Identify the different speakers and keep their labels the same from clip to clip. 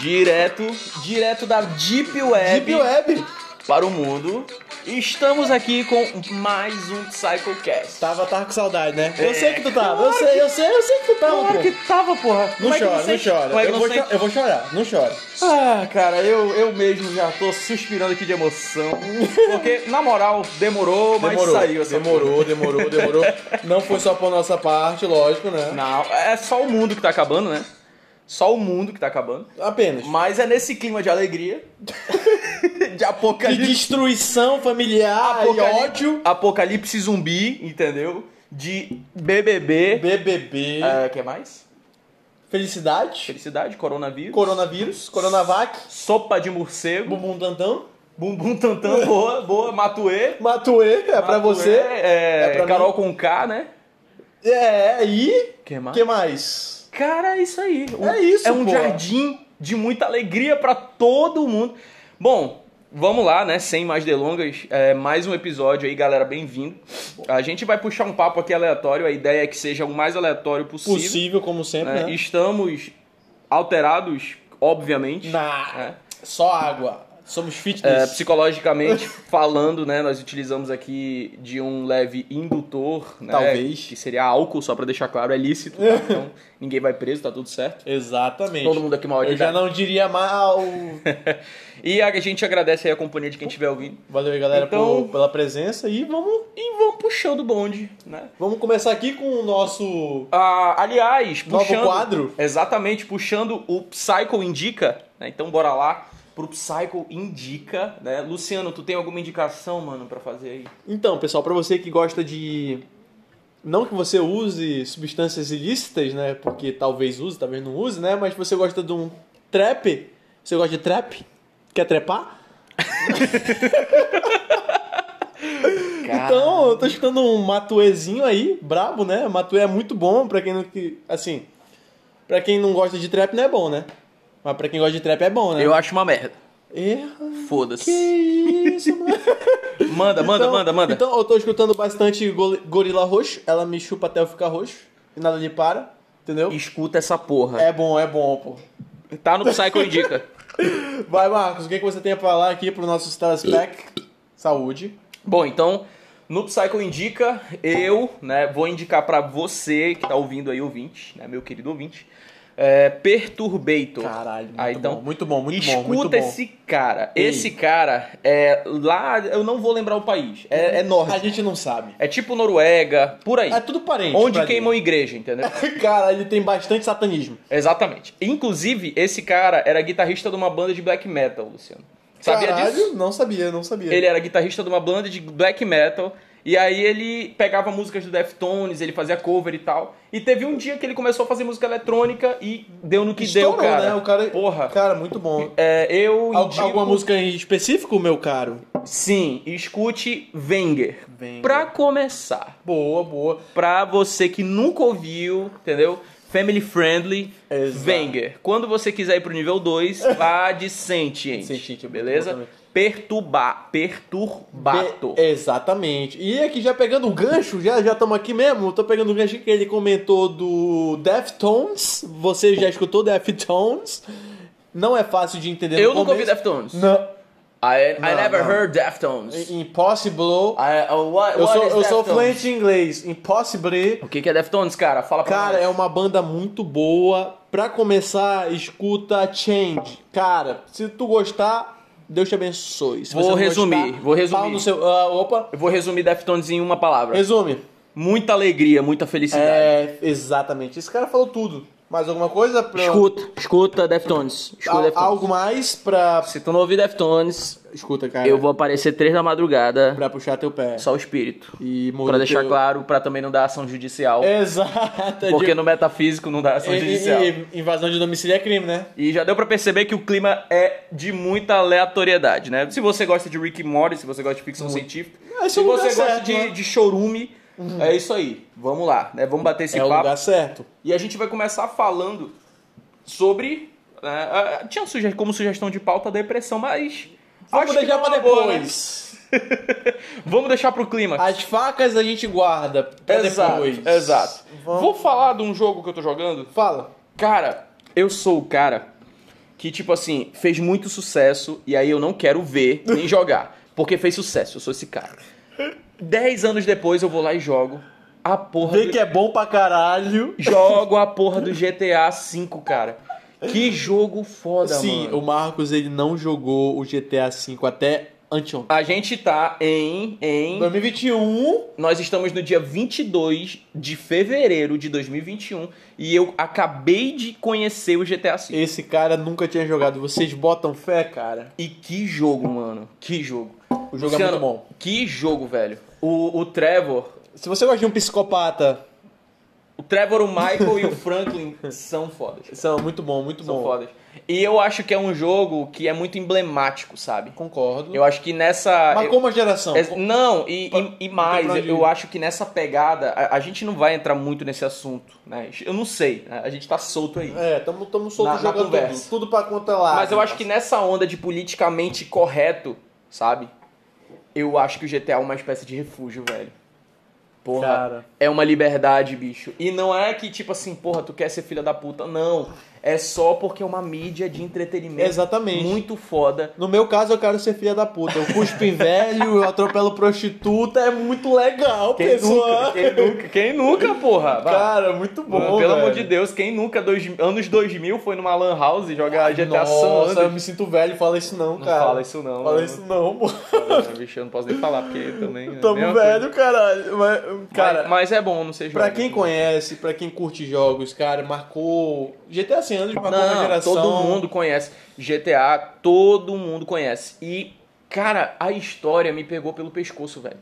Speaker 1: direto, direto da Deep Web,
Speaker 2: Deep Web.
Speaker 1: para o mundo. E estamos aqui com mais um Psychocast.
Speaker 2: Tava, tava com saudade, né?
Speaker 1: É,
Speaker 2: Eu sei que tu tava, eu
Speaker 1: claro
Speaker 2: sei, eu sei, eu sei que tu tava,
Speaker 1: Claro
Speaker 2: pô.
Speaker 1: que tava, porra. Como
Speaker 2: Não
Speaker 1: é que
Speaker 2: chora, não
Speaker 1: sei- Como
Speaker 2: chora.
Speaker 1: é que
Speaker 2: Eu vou,
Speaker 1: sei-
Speaker 2: cho- eu vou chorar, não chora.
Speaker 1: Ah, cara, eu, eu mesmo já tô suspirando aqui de emoção. Porque, na moral, demorou, mas
Speaker 2: Demorou,
Speaker 1: é saiu essa
Speaker 2: demorou, demorou, demorou. Não foi só por nossa parte, lógico, né?
Speaker 1: Não, é só o mundo que tá acabando, né? Só o mundo que tá acabando.
Speaker 2: Apenas.
Speaker 1: Mas é nesse clima de alegria, de
Speaker 2: De
Speaker 1: apocalipse,
Speaker 2: destruição familiar e
Speaker 1: apocalipse-
Speaker 2: ódio.
Speaker 1: apocalipse zumbi, entendeu? De BBB,
Speaker 2: BBB.
Speaker 1: é, que mais?
Speaker 2: Felicidade.
Speaker 1: Felicidade, coronavírus,
Speaker 2: Coronavírus. Coronavac.
Speaker 1: sopa de morcego,
Speaker 2: Bumbum Dantão.
Speaker 1: bumbum tantã, boa, boa, matuê.
Speaker 2: Matuê, é pra
Speaker 1: Matuê,
Speaker 2: você.
Speaker 1: é,
Speaker 2: é pra mim.
Speaker 1: Carol com K, né?
Speaker 2: É, e...
Speaker 1: Que
Speaker 2: O
Speaker 1: mais?
Speaker 2: que mais?
Speaker 1: Cara, é isso aí. Um-
Speaker 2: É isso,
Speaker 1: É um
Speaker 2: pô.
Speaker 1: jardim de muita alegria pra todo mundo. Bom, vamos lá, né? Sem mais delongas, é, mais um episódio aí, galera. Bem-vindo. A gente vai puxar um papo aqui aleatório. A ideia é que seja o mais aleatório possível.
Speaker 2: possível, como sempre,
Speaker 1: né?
Speaker 2: né?
Speaker 1: Estamos alterados, obviamente.
Speaker 2: Na...
Speaker 1: né?
Speaker 2: Só água. Somos
Speaker 1: É,
Speaker 2: fitness.
Speaker 1: psicologicamente falando, né? Nós utilizamos aqui de um leve indutor, né?
Speaker 2: Talvez.
Speaker 1: Que seria álcool, só pra deixar claro, é lícito. tá? Então, ninguém vai preso, tá tudo certo.
Speaker 2: Exatamente.
Speaker 1: Todo mundo aqui mal
Speaker 2: Eu já
Speaker 1: ajudado.
Speaker 2: não diria mal.
Speaker 1: E a gente agradece aí a companhia de quem estiver ouvindo.
Speaker 2: Valeu aí, galera,
Speaker 1: Então-
Speaker 2: por- pela presença. E vamos,
Speaker 1: E vão puxando o bonde, né?
Speaker 2: vamos começar aqui com o nosso
Speaker 1: Ah, aliás,
Speaker 2: novo
Speaker 1: puxando.
Speaker 2: quadro.
Speaker 1: Exatamente, puxando o Psycho Indica, né? Então bora lá pro Psycho Indica, né? Luciano, tu tem alguma indicação, mano, pra fazer aí?
Speaker 2: Então, pessoal, pra você que gosta de. Não que você use substâncias ilícitas, né? Porque talvez use, talvez não use, né? Mas você gosta de um trap. Você gosta de trap? Quer trepar? Então, eu tô escutando um matuezinho aí, brabo, né? Matuê é muito bom pra quem não. que- Assim. Pra quem não gosta de trap, não é bom, né? Mas pra quem gosta de trap é bom, né?
Speaker 1: Eu acho uma merda.
Speaker 2: Erra. Que
Speaker 1: Foda-se.
Speaker 2: isso, mano?
Speaker 1: Manda, manda,
Speaker 2: Então-
Speaker 1: manda, manda.
Speaker 2: Então, eu tô escutando bastante gol- Gorila Roxo. Ela me chupa até eu ficar roxo. E nada lhe para. Entendeu?
Speaker 1: Escuta essa porra.
Speaker 2: É bom, é bom, pô.
Speaker 1: Tá no Psycho Indica.
Speaker 2: Vai, Marcos. O que, que você tem a falar aqui pro nosso Staspec? Saúde.
Speaker 1: Bom, então, no Psycho Indica, eu né, vou indicar pra você que tá ouvindo aí, ouvinte, né, meu querido ouvinte, é, Perturbator.
Speaker 2: Caralho, muito
Speaker 1: Ah, então,
Speaker 2: bom. Muito bom, muito
Speaker 1: Escuta
Speaker 2: bom, muito bom.
Speaker 1: esse cara.
Speaker 2: Ei.
Speaker 1: Esse cara é lá, eu não vou lembrar o país, é, é
Speaker 2: A
Speaker 1: norte.
Speaker 2: gente não sabe.
Speaker 1: É tipo Noruega, por aí.
Speaker 2: É tudo parente.
Speaker 1: Onde
Speaker 2: pra
Speaker 1: queimam igreja, entendeu?
Speaker 2: gente. Cara, ele tem bastante satanismo.
Speaker 1: Exatamente. Inclusive, esse cara era guitarrista de uma banda de black metal, Luciano. Sabia
Speaker 2: Caralho,
Speaker 1: disso?
Speaker 2: não sabia, não sabia.
Speaker 1: Ele é era guitarrista de uma banda de black metal. E aí ele pegava músicas do Deftones, ele fazia cover e tal. E teve um dia que ele começou a fazer música eletrônica e deu no que
Speaker 2: Estourou,
Speaker 1: deu, cara.
Speaker 2: né? O cara...
Speaker 1: Porra.
Speaker 2: Cara, muito bom.
Speaker 1: É, eu
Speaker 2: Al-
Speaker 1: indico...
Speaker 2: Alguma música em específico, meu caro?
Speaker 1: Sim, escute Wenger.
Speaker 2: Wenger.
Speaker 1: Pra começar,
Speaker 2: Boa, boa.
Speaker 1: pra você que nunca ouviu, entendeu? Family friendly,
Speaker 2: Exato.
Speaker 1: Wenger. Quando você quiser ir pro nível 2, vá de Sentient,
Speaker 2: Sentient, é muito bom
Speaker 1: beleza?
Speaker 2: também.
Speaker 1: Perturbar, perturbato.
Speaker 2: Be- Exatamente. E aqui já pegando o gancho, já já estamos aqui mesmo. Tô pegando o gancho que ele comentou do Deftones. Você já escutou Deftones? Não é fácil de entender.
Speaker 1: Eu
Speaker 2: no
Speaker 1: nunca ouvi
Speaker 2: começo.
Speaker 1: Deftones.
Speaker 2: Não.
Speaker 1: I, I
Speaker 2: Não,
Speaker 1: never
Speaker 2: não.
Speaker 1: heard Deftones.
Speaker 2: Impossible.
Speaker 1: I, oh, what,
Speaker 2: Eu
Speaker 1: what
Speaker 2: sou
Speaker 1: is
Speaker 2: eu sou
Speaker 1: Deftones?
Speaker 2: fluente em inglês. Impossible.
Speaker 1: O que, que é Deftones, cara? Fala pra
Speaker 2: Cara,
Speaker 1: nós.
Speaker 2: é uma banda muito boa. Pra começar, escuta Change. Cara, se tu gostar, Deus te abençoe. Se
Speaker 1: Vou
Speaker 2: você não
Speaker 1: resumir,
Speaker 2: gostar,
Speaker 1: vou resumir.
Speaker 2: pau no seu- ah, opa.
Speaker 1: Eu vou resumir Deftones em uma palavra.
Speaker 2: Resume.
Speaker 1: Muita alegria, muita felicidade.
Speaker 2: É, exatamente. Esse cara falou tudo. Mais alguma coisa? Pra...
Speaker 1: Escuta, escuta Deftones. Escuta
Speaker 2: Al-
Speaker 1: Deftones.
Speaker 2: algo mais pra.
Speaker 1: Se tu não ouvir Deftones,
Speaker 2: Escuta, cara.
Speaker 1: eu vou aparecer três da madrugada,
Speaker 2: Pra puxar teu pé.
Speaker 1: só o espírito.
Speaker 2: E morrer
Speaker 1: Pra deixar
Speaker 2: teu-
Speaker 1: claro, pra também não dar ação judicial.
Speaker 2: Exato.
Speaker 1: porque
Speaker 2: É, de... É,
Speaker 1: no metafísico não dá ação judicial.
Speaker 2: e, e- e invasão de domicílio é crime, né?
Speaker 1: E já deu pra perceber que o clima é de muita aleatoriedade, né? Se você gosta de Rick and Morty, se você gosta de ficção científica,
Speaker 2: Esse
Speaker 1: se
Speaker 2: é o lugar
Speaker 1: você gosta
Speaker 2: certo,
Speaker 1: de,
Speaker 2: né?
Speaker 1: de chorume, é isso aí. Vamos lá, né? Vamos bater esse
Speaker 2: é o
Speaker 1: papo.
Speaker 2: lugar certo.
Speaker 1: E a gente vai começar falando sobre... né, a- a- tinha um suge- como sugestão de pauta a depressão, mas... acho
Speaker 2: Vamos
Speaker 1: que
Speaker 2: deixar
Speaker 1: não é
Speaker 2: pra
Speaker 1: uma boa,
Speaker 2: depois.
Speaker 1: né? Vamos deixar pro clima.
Speaker 2: As facas a gente guarda pra depois.
Speaker 1: exato.
Speaker 2: Vamos...
Speaker 1: Vou falar de um jogo que eu tô jogando.
Speaker 2: Fala.
Speaker 1: Cara, eu sou o cara que, tipo assim, fez muito sucesso e aí eu não quero ver nem jogar. Porque fez sucesso, eu sou esse cara. Dez anos depois eu vou lá e jogo a porra
Speaker 2: Vê
Speaker 1: do...
Speaker 2: que é bom pra caralho.
Speaker 1: Jogo a porra do GTA V, cara. Que jogo foda,
Speaker 2: Sim,
Speaker 1: mano.
Speaker 2: o Marcos ele não jogou o GTA V até anteontem.
Speaker 1: A gente tá em, em...
Speaker 2: 2021.
Speaker 1: Nós estamos no dia 22 de fevereiro de 2021 e eu acabei de conhecer o GTA V.
Speaker 2: Esse cara nunca tinha jogado. Vocês botam fé, cara.
Speaker 1: E que jogo, mano. Que jogo.
Speaker 2: O jogo é
Speaker 1: Luciano,
Speaker 2: muito bom.
Speaker 1: Que jogo, velho. O, o Trevor...
Speaker 2: Se você gosta de um psicopata,
Speaker 1: O Trevor, o Michael e o Franklin são fodas.
Speaker 2: são muito bom, muito
Speaker 1: São
Speaker 2: bom.
Speaker 1: fodas. E eu acho que é um jogo que é muito emblemático, sabe?
Speaker 2: Concordo.
Speaker 1: Eu acho que nessa... eu-
Speaker 2: Marcou uma geração.
Speaker 1: É, não, e, e- e mais,
Speaker 2: pra onde
Speaker 1: eu
Speaker 2: ir.
Speaker 1: acho que nessa pegada, a, a gente não vai entrar muito nesse assunto, né? Eu não sei, né? a gente tá solto aí.
Speaker 2: É, tamo, tamo
Speaker 1: Na-
Speaker 2: solto
Speaker 1: na
Speaker 2: jogando
Speaker 1: conversa.
Speaker 2: tudo, tudo pra conta lá.
Speaker 1: Mas eu acho que nessa onda de politicamente correto, sabe? Eu acho que o GTA é uma espécie de refúgio, velho. Porra,
Speaker 2: Cara.
Speaker 1: é uma liberdade, bicho. E não é que, tipo assim, porra, tu quer ser filha da puta. Não. É só porque é uma mídia de entretenimento
Speaker 2: Exatamente.
Speaker 1: muito foda.
Speaker 2: No meu caso, eu quero ser filha da puta. Eu cuspo em velho, eu atropelo prostituta, é muito legal,
Speaker 1: Quem
Speaker 2: pessoal.
Speaker 1: nunca? Quem nunca? Quem nunca, porra? Vai.
Speaker 2: Cara, muito bom.
Speaker 1: Mano, pelo amor de
Speaker 2: velho.
Speaker 1: Deus, quem nunca, dois, anos 2000, foi numa Lan House jogar GTA San
Speaker 2: Ah, Nossa, eu
Speaker 1: Andreas?
Speaker 2: me sinto velho, fala isso não,
Speaker 1: Não
Speaker 2: cara.
Speaker 1: fala isso não.
Speaker 2: Fala
Speaker 1: mano.
Speaker 2: isso não, pô.
Speaker 1: Fala, né, bicho, eu não posso nem falar, porque também. é a
Speaker 2: Tamo
Speaker 1: mesma coisa.
Speaker 2: velho, caralho. Mas, cara,
Speaker 1: mas, mas é bom, não seja.
Speaker 2: pra quem conhece, pra quem curte jogos, cara, marcou. GTA 100 anos marcou uma
Speaker 1: Não,
Speaker 2: geração.
Speaker 1: todo mundo conhece. GTA, todo mundo conhece. E, cara, a história me pegou pelo pescoço, velho.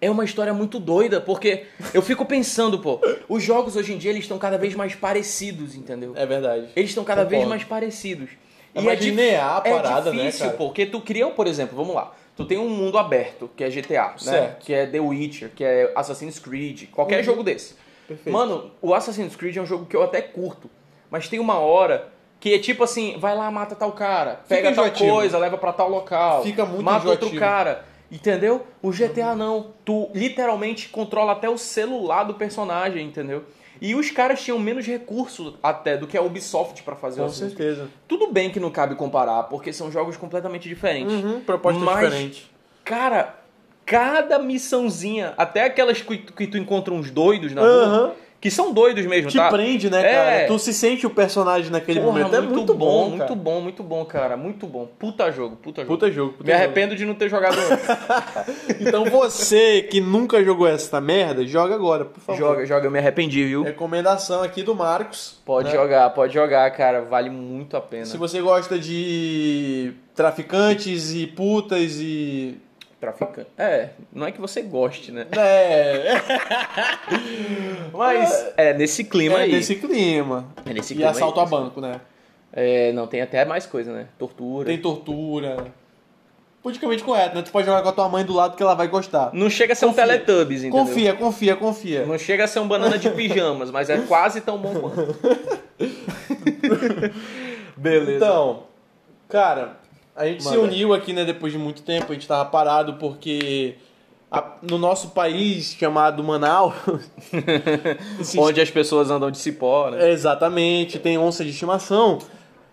Speaker 1: É uma história muito doida, porque eu fico pensando, pô, os jogos hoje em dia eles estão cada vez mais parecidos, entendeu?
Speaker 2: É verdade.
Speaker 1: Eles estão cada vez
Speaker 2: Concordo.
Speaker 1: mais parecidos.
Speaker 2: É mais
Speaker 1: dif-
Speaker 2: linear a parada,
Speaker 1: é difícil,
Speaker 2: né, cara?
Speaker 1: porque tu cria, por exemplo, vamos lá. Tu tem um mundo aberto, que é GTA, né?
Speaker 2: Certo. Uhum.
Speaker 1: Que é The Witcher, que é Assassin's Creed, qualquer jogo desse.
Speaker 2: Perfeito.
Speaker 1: Mano, o Assassin's Creed é um jogo que eu até curto, mas tem uma hora que é tipo assim, vai lá, mata tal cara, pega tal
Speaker 2: enjoativo.
Speaker 1: coisa, leva pra tal local,
Speaker 2: Fica muito
Speaker 1: mata outro
Speaker 2: enjoativo. Uhum.
Speaker 1: cara. Entendeu? O GTA não. Tu literalmente controla até o celular do personagem, entendeu? E os caras tinham menos recurso até do que a Ubisoft pra fazer um
Speaker 2: Com
Speaker 1: os-
Speaker 2: certeza.
Speaker 1: tudo bem que não cabe comparar, porque são jogos completamente diferentes.
Speaker 2: Uhum, proposta
Speaker 1: Mas,
Speaker 2: diferente.
Speaker 1: Cara, cada missãozinha, até aquelas que, que tu encontra uns doidos na rua,
Speaker 2: Aham.
Speaker 1: que são doidos mesmo,
Speaker 2: Uhum. Te
Speaker 1: tá?
Speaker 2: prende, né,
Speaker 1: É.
Speaker 2: cara? Tu se sente o personagem naquele
Speaker 1: Porra,
Speaker 2: momento. É muito, bom, cara.
Speaker 1: muito bom, muito bom, cara, muito bom. Puta jogo, puta jogo.
Speaker 2: Puta jogo. Puta
Speaker 1: Me
Speaker 2: jogo.
Speaker 1: arrependo de não ter jogado antes.
Speaker 2: Então você que nunca jogou essa merda, joga agora, por favor. É.
Speaker 1: joga, joga, eu me arrependi, viu?
Speaker 2: Recomendação aqui do Marcos.
Speaker 1: Pode
Speaker 2: né?
Speaker 1: jogar, pode jogar, cara, vale muito a pena.
Speaker 2: Se você gosta de traficantes e putas e.
Speaker 1: Traficante. É, não é que você goste, né?
Speaker 2: É.
Speaker 1: Mas é nesse clima
Speaker 2: é
Speaker 1: aí.
Speaker 2: desse clima.
Speaker 1: É nesse
Speaker 2: e
Speaker 1: clima
Speaker 2: assalto
Speaker 1: aí.
Speaker 2: a banco, né?
Speaker 1: É, não, tem até mais coisa, né? Tortura.
Speaker 2: Tem tortura. Politicamente correto, né? Tu pode jogar com a tua mãe do lado que ela vai gostar.
Speaker 1: Não chega a ser um
Speaker 2: Confia.
Speaker 1: Teletubbies, entendeu?
Speaker 2: Confia, confia, confia.
Speaker 1: Não chega a ser um banana de pijamas, mas é quase tão bom quanto. Beleza.
Speaker 2: Então, cara, a gente se
Speaker 1: Manda.
Speaker 2: uniu aqui, né, depois de muito tempo, a gente tava parado porque a- no nosso país chamado Manaus, se-
Speaker 1: Onde as pessoas andam de cipó, né?
Speaker 2: exatamente, tem onça de estimação,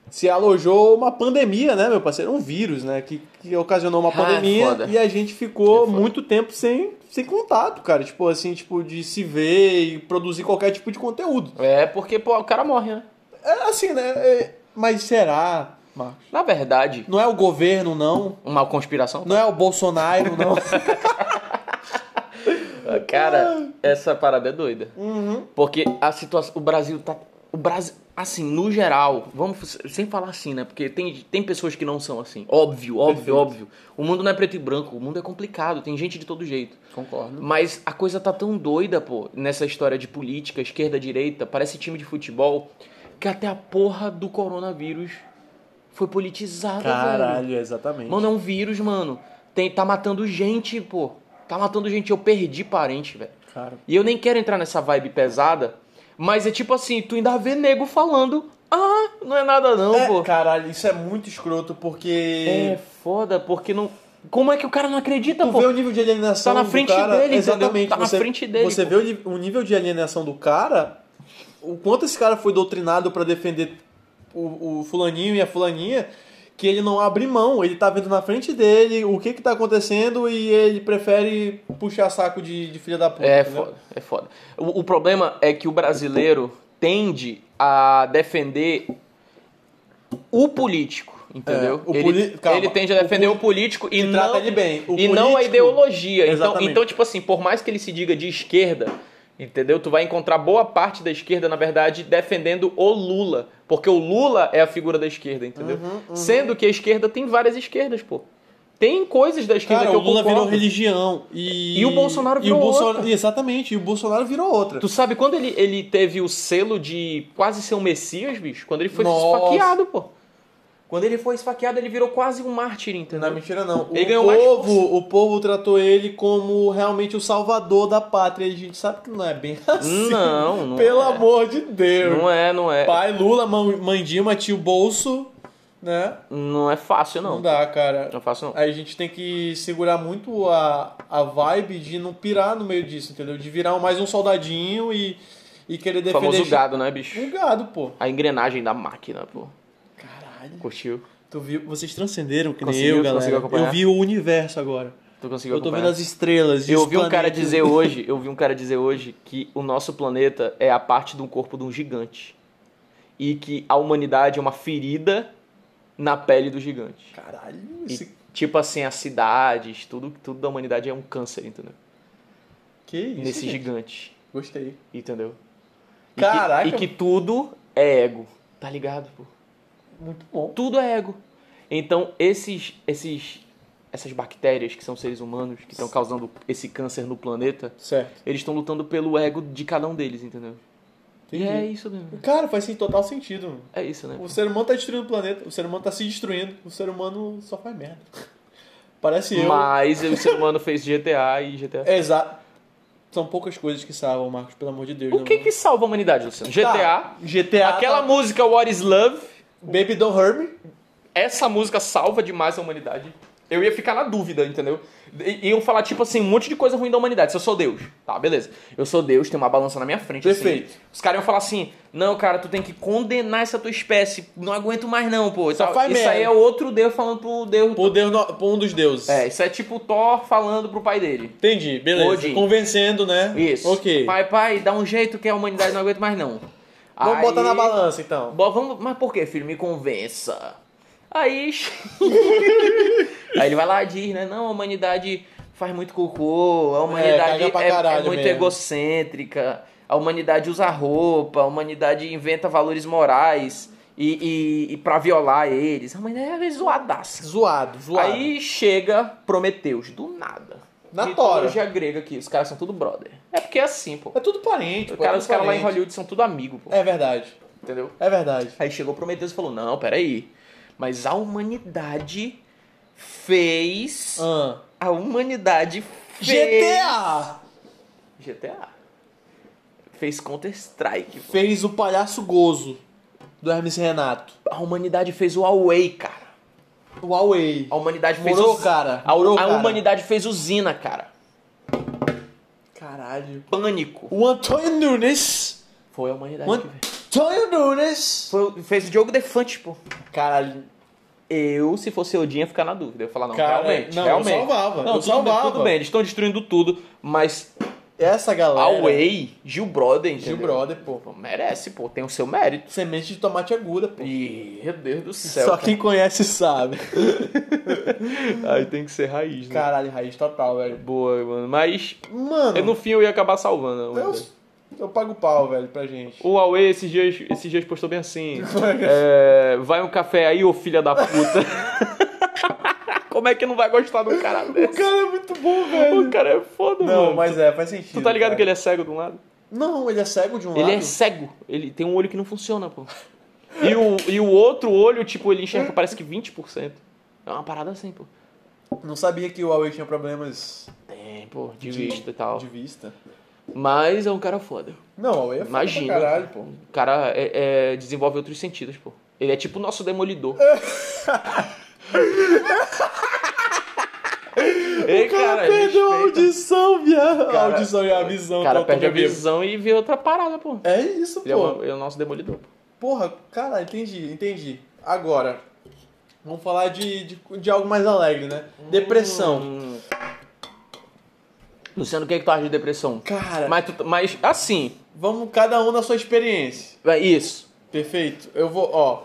Speaker 2: se alojou uma pandemia, né, meu parceiro? Um vírus, né, que, que ocasionou uma
Speaker 1: Ah,
Speaker 2: pandemia
Speaker 1: foda. É
Speaker 2: e a gente ficou muito tempo sem, sem contato, cara, tipo assim, tipo de se ver e produzir qualquer tipo de conteúdo.
Speaker 1: É porque pô, o cara morre, né?
Speaker 2: É assim, né, é- mas será, Marcos?
Speaker 1: Na verdade,
Speaker 2: Não é o governo, não.
Speaker 1: uma conspiração.
Speaker 2: Não é o Bolsonaro, não.
Speaker 1: Cara, essa parada é doida.
Speaker 2: Uhum.
Speaker 1: Porque a situação. O Brasil tá. O Brasil. Assim, no geral, vamos. Sem falar assim, né? Porque tem, tem pessoas que não são assim. Óbvio, óbvio, óbvio. O mundo não é preto e branco, o mundo é complicado, tem gente de todo jeito.
Speaker 2: Concordo.
Speaker 1: Mas a coisa tá tão doida, pô, nessa história de política, esquerda, direita, parece time de futebol, que até a porra do coronavírus foi politizada, velho.
Speaker 2: Caralho, exatamente.
Speaker 1: Mano, é um vírus, mano. Tem, tá matando gente, pô. Tá matando gente. Eu perdi parente, velho.
Speaker 2: Cara,
Speaker 1: E eu nem quero entrar nessa vibe pesada, mas é tipo assim, tu ainda vê nego falando, ah, não é nada não,
Speaker 2: é,
Speaker 1: pô.
Speaker 2: caralho, isso é muito escroto
Speaker 1: É
Speaker 2: porque
Speaker 1: foda, porque não... Como é que o cara não acredita,
Speaker 2: tu
Speaker 1: pô?
Speaker 2: vê o nível de alienação
Speaker 1: Tá na
Speaker 2: do
Speaker 1: frente
Speaker 2: cara,
Speaker 1: dele, entendeu?
Speaker 2: exatamente.
Speaker 1: Tá na
Speaker 2: você,
Speaker 1: frente dele,
Speaker 2: Você
Speaker 1: pô.
Speaker 2: vê o ni- o nível de alienação do cara, o quanto esse cara foi doutrinado pra defender o, o fulaninho e a fulaninha que ele não abre mão, ele tá vendo na frente dele o que que tá acontecendo e ele prefere puxar saco de, de filha da puta. né?
Speaker 1: É
Speaker 2: entendeu?
Speaker 1: foda, é foda. O, o problema é que o brasileiro tende a defender o político, entendeu?
Speaker 2: É, o
Speaker 1: ele,
Speaker 2: poli- calma.
Speaker 1: ele tende a defender
Speaker 2: O
Speaker 1: o,
Speaker 2: poli-
Speaker 1: político e
Speaker 2: que
Speaker 1: não,
Speaker 2: trata ele bem. O
Speaker 1: e não a
Speaker 2: político-
Speaker 1: ideologia. Então,
Speaker 2: Exatamente.
Speaker 1: então, tipo assim, por mais que ele se diga de esquerda, entendeu? Tu vai encontrar boa parte da esquerda, na verdade, defendendo o Lula. Porque o Lula é a figura da esquerda, entendeu?
Speaker 2: Uhum,
Speaker 1: Sendo que a esquerda tem várias esquerdas, pô. Tem coisas da esquerda
Speaker 2: Cara,
Speaker 1: que
Speaker 2: é o
Speaker 1: eu
Speaker 2: Lula
Speaker 1: concordo.
Speaker 2: virou religião e...
Speaker 1: E o Bolsonaro
Speaker 2: e
Speaker 1: virou
Speaker 2: o Bolsonaro-
Speaker 1: outra.
Speaker 2: Exatamente, e o Bolsonaro virou outra.
Speaker 1: Tu sabe quando ele, ele teve o selo de quase ser um Messias, bicho? Quando ele foi
Speaker 2: Nossa.
Speaker 1: esfaqueado, pô. Quando ele foi esfaqueado, ele virou quase um mártir,
Speaker 2: Não é
Speaker 1: entendeu?
Speaker 2: mentira, não. O
Speaker 1: Ele ganhou mais
Speaker 2: povo, o povo tratou ele como realmente o salvador da pátria. E a gente sabe que não é bem assim.
Speaker 1: Não, não
Speaker 2: Pelo
Speaker 1: é.
Speaker 2: amor de Deus.
Speaker 1: Não é, não é.
Speaker 2: Pai Lula, mãe, mãe Dilma, tio Bolso, né?
Speaker 1: Não é fácil,
Speaker 2: Não,
Speaker 1: não.
Speaker 2: dá, cara.
Speaker 1: Não é fácil, não.
Speaker 2: Aí a gente tem que segurar muito a, a vibe de não pirar no meio disso, entendeu? De virar mais um soldadinho e, e querer
Speaker 1: O
Speaker 2: defender...
Speaker 1: famoso
Speaker 2: chi-
Speaker 1: gado, né, bicho?
Speaker 2: Um gado, pô.
Speaker 1: A engrenagem da máquina, pô.
Speaker 2: Caralho.
Speaker 1: Curtiu?
Speaker 2: Tu viu? Vocês transcenderam que
Speaker 1: Conseguiu,
Speaker 2: nem eu,
Speaker 1: conseguiu
Speaker 2: galera.
Speaker 1: acompanhar?
Speaker 2: Eu vi o universo agora.
Speaker 1: Tu conseguiu
Speaker 2: Eu tô
Speaker 1: acompanhar?
Speaker 2: vendo as estrelas. e
Speaker 1: Eu
Speaker 2: os
Speaker 1: ouvi um cara
Speaker 2: planetas.
Speaker 1: dizer hoje, eu ouvi um cara dizer hoje que o nosso planeta é a parte de um corpo de um gigante. E que a humanidade é uma ferida na pele do gigante.
Speaker 2: Caralho,
Speaker 1: E,
Speaker 2: esse...
Speaker 1: tipo assim, as cidades, tudo, tudo da humanidade é um câncer, entendeu?
Speaker 2: que isso?
Speaker 1: Nesse
Speaker 2: gente?
Speaker 1: gigante,
Speaker 2: Gostei.
Speaker 1: entendeu? E que-
Speaker 2: Caraca.
Speaker 1: E que tudo é ego, tá ligado, pô?
Speaker 2: Muito bom.
Speaker 1: Tudo é ego. Então, esses, esses, essas bactérias que são seres humanos, que estão causando esse câncer no planeta,
Speaker 2: Certo.
Speaker 1: eles estão lutando pelo ego de cada um deles, entendeu? E é
Speaker 2: Entendi.
Speaker 1: isso, né?
Speaker 2: Cara, faz sim, total sentido. mano.
Speaker 1: É isso, né?
Speaker 2: O ser humano tá destruindo o planeta. O ser humano tá se destruindo. O ser humano só faz merda. Parece eu.
Speaker 1: Mas o ser humano fez GTA e GTA.
Speaker 2: É, Exato. São poucas coisas que salvam, Marcos, pelo amor de Deus.
Speaker 1: O
Speaker 2: né,
Speaker 1: que
Speaker 2: mano?
Speaker 1: que salva a humanidade, Luciano?
Speaker 2: Tá,
Speaker 1: GTA.
Speaker 2: GTA.
Speaker 1: Aquela
Speaker 2: tá.
Speaker 1: música What is Love,
Speaker 2: Baby Don't Hurt Me.
Speaker 1: essa música salva demais a humanidade. Eu ia ficar na dúvida, entendeu? I- Iam falar, tipo assim, um monte de coisa ruim da humanidade. Se eu sou Deus, tá, beleza. Eu sou Deus, tem uma balança na minha frente. assim.
Speaker 2: Perfeito.
Speaker 1: Os caras iam falar assim: não, cara, tu tem que condenar essa tua espécie. Não aguento mais, não, pô.
Speaker 2: Só
Speaker 1: Isso,
Speaker 2: faz
Speaker 1: isso aí é
Speaker 2: merda.
Speaker 1: outro Deus falando pro Deus.
Speaker 2: Por, Deus no- por um dos deuses.
Speaker 1: É, isso é tipo o Thor falando pro pai dele.
Speaker 2: Entendi, beleza.
Speaker 1: Odin.
Speaker 2: Convencendo, né?
Speaker 1: Isso.
Speaker 2: Ok.
Speaker 1: Pai, pai, dá um jeito que a humanidade não aguenta mais, não.
Speaker 2: Vamos
Speaker 1: Aí-
Speaker 2: botar na balança, então.
Speaker 1: Bo- vamos, mas por que, filho? Me convença. Aí. aí ele vai lá e diz, né? Não, a humanidade faz muito cocô, a humanidade
Speaker 2: caga pra
Speaker 1: é- é,
Speaker 2: caralho
Speaker 1: muito
Speaker 2: mesmo.
Speaker 1: egocêntrica, a humanidade usa roupa, a humanidade inventa valores morais e, e, e pra violar eles. A humanidade é zoadaça.
Speaker 2: Zoado, zoado.
Speaker 1: Aí chega Prometeus, do nada.
Speaker 2: Na
Speaker 1: Mitologia grega aqui, os caras são tudo brother. É porque é assim, pô.
Speaker 2: É tudo parente,
Speaker 1: Os
Speaker 2: pô, é
Speaker 1: caras
Speaker 2: tudo
Speaker 1: os caras lá em
Speaker 2: parente.
Speaker 1: Hollywood são tudo amigo, pô.
Speaker 2: É verdade.
Speaker 1: Entendeu?
Speaker 2: É verdade.
Speaker 1: Aí chegou Prometeus e falou: Não, peraí. Mas a humanidade fez.
Speaker 2: Ah.
Speaker 1: A humanidade fez.
Speaker 2: GTA!
Speaker 1: GTA. Fez Counter-Strike.
Speaker 2: Fez o palhaço gozo do Hermes Renato.
Speaker 1: A humanidade fez o Away, cara.
Speaker 2: Huawei.
Speaker 1: A humanidade fez.
Speaker 2: Morou,
Speaker 1: o-
Speaker 2: cara.
Speaker 1: A,
Speaker 2: Morou,
Speaker 1: a
Speaker 2: cara.
Speaker 1: humanidade fez usina, cara.
Speaker 2: Caralho.
Speaker 1: Pânico.
Speaker 2: O Antônio Nunes.
Speaker 1: Foi a humanidade
Speaker 2: O
Speaker 1: que fez.
Speaker 2: Antônio Nunes.
Speaker 1: Foi- fez o Diogo Defante, pô.
Speaker 2: Caralho.
Speaker 1: Eu, se fosse Odin, ia ficar na dúvida. Eu ia falar, não,
Speaker 2: Cara, é,
Speaker 1: realmente,
Speaker 2: não, eu
Speaker 1: realmente.
Speaker 2: salvava,
Speaker 1: Não,
Speaker 2: eu
Speaker 1: tudo Bem,
Speaker 2: salvava.
Speaker 1: tudo bem, eles estão destruindo tudo, mas
Speaker 2: Essa galera.
Speaker 1: Away, Gil Brother, entendeu?
Speaker 2: Gil Brother, pô.
Speaker 1: Pô, merece, pô, tem o seu mérito.
Speaker 2: Semente de tomate aguda, pô.
Speaker 1: Ih, meu Deus do céu.
Speaker 2: Só quem conhece sabe.
Speaker 1: Aí tem que ser raiz, né?
Speaker 2: Caralho, raiz total, velho.
Speaker 1: Boa, mano. Mas
Speaker 2: Mano,
Speaker 1: eu, no fim eu ia acabar salvando. né?
Speaker 2: eu, eu pago pau, velho, pra gente.
Speaker 1: O Huawei esses dias, esses dias postou bem assim. é, vai um café aí, ô filha da puta. Como é que não vai gostar do cara
Speaker 2: O
Speaker 1: desse?
Speaker 2: cara é muito bom,
Speaker 1: O
Speaker 2: velho.
Speaker 1: cara é foda,
Speaker 2: Não,
Speaker 1: mano.
Speaker 2: mas é, faz sentido.
Speaker 1: Tu tá ligado
Speaker 2: cara.
Speaker 1: que ele é cego de um lado?
Speaker 2: Não, ele é cego de um lado.
Speaker 1: Ele é cego. Ele tem um olho que não funciona, pô. E o, e o outro olho, tipo, ele enxerga parece que 20%. É uma parada assim, pô.
Speaker 2: Não sabia que o Huawei tinha problemas
Speaker 1: Tem, pô, de vista e tal.
Speaker 2: É, de vista.
Speaker 1: Mas é um cara foda.
Speaker 2: Não, o Huawei é foda
Speaker 1: Imagina.
Speaker 2: pra caralho, pô.
Speaker 1: O cara é, é- desenvolve outros sentidos, pô. Ele é tipo o nosso demolidor. Ei,
Speaker 2: O cara,
Speaker 1: cara,
Speaker 2: perdeu a
Speaker 1: respeita.
Speaker 2: audição, viado. A
Speaker 1: Cara-
Speaker 2: audição e a
Speaker 1: O
Speaker 2: visão.
Speaker 1: cara
Speaker 2: tá
Speaker 1: perde a
Speaker 2: automobilismo.
Speaker 1: visão e vira outra parada, pô.
Speaker 2: É isso,
Speaker 1: Ele é,
Speaker 2: pô.
Speaker 1: o, é o nosso demolidor, pô.
Speaker 2: Porra, cara, entendi, entendi. Agora, vamos falar de, de, de algo mais alegre, né?
Speaker 1: Hum.
Speaker 2: Depressão.
Speaker 1: Luciano, o que, é que tu acha de depressão?
Speaker 2: Cara,
Speaker 1: Mas, tu- mas assim,
Speaker 2: vamos cada um na sua experiência.
Speaker 1: é isso.
Speaker 2: Perfeito. Eu vou, ó.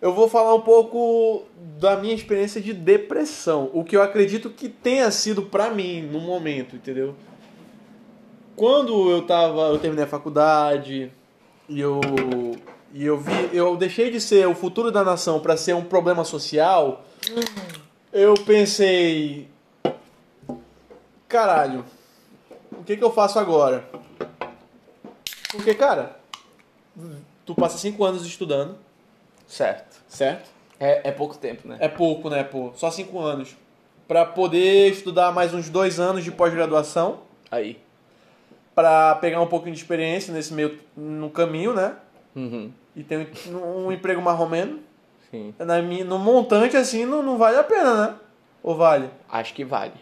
Speaker 2: Eu vou falar um pouco da minha experiência de depressão, o que eu acredito que tenha sido pra mim no momento, entendeu? Quando eu tava, eu terminei a faculdade e eu e eu vi, eu deixei de ser o futuro da nação pra ser um problema social. Eu pensei, caralho, o que que eu faço agora? Porque, cara, tu passa cinco anos estudando,
Speaker 1: Certo.
Speaker 2: certo?
Speaker 1: É, é pouco tempo, né?
Speaker 2: É pouco, né, pô? Só cinco anos. Pra poder estudar mais uns dois anos de pós-graduação,
Speaker 1: Aí.
Speaker 2: pra pegar um pouquinho de experiência nesse meio no caminho, né?
Speaker 1: Uhum.
Speaker 2: E ter um, um emprego marromeno.
Speaker 1: Sim.
Speaker 2: Na minha, no montante, assim, não, não vale a pena, né? Ou vale?
Speaker 1: Acho que vale.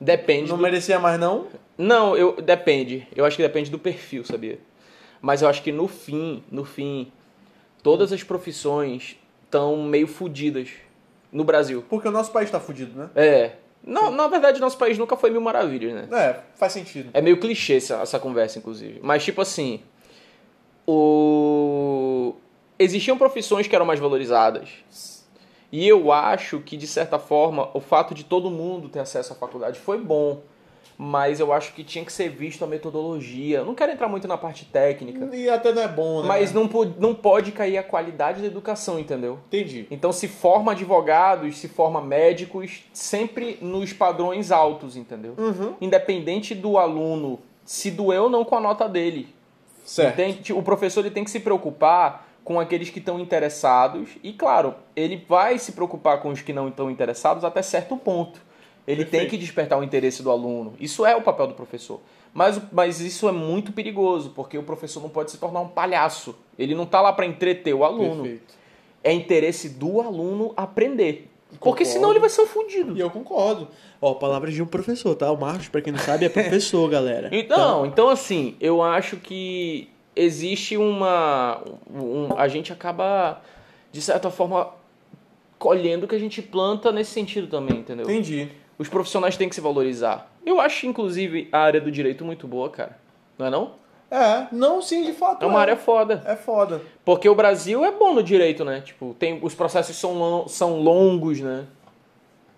Speaker 1: Depende
Speaker 2: Não
Speaker 1: do
Speaker 2: merecia mais, não?
Speaker 1: Não, eu depende. Eu acho que depende do perfil, sabia? Mas eu acho que no fim, no fim, todas as profissões estão meio fodidas no Brasil.
Speaker 2: Porque o nosso país tá fudido, né?
Speaker 1: É. Não, na verdade, nosso país nunca foi mil maravilhas, né?
Speaker 2: É, faz sentido.
Speaker 1: É meio clichê essa, essa conversa, inclusive. Mas, tipo assim, o... existiam profissões que eram mais valorizadas. E eu acho que, de certa forma, o fato de todo mundo ter acesso à faculdade foi bom. Mas eu acho que tinha que ser visto a metodologia. Eu Não quero entrar muito na parte técnica.
Speaker 2: E até não é bom, né?
Speaker 1: Mas não, po- não pode cair a qualidade da educação, entendeu?
Speaker 2: Entendi.
Speaker 1: Então se forma advogados, se forma médicos, sempre nos padrões altos, entendeu?
Speaker 2: Uhum.
Speaker 1: independente do aluno se doeu ou não com a nota dele.
Speaker 2: Certo.
Speaker 1: Entende? O professor ele tem que se preocupar com aqueles que estão interessados e, claro, ele vai se preocupar com os que não estão interessados até certo ponto. Ele tem
Speaker 2: Perfeito.
Speaker 1: que despertar o interesse do aluno. Isso é o papel do professor. Mas, o- mas isso é muito perigoso, porque o professor não pode se tornar um palhaço. Ele não está lá para entreter o aluno.
Speaker 2: Perfeito.
Speaker 1: É interesse do aluno aprender. Porque
Speaker 2: Concordo.
Speaker 1: senão ele vai ser um fudido.
Speaker 2: E eu concordo. Ó, palavras de um professor, tá? O Marcos, pra quem não sabe, é professor, galera. Tá?
Speaker 1: Então, então assim, eu acho que existe uma. um- a gente acaba, de certa forma, colhendo o que a gente planta nesse sentido também, entendeu?
Speaker 2: Entendi.
Speaker 1: Os profissionais têm que se valorizar. Eu acho, inclusive, a área do direito muito boa, cara. Não é não?
Speaker 2: É, não, sim, de fato.
Speaker 1: É uma área foda.
Speaker 2: É foda.
Speaker 1: Porque o Brasil é bom no direito, né? Tipo, tem, os processos são, lon- são longos, né?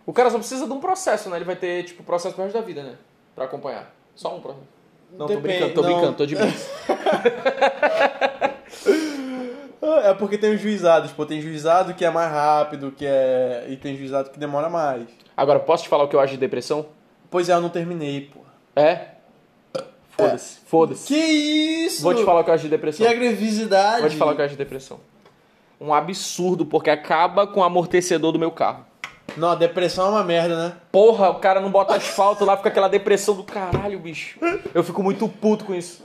Speaker 1: O cara só precisa de um processo, né? Ele vai ter, tipo, processo pro resto da vida, né? Pra acompanhar. Só um processo. Não, tô
Speaker 2: Depende-
Speaker 1: brincando, tô
Speaker 2: não.
Speaker 1: brincando, tô de brinco.
Speaker 2: É porque tem os juizados, pô. Tem juizado que é mais rápido, que é. E tem juizado que demora mais.
Speaker 1: Agora, posso te falar o que eu acho de depressão?
Speaker 2: Pois é, eu não terminei, pô. É.
Speaker 1: É? Foda-se. Foda-se.
Speaker 2: Que isso?
Speaker 1: Vou te falar o que eu acho de
Speaker 2: Que
Speaker 1: depressão.
Speaker 2: agressividade.
Speaker 1: Vou te falar o que eu acho de depressão. Um absurdo, porque acaba com o amortecedor do meu carro.
Speaker 2: Não, a depressão é uma merda, né?
Speaker 1: Porra, o cara não bota asfalto lá, fica aquela depressão do caralho, bicho. Eu fico muito puto com isso.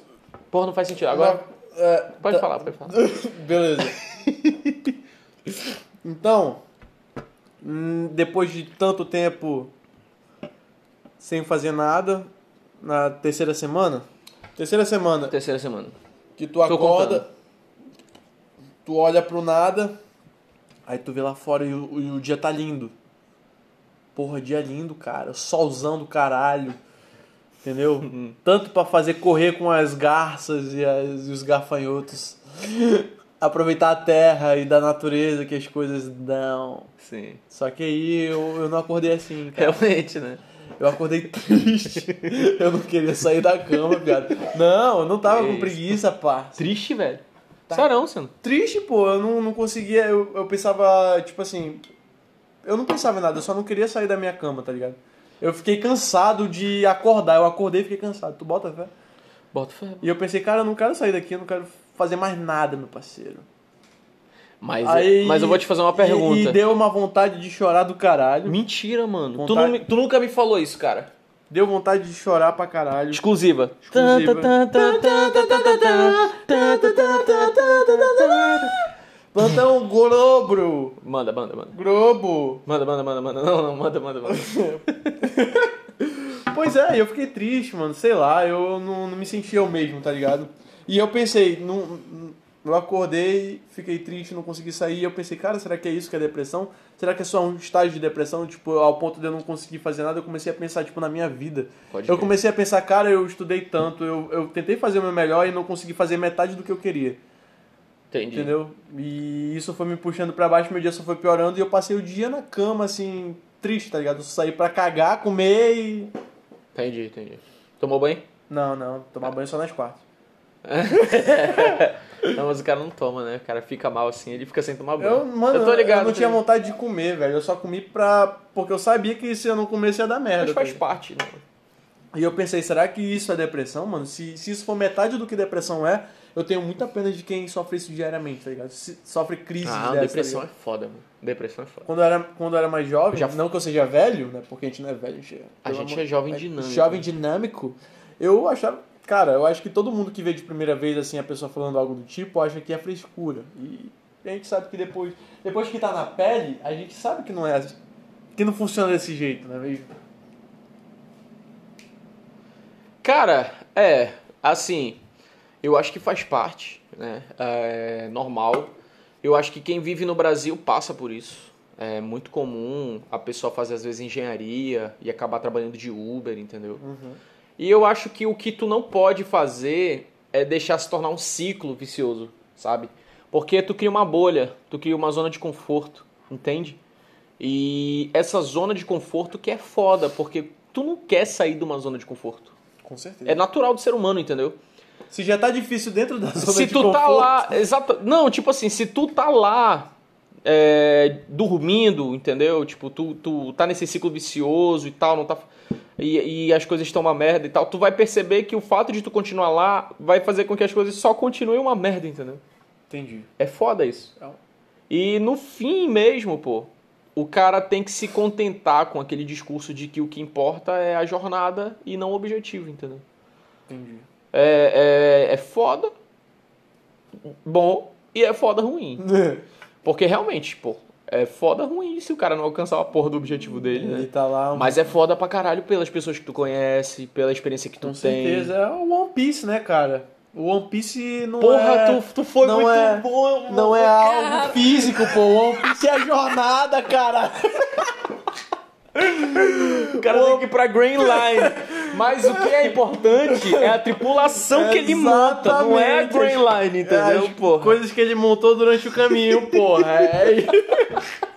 Speaker 1: Porra, não faz sentido. Agora,
Speaker 2: Não, é,
Speaker 1: pode
Speaker 2: tá-
Speaker 1: falar, pode falar.
Speaker 2: Beleza. então, hum, depois de tanto tempo sem fazer nada, na terceira semana, terceira semana
Speaker 1: Terceira semana.
Speaker 2: que tu acorda, tu olha pro nada, aí tu vê lá fora e o, e o dia tá lindo. Porra, dia lindo, cara. Solzão do caralho. Entendeu?
Speaker 1: Uhum.
Speaker 2: Tanto pra fazer correr com as garças e, as- e os gafanhotos. Aproveitar a terra e da natureza que as coisas dão.
Speaker 1: Sim.
Speaker 2: Só que aí eu, eu não acordei assim, cara.
Speaker 1: Realmente, né?
Speaker 2: Eu acordei triste. eu não queria sair da cama, viado. Não, eu não tava
Speaker 1: Que
Speaker 2: com
Speaker 1: isso.
Speaker 2: preguiça, pá.
Speaker 1: Triste, velho.
Speaker 2: Tá.
Speaker 1: Sarão, Sano.
Speaker 2: Triste, pô, eu não, não conseguia, eu, eu pensava, tipo assim, eu não pensava em nada, eu só não queria sair da minha cama, tá ligado? Eu fiquei cansado de acordar, eu acordei e fiquei cansado, tu bota fé?
Speaker 1: Bota ferro.
Speaker 2: E eu pensei, cara, eu não quero sair daqui, eu não quero fazer mais nada, meu parceiro.
Speaker 1: Mas,
Speaker 2: Aí-
Speaker 1: mas eu vou te fazer uma
Speaker 2: e-
Speaker 1: pergunta.
Speaker 2: E, deu uma vontade de chorar do caralho,
Speaker 1: Mentira, mano. Tu,
Speaker 2: Vontade-
Speaker 1: não me- tu nunca me falou isso, cara.
Speaker 2: deu vontade de chorar pra caralho.
Speaker 1: Exclusiva.
Speaker 2: Exclusiva. Plantão Globro,
Speaker 1: Manda, manda, manda.
Speaker 2: Globo.
Speaker 1: Manda, manda, manda, manda. Não, não, manda, manda, manda.
Speaker 2: Pois é, eu fiquei triste, mano. Sei lá, eu não, não me senti eu mesmo, tá ligado? E eu pensei, não, Eu acordei, fiquei triste, não consegui sair. Eu pensei, cara, será que é isso que é depressão? Será que é só um estágio de depressão? Tipo, ao ponto de eu não conseguir fazer nada, eu comecei a pensar, tipo, na minha vida.
Speaker 1: Pode
Speaker 2: eu
Speaker 1: crer.
Speaker 2: comecei a pensar, cara, eu estudei tanto, eu, eu tentei fazer o meu melhor e não consegui fazer metade do que eu queria.
Speaker 1: Entendi.
Speaker 2: Entendeu? E isso foi me puxando pra baixo, meu dia só foi piorando e eu passei o dia na cama, assim, triste, tá ligado? Eu saí pra cagar, comer e.
Speaker 1: Entendi, entendi. Tomou banho?
Speaker 2: Não, não, tomar banho só nas quartas.
Speaker 1: Não, mas o cara não toma, né? O cara fica mal assim, ele fica sem tomar banho.
Speaker 2: Eu, mano,
Speaker 1: eu tô ligado.
Speaker 2: não
Speaker 1: tá
Speaker 2: tinha
Speaker 1: ligado?
Speaker 2: vontade de comer, velho. Eu só comi pra. Porque eu sabia que se eu não comesse ia dar merda.
Speaker 1: Mas
Speaker 2: tá
Speaker 1: faz
Speaker 2: ligado?
Speaker 1: parte, né?
Speaker 2: E eu pensei, será que isso é depressão, mano? Se, se isso for metade do que depressão é, eu tenho muita pena de quem sofre isso diariamente, tá ligado? Se- sofre crises
Speaker 1: Ah,
Speaker 2: dessa,
Speaker 1: depressão
Speaker 2: tá
Speaker 1: é foda, mano. Depressão é foda.
Speaker 2: ligado? quando eu, era, quando eu era mais jovem,
Speaker 1: Já-
Speaker 2: não que eu seja velho, né? Porque a gente não é velho, a gente, é-
Speaker 1: A
Speaker 2: pelo
Speaker 1: gente
Speaker 2: amor-
Speaker 1: é jovem dinâmico.
Speaker 2: Jovem dinâmico, eu achava. Cara, eu acho que todo mundo que vê de primeira vez assim a pessoa falando algo do tipo acha que é frescura. E a gente sabe que depois, depois que tá na pele, a gente sabe que não é assim- que não funciona desse jeito, não é mesmo?
Speaker 1: Cara, é, assim, eu acho que faz parte, né? É normal. Eu acho que quem vive no Brasil passa por isso. É muito comum a pessoa fazer, às vezes, engenharia e acabar trabalhando de Uber, entendeu? E eu acho que o que tu não pode fazer é deixar se tornar um ciclo vicioso, sabe? Porque tu cria uma bolha, tu cria uma zona de conforto, entende? E essa zona de conforto que é foda, porque tu não quer sair de uma zona de conforto.
Speaker 2: Com certeza.
Speaker 1: É natural do ser humano, entendeu?
Speaker 2: Se já tá difícil dentro da zona
Speaker 1: se
Speaker 2: de
Speaker 1: tu
Speaker 2: conforto,
Speaker 1: tá lá. Exato. Não, tipo assim, se tu tá lá é, dormindo, entendeu? Tipo, tu, tu tá nesse ciclo vicioso e tal, não tá. E, e as coisas estão uma merda e tal, tu vai perceber que o fato de tu continuar lá vai fazer com que as coisas só continuem uma merda, entendeu?
Speaker 2: Entendi.
Speaker 1: É foda isso.
Speaker 2: É um-
Speaker 1: E no fim mesmo, pô, o cara tem que se contentar com aquele discurso de que o que importa é a jornada e não o objetivo, entendeu?
Speaker 2: Entendi.
Speaker 1: É, é, é foda bom e é foda ruim. Porque realmente, pô, é foda ruim se o cara não alcançar a porra do objetivo dele,
Speaker 2: Ele
Speaker 1: né?
Speaker 2: tá lá. um-
Speaker 1: Mas é foda pra caralho pelas pessoas que tu conhece, pela experiência que tu
Speaker 2: com
Speaker 1: tem.
Speaker 2: certeza. É o One Piece, né, cara? O One Piece não
Speaker 1: Porra,
Speaker 2: é.
Speaker 1: tu, tu foi
Speaker 2: não
Speaker 1: muito
Speaker 2: é-
Speaker 1: bom, mano.
Speaker 2: Não é algo físico, pô. O One Piece é a jornada, cara. é.
Speaker 1: O cara tem que ir pra Green Line. Mas o que é importante é a tripulação que ele monta, não é a
Speaker 2: Exatamente. É,
Speaker 1: Green Line, entendeu,
Speaker 2: As
Speaker 1: porra?
Speaker 2: Coisas que ele montou durante o caminho, porra.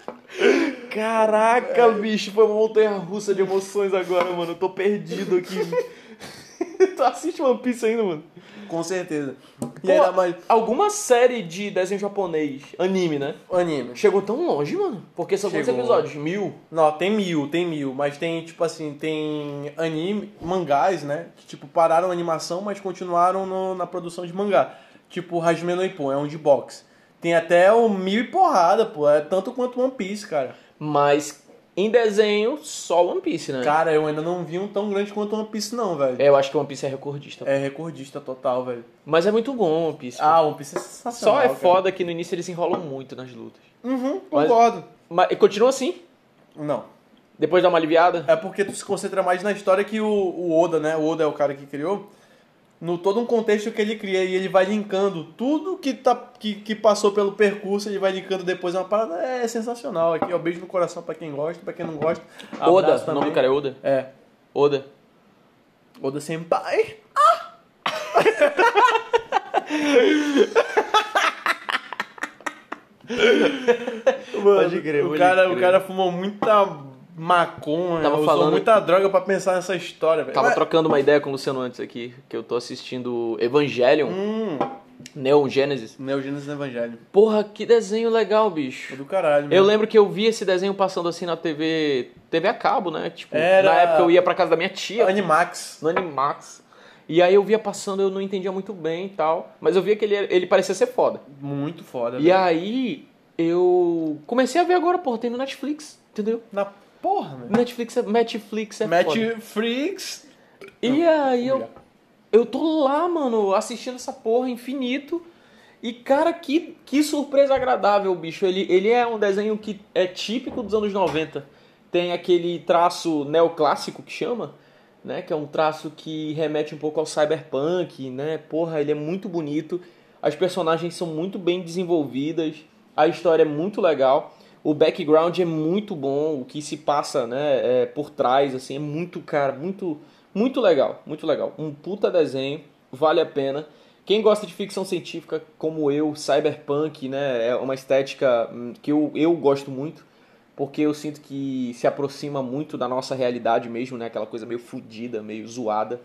Speaker 2: É...
Speaker 1: Caraca, bicho, foi uma montanha russa de emoções agora, mano. Eu tô perdido aqui. tu assiste One Piece ainda, mano?
Speaker 2: Com certeza. E
Speaker 1: Pô,
Speaker 2: ainda mais
Speaker 1: Alguma série de desenho japonês, anime, né?
Speaker 2: anime.
Speaker 1: Chegou tão longe, mano. Porque são quantos
Speaker 2: Chegou.
Speaker 1: episódios? Mil?
Speaker 2: Não, tem mil, tem mil. Mas tem, tipo assim, tem anime, mangás, né? Que, tipo, pararam a animação, mas continuaram no- na produção de mangá. Tipo, Hajime no Ippon, é um de boxe. Tem até o mil e porrada, pô. É tanto quanto One Piece, cara.
Speaker 1: Mas em desenho, só One Piece, né?
Speaker 2: Cara, eu ainda não vi um tão grande quanto One Piece, não, velho.
Speaker 1: É, eu acho que One Piece é recordista.
Speaker 2: É recordista total, velho.
Speaker 1: Mas é muito bom One Piece.
Speaker 2: Ah, One Piece é
Speaker 1: só
Speaker 2: sensacional.
Speaker 1: é
Speaker 2: cara.
Speaker 1: foda que no início eles enrolam muito nas lutas.
Speaker 2: Uhum, concordo.
Speaker 1: Mas e continua assim.
Speaker 2: Não.
Speaker 1: Depois dá uma aliviada.
Speaker 2: É porque tu se concentra mais na história que o, o Oda, né? O Oda é o cara que criou. No todo um contexto que ele cria e ele vai linkando tudo que, tá, que, que passou pelo percurso, ele vai linkando depois. É uma parada é sensacional. Aqui, ó, beijo no coração pra quem gosta, pra quem não gosta. Abraço
Speaker 1: Oda, o
Speaker 2: também.
Speaker 1: nome do cara é Oda.
Speaker 2: É.
Speaker 1: Oda.
Speaker 2: Oda Senpai. Ah! Mano,
Speaker 1: Pode crer,
Speaker 2: o
Speaker 1: pode
Speaker 2: cara,
Speaker 1: crer.
Speaker 2: O cara fumou muita maconha,
Speaker 1: Tava
Speaker 2: usou
Speaker 1: falando-
Speaker 2: muita droga pra pensar nessa história, velho.
Speaker 1: Tava
Speaker 2: Mas-
Speaker 1: trocando uma ideia com o Luciano antes aqui, que eu tô assistindo Evangelion,
Speaker 2: Hum,
Speaker 1: Neon Genesis.
Speaker 2: Neo Gênesis do Evangelho.
Speaker 1: Porra, que desenho legal,
Speaker 2: É
Speaker 1: bicho.
Speaker 2: do caralho,
Speaker 1: Eu
Speaker 2: mano.
Speaker 1: lembro que eu vi esse desenho passando assim na TV, TV a cabo, né? Tipo,
Speaker 2: Era-
Speaker 1: na época eu ia pra casa da minha tia,
Speaker 2: Animax.
Speaker 1: no Animax. E aí eu via passando, eu não entendia muito bem e tal, mas eu via que ele, era- ele parecia ser foda.
Speaker 2: Muito foda,
Speaker 1: E
Speaker 2: velho.
Speaker 1: aí eu comecei a ver agora, pô, tem no Netflix, entendeu?
Speaker 2: Na porra, velho.
Speaker 1: Netflix é, Netflix é foda.
Speaker 2: Match Freaks.
Speaker 1: E aí eu, eu tô lá, mano, assistindo essa porra infinito. E, cara, que, que surpresa agradável, bicho. Ele, ele é um desenho que é típico dos anos 90. Tem aquele traço neoclássico que chama, né? Que é um traço que remete um pouco ao cyberpunk, né? Porra, ele é muito bonito. As personagens são muito bem desenvolvidas, a história é muito legal, o background é muito bom, o que se passa, né, é, por trás, assim, é muito, cara, muito, muito legal, muito legal. Um puta desenho, vale a pena. Quem gosta de ficção científica, como eu, cyberpunk, né, é uma estética hum, que eu, eu gosto muito, porque eu sinto que se aproxima muito da nossa realidade mesmo, né, aquela coisa meio fodida, meio zoada.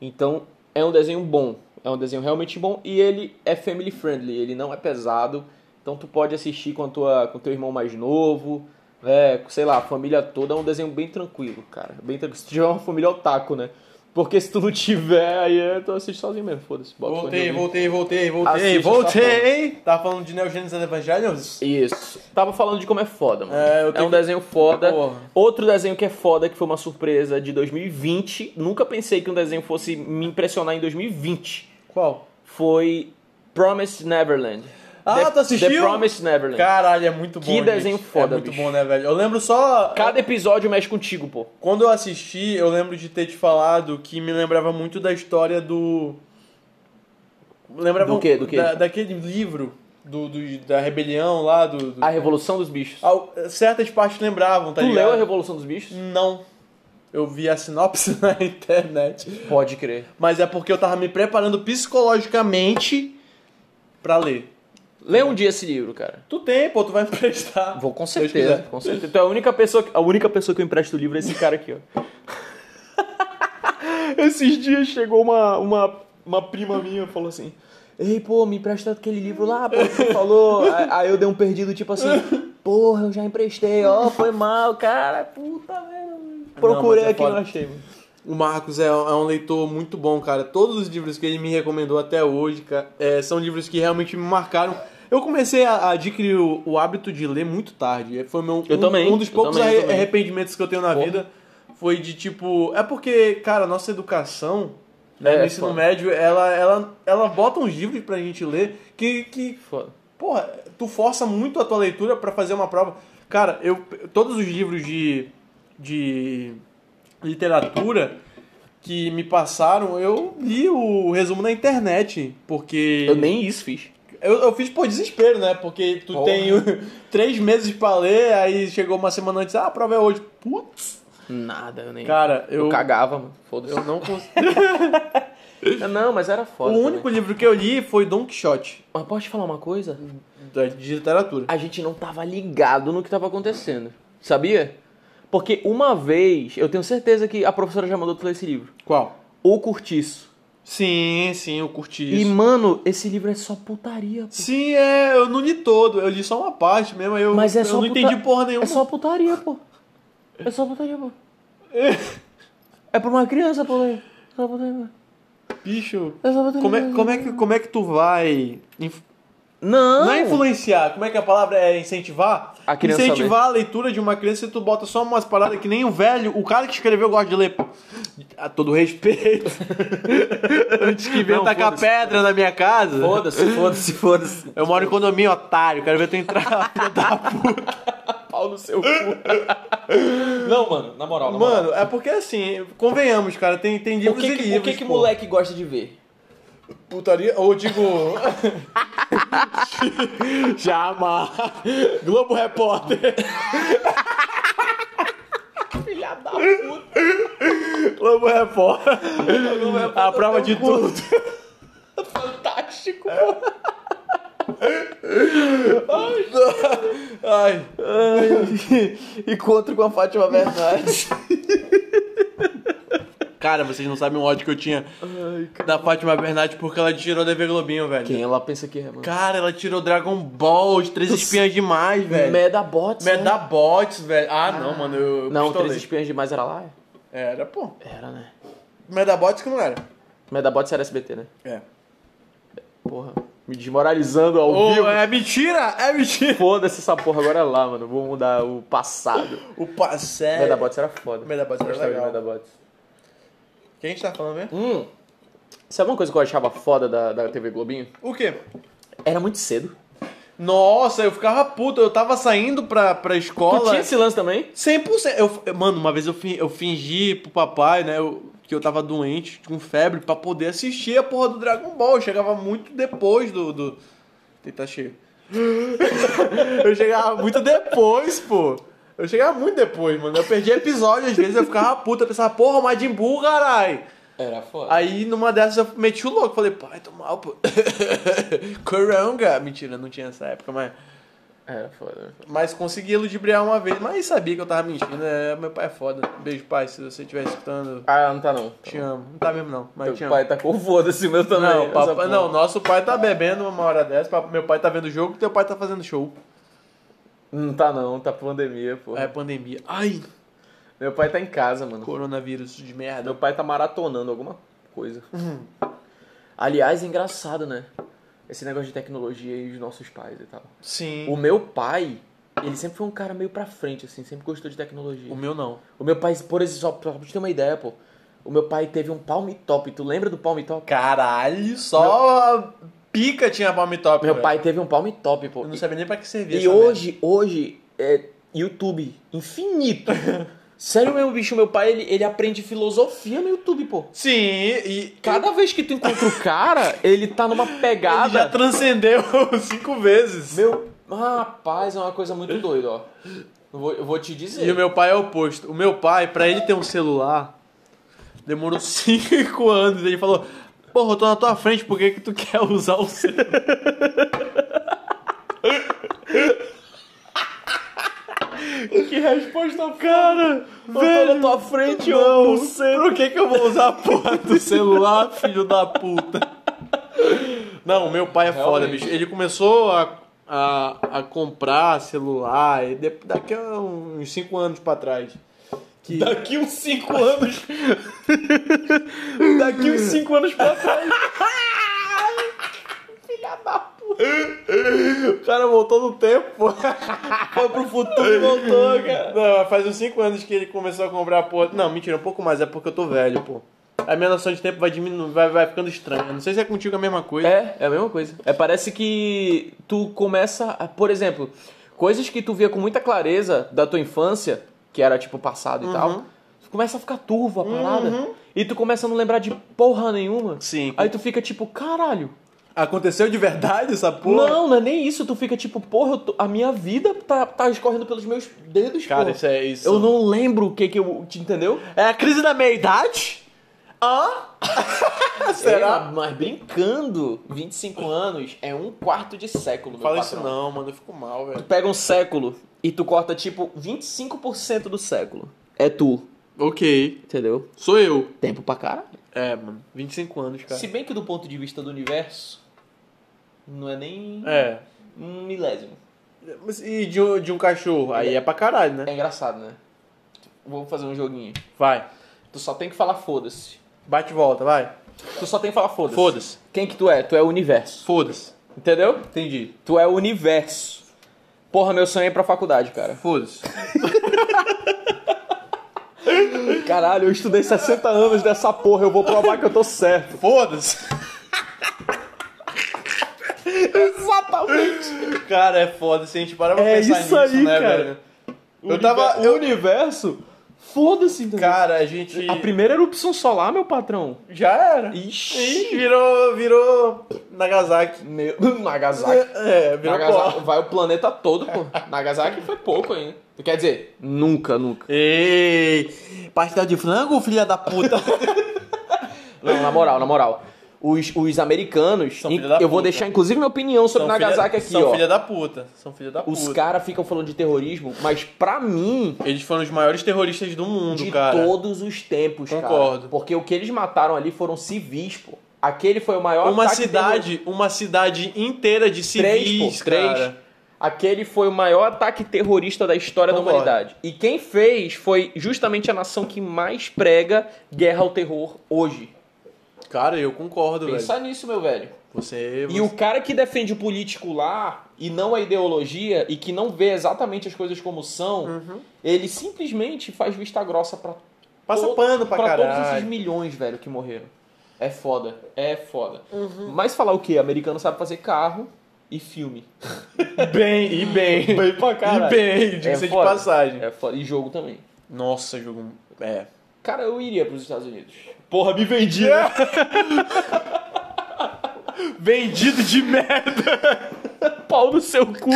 Speaker 1: Então, é um desenho bom, é um desenho realmente bom e ele é family friendly, ele não é pesado. Então tu pode assistir com a tua, com teu irmão mais novo, é, sei lá, a família toda, é um desenho bem tranquilo, cara. Bem tranquilo. Se tu tiver uma família otaku, né? Porque se tu não tiver, aí é, tu assiste sozinho mesmo, foda-se. bota o fone de
Speaker 2: Voltei,
Speaker 1: ouvido.
Speaker 2: voltei, voltei, voltei,
Speaker 1: Assiste tá
Speaker 2: voltei! Tava falando de Neo Genesis Evangelions?
Speaker 1: Isso. Tava falando de como é foda, mano.
Speaker 2: É, eu
Speaker 1: É
Speaker 2: tenho
Speaker 1: um desenho foda.
Speaker 2: Porra.
Speaker 1: Outro desenho que é foda, que foi uma surpresa de 2020. Nunca pensei que um desenho fosse me impressionar em 2020.
Speaker 2: Qual?
Speaker 1: Foi Promised Neverland.
Speaker 2: Ah,
Speaker 1: The-
Speaker 2: tu assistiu?
Speaker 1: The Promised Neverland.
Speaker 2: Caralho, é muito bom.
Speaker 1: Que desenho
Speaker 2: gente.
Speaker 1: foda,
Speaker 2: É muito
Speaker 1: bicho.
Speaker 2: bom, né, velho? Eu lembro só.
Speaker 1: Cada episódio mexe contigo, pô.
Speaker 2: Quando eu assisti, eu lembro de ter te falado que me lembrava muito da história do. Lembrava
Speaker 1: Do quê? Do quê?
Speaker 2: Da, daquele livro do, do- da rebelião lá, do. do-
Speaker 1: A Revolução dos Bichos.
Speaker 2: Al- certas partes lembravam, tá
Speaker 1: tu
Speaker 2: ligado?
Speaker 1: leu a Revolução dos Bichos?
Speaker 2: Não. Eu vi a sinopse na internet.
Speaker 1: Pode crer.
Speaker 2: Mas é porque eu tava me preparando psicologicamente pra ler.
Speaker 1: Lê um dia esse livro, cara.
Speaker 2: Tu tem, pô, tu vai emprestar.
Speaker 1: Vou com
Speaker 2: Se Deus
Speaker 1: certeza,
Speaker 2: quiser.
Speaker 1: com certeza. Tu é a única pessoa, que- a única pessoa que eu empresto o livro é esse cara aqui, ó. Esses dias chegou uma, uma, uma prima minha e falou assim: Ei, pô, me empresta aquele livro lá, pô, que você falou. Aí- Aí eu dei um perdido, tipo assim: Porra, eu já emprestei, ó, foi mal, cara, puta merda. Procurei
Speaker 2: mas é
Speaker 1: aqui e não
Speaker 2: foda.
Speaker 1: achei, mano.
Speaker 2: O Marcos é, é um leitor muito bom, cara. Todos os livros que ele me recomendou até hoje cara, é, são livros que realmente me marcaram. Eu comecei a, a adquirir o, o hábito de ler muito tarde. É, Foi meu,
Speaker 1: Eu
Speaker 2: um,
Speaker 1: também,
Speaker 2: um dos
Speaker 1: eu
Speaker 2: poucos
Speaker 1: também, eu
Speaker 2: arre-
Speaker 1: também.
Speaker 2: arrependimentos que eu tenho na
Speaker 1: Porra.
Speaker 2: vida. Foi de tipo. É porque, cara, a nossa educação né,
Speaker 1: É,
Speaker 2: no ensino
Speaker 1: foda.
Speaker 2: médio, ela, ela, ela bota uns livros pra gente ler que, que
Speaker 1: Foda.
Speaker 2: Porra, tu força muito a tua leitura pra fazer uma prova. Cara, eu todos os livros de, de literatura que me passaram, eu li o resumo na internet, porque
Speaker 1: Eu nem isso fiz.
Speaker 2: eu, eu fiz por desespero, né? Porque tu
Speaker 1: Porra.
Speaker 2: tem três meses pra ler, aí chegou uma semana antes, ah, a prova é hoje. Putz,
Speaker 1: Nada, eu nem.
Speaker 2: cara,
Speaker 1: eu
Speaker 2: eu,
Speaker 1: cagava, mano. Foda-se.
Speaker 2: eu não consigo.
Speaker 1: Não, mas era
Speaker 2: o
Speaker 1: foda.
Speaker 2: único
Speaker 1: também.
Speaker 2: livro que eu li foi Don Quixote,
Speaker 1: Mas posso te falar uma coisa?
Speaker 2: da- de literatura.
Speaker 1: a gente não tava ligado no que tava acontecendo. Sabia? Porque uma vez, eu tenho certeza que a professora já mandou tu ler esse livro.
Speaker 2: Qual?
Speaker 1: O Curtiço.
Speaker 2: Sim, sim, eu curti
Speaker 1: E,
Speaker 2: isso.
Speaker 1: mano, esse livro é só putaria, pô.
Speaker 2: Sim, é, eu não li todo, eu li só uma parte mesmo, aí eu,
Speaker 1: Mas é
Speaker 2: eu
Speaker 1: só
Speaker 2: não
Speaker 1: puta-
Speaker 2: entendi porra nenhuma.
Speaker 1: É só putaria, pô. É só putaria, pô. É pra uma criança, pô. É só putaria, pô.
Speaker 2: Bicho,
Speaker 1: É só putaria.
Speaker 2: como é, como, é que, como é que tu vai... inf-
Speaker 1: Não!
Speaker 2: Não é influenciar, como é que a palavra é incentivar?
Speaker 1: A criança
Speaker 2: incentivar a leitura de uma criança e tu bota só umas paradas que nem o velho, o cara que escreveu gosta de ler. pô. A todo respeito. Antes que venha
Speaker 1: Não,
Speaker 2: um tacar
Speaker 1: foda-se.
Speaker 2: pedra na minha casa.
Speaker 1: Foda-se, foda-se, foda-se.
Speaker 2: Eu moro em condomínio, otário, quero ver tu entrar. filha da puta.
Speaker 1: Pau no seu cu. Não, mano, na moral, na moral.
Speaker 2: Mano, é porque assim, convenhamos, cara, tem, tem
Speaker 1: o
Speaker 2: livros
Speaker 1: que,
Speaker 2: e
Speaker 1: que-
Speaker 2: livros,
Speaker 1: o que, que
Speaker 2: pô.
Speaker 1: moleque gosta de ver?
Speaker 2: Putaria, ou digo. Chama! Globo Repórter!
Speaker 1: Filha da puta.
Speaker 2: Globo Repórter! A prova de tudo!
Speaker 1: Fantástico.
Speaker 2: Ai!
Speaker 1: Encontro com a Fátima Bernardes.
Speaker 2: Cara, vocês não sabem o ódio que eu tinha
Speaker 1: Ai, cara.
Speaker 2: da Fátima Bernardes porque ela tirou da TV Globinho, velho.
Speaker 1: Quem ela pensa que é, mano?
Speaker 2: Cara, ela tirou Dragon Ball, os Três Espinhas demais, velho.
Speaker 1: Medabots. né?
Speaker 2: é. Medabots, velho. Ah, não, mano, eu, eu
Speaker 1: Não,
Speaker 2: pistolei. É,
Speaker 1: Três Espiões Demais era lá? É.
Speaker 2: Era, pô.
Speaker 1: Era, né?
Speaker 2: Medabots que não era.
Speaker 1: Medabots era SBT, né?
Speaker 2: É.
Speaker 1: Porra. Me desmoralizando ao
Speaker 2: Ô,
Speaker 1: vivo.
Speaker 2: é mentira! É mentira!
Speaker 1: Foda-se essa porra agora é lá, mano. Vou mudar o passado.
Speaker 2: O passé.
Speaker 1: É. Medabots era foda.
Speaker 2: Medabots era
Speaker 1: Gostava de
Speaker 2: legal.
Speaker 1: Medabots.
Speaker 2: Quem a gente tá falando mesmo?
Speaker 1: Hum. Sabe uma coisa que eu achava foda da, da TV Globinho?
Speaker 2: O quê?
Speaker 1: Era muito cedo.
Speaker 2: Nossa, eu ficava puto. Eu tava saindo pra, pra
Speaker 1: Tu
Speaker 2: escola.
Speaker 1: tinha esse lance também?
Speaker 2: 100%. Eu, mano, uma vez eu, fi- eu fingi pro papai, né? Eu, que eu tava doente, com febre, pra poder assistir a porra do Dragon Ball. Eu chegava muito depois do. do... Eita, cheio. eu chegava muito depois, pô. Eu chegava muito depois, mano. Eu perdi episódio, às vezes eu ficava puta, eu pensava, porra, Majin Buu, caralho.
Speaker 1: Era foda.
Speaker 2: Aí numa dessas eu meti o louco, falei, pai, tô mal, pô. Coronga. Mentira, não tinha essa época, mas.
Speaker 1: Era foda.
Speaker 2: Mas consegui ludibriar uma vez, mas sabia que eu tava mentindo. É, meu pai é foda. Beijo, pai, se você estiver escutando.
Speaker 1: Ah, não tá não.
Speaker 2: Te amo. Não tá mesmo, não. Mas
Speaker 1: Teu
Speaker 2: te amo.
Speaker 1: pai tá com foda-se, meu também.
Speaker 2: Não,
Speaker 1: essa
Speaker 2: papai,
Speaker 1: porra.
Speaker 2: não, nosso pai tá bebendo uma hora dessa, papai- meu pai tá vendo jogo, teu pai tá fazendo show.
Speaker 1: Não tá não, tá pandemia, pô.
Speaker 2: É pandemia. Ai,
Speaker 1: Meu pai tá em casa, mano.
Speaker 2: coronavírus de merda.
Speaker 1: Meu pai tá maratonando alguma coisa. Uhum. Aliás, é engraçado, né? Esse negócio de tecnologia e os nossos pais e tal.
Speaker 2: Sim.
Speaker 1: O meu pai, ele sempre foi um cara meio pra frente, assim, sempre gostou de tecnologia.
Speaker 2: O, meu não.
Speaker 1: O meu pai, por exemplo, só pra você ter uma ideia, pô. O meu pai teve um palm top. Tu lembra do palm top?
Speaker 2: Caralho, só a pica tinha palm top.
Speaker 1: Meu
Speaker 2: velho.
Speaker 1: pai teve um palm top, pô.
Speaker 2: Eu não
Speaker 1: E-
Speaker 2: sabia nem pra que servia.
Speaker 1: E
Speaker 2: essa
Speaker 1: hoje, hoje, é YouTube infinito. Sério mesmo, bicho, meu pai, ele, ele aprende filosofia no YouTube, pô.
Speaker 2: Sim, e
Speaker 1: Cada vez que tu encontra o cara, ele tá numa
Speaker 2: ele já
Speaker 1: pegada.
Speaker 2: transcendeu cinco vezes.
Speaker 1: Meu, rapaz, é uma coisa muito doida, ó. Eu vou, eu vou te dizer.
Speaker 2: E o meu pai é o oposto. O meu pai, pra ele ter um celular, demorou cinco anos. Ele falou, porra, eu tô na tua frente, por que, que tu quer usar o celular?
Speaker 1: que resposta,
Speaker 2: Cara,
Speaker 1: Velho,
Speaker 2: velho,
Speaker 1: na tua frente,
Speaker 2: não,
Speaker 1: eu não sei.
Speaker 2: por que, que eu vou usar a porra do celular, filho da puta? Não, o meu pai é foda,
Speaker 1: Realmente.
Speaker 2: bicho. Ele começou a, a, a comprar celular e de- daqui a uns cinco anos pra trás. Que...
Speaker 3: Daqui uns 5 anos.
Speaker 2: Daqui uns 5 anos pra trás. Filha da puta. O cara voltou no tempo. Foi pro futuro e voltou, cara. Não, faz uns 5 anos que ele começou a comprar a porra. Não, mentira, um pouco mais. É porque eu tô velho, pô. A minha noção de tempo vai diminuindo, vai, vai ficando estranha. Não sei se é contigo a mesma coisa.
Speaker 1: É, é a mesma coisa. É, parece que tu começa, a- por exemplo, coisas que tu via com muita clareza da tua infância, que era tipo passado
Speaker 2: Uhum.
Speaker 1: e tal, tu começa a ficar turvo a parada. E tu começa a não lembrar de porra nenhuma.
Speaker 2: Sim.
Speaker 1: Aí tu fica tipo, caralho.
Speaker 2: Aconteceu de verdade essa porra?
Speaker 1: Não, não é nem isso. Tu fica tipo, porra, eu tô- a minha vida tá, tá escorrendo pelos meus dedos,
Speaker 2: Cara,
Speaker 1: porra.
Speaker 2: isso é isso.
Speaker 1: Eu não lembro o que que eu... Te entendeu?
Speaker 2: É a crise da meia-idade? Hã?
Speaker 1: É, mas brincando, 25 anos é um quarto de século, meu
Speaker 2: Fala isso
Speaker 1: patrão.
Speaker 2: não, mano. Eu fico mal, velho.
Speaker 1: Tu pega um século e tu corta tipo 25% do século. É tu,
Speaker 2: Ok,
Speaker 1: entendeu?
Speaker 2: sou eu.
Speaker 1: Tempo pra caralho.
Speaker 2: É, mano. 25 anos, cara.
Speaker 1: Se bem que do ponto de vista do universo, não é nem
Speaker 2: É.
Speaker 1: um milésimo.
Speaker 2: Mas e de um, de um cachorro? Aí é pra caralho, né?
Speaker 1: É engraçado, né? Vamos fazer um joguinho.
Speaker 2: Vai.
Speaker 1: Tu só tem que falar foda-se.
Speaker 2: Bate e volta, vai.
Speaker 1: Tu só tem que falar foda-se.
Speaker 2: Foda-se.
Speaker 1: Quem que tu é? Tu é o universo.
Speaker 2: Foda-se.
Speaker 1: Entendeu?
Speaker 2: Entendi.
Speaker 1: Tu é o universo. Porra, meu sonho é ir pra faculdade, cara.
Speaker 2: Foda-se.
Speaker 1: Caralho, eu estudei 60 anos dessa porra, eu vou provar que eu tô certo.
Speaker 2: Foda-se.
Speaker 1: Exatamente.
Speaker 2: Cara, é foda se a gente para pra
Speaker 1: É
Speaker 2: pensar
Speaker 1: isso
Speaker 2: nisso,
Speaker 1: aí,
Speaker 2: né,
Speaker 1: cara.
Speaker 2: velho? Eu tava.
Speaker 1: O
Speaker 2: Eu,
Speaker 1: universo, foda-se, entendeu?
Speaker 2: cara, a gente.
Speaker 1: A primeira erupção solar, meu patrão.
Speaker 2: Já era.
Speaker 1: Ixi.
Speaker 2: Ih, virou. Virou. Nagasaki.
Speaker 1: Meu... Nagasaki.
Speaker 2: É, virou pó.
Speaker 1: Nagasaki. Vai o planeta todo, pô. Nagasaki foi pouco ainda. Quer dizer, nunca, nunca.
Speaker 2: Ei! Pastel de frango, filha da puta?
Speaker 1: Não, na moral, na moral. Os, os americanos,
Speaker 2: São
Speaker 1: in-
Speaker 2: filha da
Speaker 1: eu vou
Speaker 2: puta.
Speaker 1: deixar inclusive minha opinião sobre Nagasaki aqui,
Speaker 2: São
Speaker 1: ó.
Speaker 2: filha da puta. São filha da
Speaker 1: Os
Speaker 2: puta.
Speaker 1: caras ficam falando de terrorismo, mas pra mim,
Speaker 2: Eles foram os maiores terroristas do mundo,
Speaker 1: de
Speaker 2: cara.
Speaker 1: todos os tempos, cara.
Speaker 2: Concordo.
Speaker 1: Porque o que eles mataram ali foram civis, pô. Aquele foi o maior
Speaker 2: Uma
Speaker 1: ataque terrorista.
Speaker 2: cidade, uma cidade inteira de
Speaker 1: Três,
Speaker 2: civis,
Speaker 1: pô, três.
Speaker 2: cara.
Speaker 1: Aquele foi o maior ataque terrorista da história
Speaker 2: Concordo.
Speaker 1: da humanidade. E quem fez foi justamente a nação que mais prega guerra ao terror hoje.
Speaker 2: Cara, eu concordo,
Speaker 1: Pensa
Speaker 2: velho.
Speaker 1: nisso, meu velho.
Speaker 2: Você, é
Speaker 1: E o cara que defende o político lá e não a ideologia e que não vê exatamente as coisas como são,
Speaker 2: Uhum.
Speaker 1: ele simplesmente faz vista grossa pra,
Speaker 2: passa
Speaker 1: to-
Speaker 2: pano pra,
Speaker 1: pra todos esses
Speaker 2: caralho.
Speaker 1: milhões, velho, que morreram. É foda, é foda.
Speaker 2: Uhum.
Speaker 1: Mas falar o quê? Americano sabe fazer carro e filme.
Speaker 2: Bem, e bem.
Speaker 1: Bem pra
Speaker 2: E bem,
Speaker 1: É
Speaker 2: diga-se de
Speaker 1: foda.
Speaker 2: passagem.
Speaker 1: É foda. E jogo também.
Speaker 2: Nossa, jogo. É.
Speaker 1: Cara, eu iria pros Estados Unidos.
Speaker 3: Porra, me vendi, né? Vendido de merda. Pau no seu cu.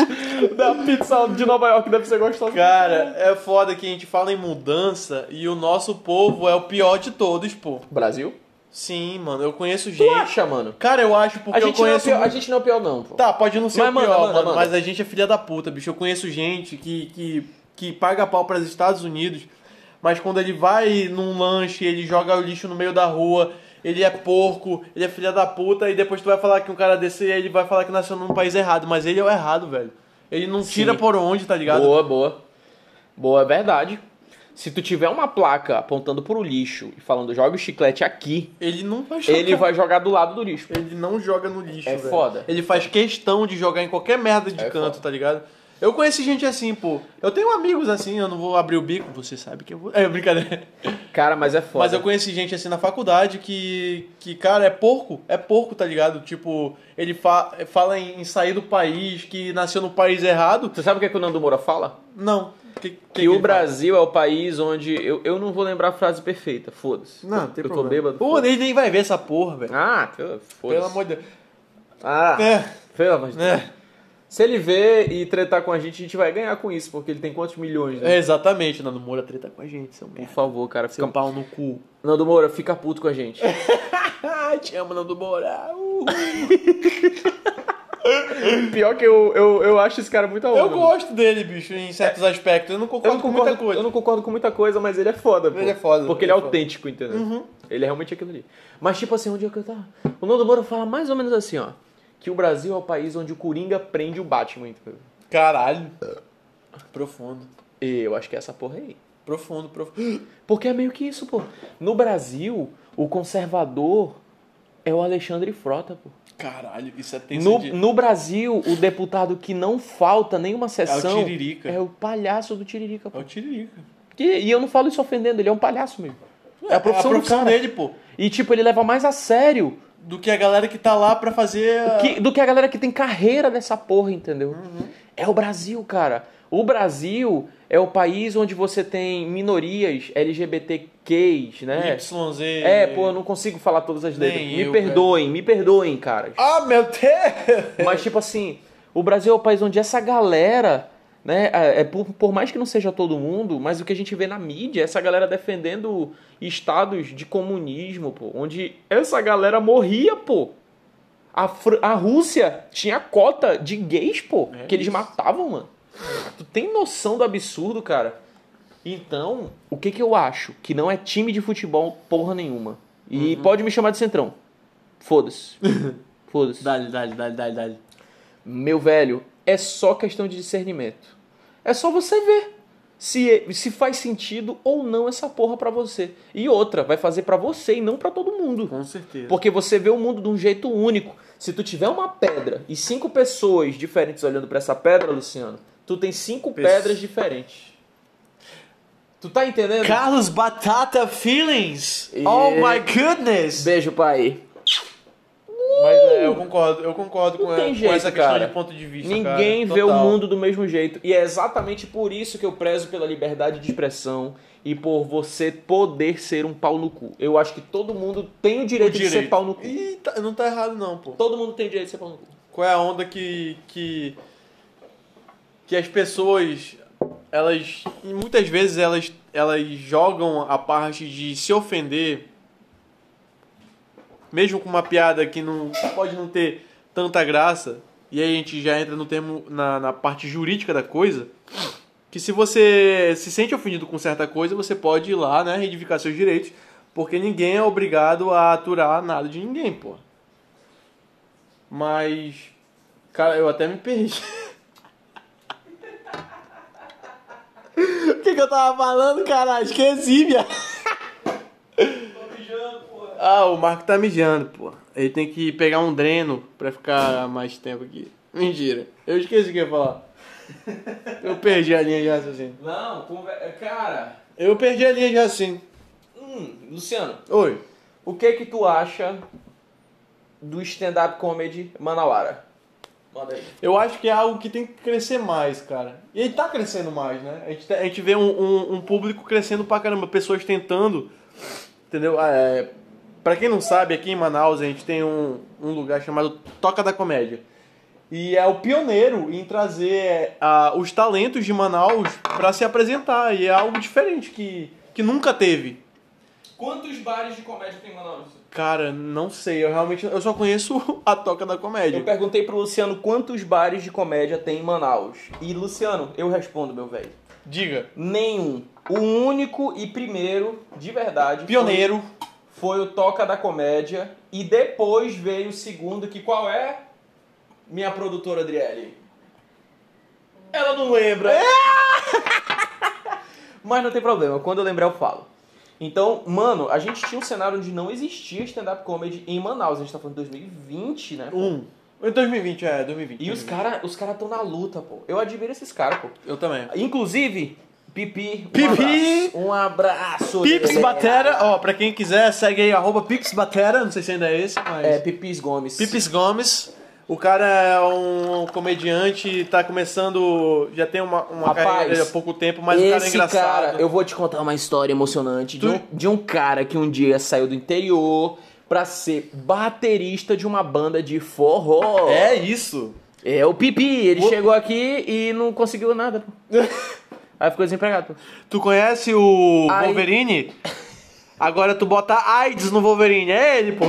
Speaker 2: Da pizza de Nova York deve ser gostosa.
Speaker 3: Cara,
Speaker 2: Cara, é foda que a gente fala em mudança e o nosso povo é o pior de todos, pô.
Speaker 1: Brasil?
Speaker 2: Sim, mano, eu conheço
Speaker 1: Tu
Speaker 2: gente.
Speaker 1: acha, mano?
Speaker 2: Cara, eu acho porque
Speaker 1: A gente,
Speaker 2: eu
Speaker 1: não é
Speaker 2: conheço.
Speaker 1: pior, a gente não é pior, não, pô.
Speaker 2: Tá, pode não ser
Speaker 1: Mas
Speaker 2: o
Speaker 1: manda,
Speaker 2: pior,
Speaker 1: manda,
Speaker 2: mano,
Speaker 1: manda.
Speaker 2: mas a gente é filha da puta, bicho. Eu conheço gente que, que, que paga pau para os Estados Unidos, mas quando ele vai num lanche, ele joga o lixo no meio da rua, ele é porco, ele é filha da puta, e depois tu vai falar que um cara desse, ele vai falar que nasceu num país errado, mas ele é o errado, velho. Ele não tira por onde, tá ligado?
Speaker 1: Boa, boa. Boa, é verdade. Se tu tiver uma placa apontando pro lixo e falando joga o chiclete aqui,
Speaker 2: Ele não vai jogar.
Speaker 1: ele vai jogar do lado do lixo.
Speaker 2: Ele não joga no lixo,
Speaker 1: É
Speaker 2: velho.
Speaker 1: foda.
Speaker 2: Ele faz questão de jogar em qualquer merda de
Speaker 1: É
Speaker 2: canto,
Speaker 1: foda.
Speaker 2: tá ligado? Eu conheci gente assim, pô. Eu tenho amigos assim, eu não vou abrir o bico, você sabe que eu vou. É, brincadeira.
Speaker 1: Cara, mas é
Speaker 2: Mas
Speaker 1: foda.
Speaker 2: eu conheci gente assim na faculdade que, que cara, é porco. É porco, tá ligado? Tipo, ele fa fala em, em sair do país, que nasceu no país errado.
Speaker 1: Tu sabe o que, é que o Nando Moura fala?
Speaker 2: Não. Que, que
Speaker 1: Que,
Speaker 2: que
Speaker 1: o
Speaker 2: ele
Speaker 1: Brasil é o país onde. Eu, eu não vou lembrar a frase perfeita, foda-se.
Speaker 2: fala? Não,
Speaker 1: eu,
Speaker 2: tem
Speaker 1: eu
Speaker 2: problema.
Speaker 1: tô bêbado.
Speaker 2: Pô, ele nem vai ver essa porra, velho.
Speaker 1: Ah, tu-
Speaker 2: Pelo
Speaker 1: foda-se.
Speaker 2: amor de Deus.
Speaker 1: Ah,
Speaker 2: É,
Speaker 1: pelo amor de Deus.
Speaker 2: é.
Speaker 1: Se ele ver e tretar com a gente, a gente vai ganhar com isso, porque ele tem quantos milhões, né?
Speaker 2: É, exatamente, Nando Moura treta com a gente, seu
Speaker 1: Por
Speaker 2: merda.
Speaker 1: favor, cara, fica.
Speaker 2: Seu pau no cu.
Speaker 1: Nando Moura, fica puto com a gente.
Speaker 2: Ah, te amo, Nando Moura. Uhul.
Speaker 1: Pior que eu, eu, eu acho esse cara muito a
Speaker 2: Eu
Speaker 1: onda,
Speaker 2: gosto dele, bicho, em certos aspectos. Eu não
Speaker 1: Eu
Speaker 2: concordo,
Speaker 1: não, concordo,
Speaker 2: com muita coisa.
Speaker 1: eu não concordo com muita coisa, mas ele é foda, pô.
Speaker 2: Ele é foda,
Speaker 1: Porque ele
Speaker 2: ele é
Speaker 1: é,
Speaker 2: foda. Uhum.
Speaker 1: autêntico, entendeu? Ele é realmente aquilo ali. Mas, tipo assim, onde é que eu tava? O Nando Moura fala mais ou menos assim, ó. Que o Brasil é o país onde o Coringa prende o Batman, entendeu?
Speaker 2: Caralho. Profundo.
Speaker 1: E eu acho que é essa porra aí.
Speaker 2: Profundo, profundo.
Speaker 1: Porque é meio que isso, pô. No Brasil, o conservador é o Alexandre Frota, pô.
Speaker 2: Caralho, isso é tenso
Speaker 1: No,
Speaker 2: de...
Speaker 1: no Brasil, o deputado que não falta nenhuma sessão
Speaker 2: Tiririca.
Speaker 1: é o palhaço do Tiririca,
Speaker 2: É
Speaker 1: pô.
Speaker 2: o Tiririca.
Speaker 1: Que- e eu não falo isso ofendendo, ele é um palhaço mesmo. É a profissão, do cara.
Speaker 2: dele, pô.
Speaker 1: E tipo, ele leva mais a sério
Speaker 2: Do que a galera que tá lá pra fazer... a- Uhum.
Speaker 1: que- do que a galera que tem carreira nessa porra, entendeu? É o Brasil, cara. O Brasil é o país onde você tem minorias LGBTQs, né?
Speaker 2: YZ.
Speaker 1: É, pô, eu não consigo falar todas as
Speaker 2: Nem
Speaker 1: letras. Me
Speaker 2: eu,
Speaker 1: perdoem, me perdoem, cara.
Speaker 2: Ah, meu Deus!
Speaker 1: Mas, tipo assim, o Brasil é o país onde essa galera, né, é, é por, por mais que não seja todo mundo, mas o que a gente vê na mídia é essa galera defendendo estados de comunismo, pô, onde essa galera morria, pô. A, Fr- a Rússia tinha cota de gays, pô,
Speaker 2: É
Speaker 1: que eles
Speaker 2: isso.
Speaker 1: matavam, mano. Ah, Tu tem noção do absurdo, cara? Então, o que que eu acho? Que não é time de futebol porra nenhuma. E
Speaker 2: Uhum.
Speaker 1: pode me chamar de centrão. Foda-se. Foda-se.
Speaker 2: Dale, dale, dale, dale, dale.
Speaker 1: Meu velho, é só questão de discernimento. É só você ver se, se faz sentido ou não essa porra pra você. E outra, vai fazer pra você e não pra todo mundo.
Speaker 2: Com certeza.
Speaker 1: Porque você vê o mundo de um jeito único. Se tu tiver uma pedra e cinco pessoas diferentes olhando pra essa pedra, Luciano, tu tem cinco
Speaker 2: Pes-
Speaker 1: pedras diferentes. Tu tá entendendo?
Speaker 2: Carlos Batata Feelings!
Speaker 1: E-
Speaker 2: Oh my goodness!
Speaker 1: Beijo, pai.
Speaker 2: Mas é, eu concordo, eu concordo
Speaker 1: Não
Speaker 2: com, é,
Speaker 1: tem
Speaker 2: com
Speaker 1: jeito,
Speaker 2: essa questão
Speaker 1: cara.
Speaker 2: de ponto de vista.
Speaker 1: Ninguém
Speaker 2: cara.
Speaker 1: vê o
Speaker 2: Total.
Speaker 1: mundo do mesmo jeito. E é exatamente por isso que eu prezo pela liberdade de expressão e por você poder ser um pau no cu. Eu acho que todo mundo tem o direito, de ser pau no cu.
Speaker 2: Ih, tá- não tá errado não, pô.
Speaker 1: Todo mundo tem o direito de ser pau no cu.
Speaker 2: Qual é a onda que que que as pessoas elas e muitas vezes elas elas jogam a parte de se ofender mesmo com uma piada que não pode não ter tanta graça, e aí a gente já entra no termo na, na parte jurídica da coisa, que se você se sente ofendido com certa coisa, você pode ir lá, né, reivindicar seus direitos, porque ninguém é obrigado a aturar nada de ninguém, pô. Mas cara, eu até me perdi. O que, que eu tava falando, caralho? Esqueci, minha. Ah, o Marco tá mijando, pô. Ele tem que pegar um dreno pra ficar mais tempo aqui. Mentira. Eu esqueci o que eu ia falar. Eu perdi a linha de raciocínio.
Speaker 1: Não, conver- cara.
Speaker 2: Eu perdi a linha de raciocínio.
Speaker 1: Hum, Luciano,
Speaker 2: Oi.
Speaker 1: o que que tu acha do stand-up comedy Manauara? Manda aí.
Speaker 2: Eu acho que é algo que tem que crescer mais, cara. E ele tá crescendo mais, né? A gente, tá- a gente vê um, um- um público crescendo pra caramba, pessoas tentando Entendeu? É, para quem não sabe, aqui em Manaus a gente tem um, um lugar chamado Toca da Comédia. E é o pioneiro em trazer ah, os talentos de Manaus para se apresentar. E é algo diferente que, que nunca teve.
Speaker 1: Quantos bares de comédia tem em Manaus?
Speaker 2: Cara, não sei. Eu realmente eu só conheço a Toca da Comédia.
Speaker 1: Eu perguntei pro Luciano quantos bares de comédia tem em Manaus. E, Luciano, eu respondo, meu velho.
Speaker 2: Diga.
Speaker 1: Nenhum. O único e primeiro, de verdade,
Speaker 2: Pioneiro.
Speaker 1: foi, foi o Toca da Comédia. E depois veio o segundo, que qual é? Minha produtora Adriele. Ela não lembra.
Speaker 2: É!
Speaker 1: Mas não tem problema, quando eu lembrar eu falo. Então, mano, a gente tinha um cenário onde não existia stand-up comedy em Manaus. A gente tá falando de 2020, né? pô?
Speaker 2: Um. Em 2020, é, 2020.
Speaker 1: E os caras os cara estão na luta, pô. Eu admiro esses caras, pô.
Speaker 2: Eu também.
Speaker 1: Inclusive, Pipi. um
Speaker 2: Pipi!
Speaker 1: abraço. Um abraço.
Speaker 2: Pips
Speaker 1: galera.
Speaker 2: Batera, ó, pra quem quiser, segue aí, arroba Pips Batera, não sei se ainda é esse, mas...
Speaker 1: É, Pipis Gomes.
Speaker 2: Pipis Gomes, o cara é um comediante, tá começando, já tem uma, uma
Speaker 1: Rapaz,
Speaker 2: carreira há pouco tempo, mas o cara é
Speaker 1: Esse
Speaker 2: engraçado.
Speaker 1: eu vou te contar uma história emocionante de
Speaker 2: Tu-
Speaker 1: um, de um cara que um dia saiu do interior pra ser baterista de uma banda de forró.
Speaker 2: É isso.
Speaker 1: É o Pipi. Ele
Speaker 2: O-
Speaker 1: chegou aqui e não conseguiu nada, pô. Aí ficou desempregado, pô.
Speaker 2: Tu conhece o
Speaker 1: Ai.
Speaker 2: Wolverine? Agora tu bota AIDS no Wolverine, é ele, pô.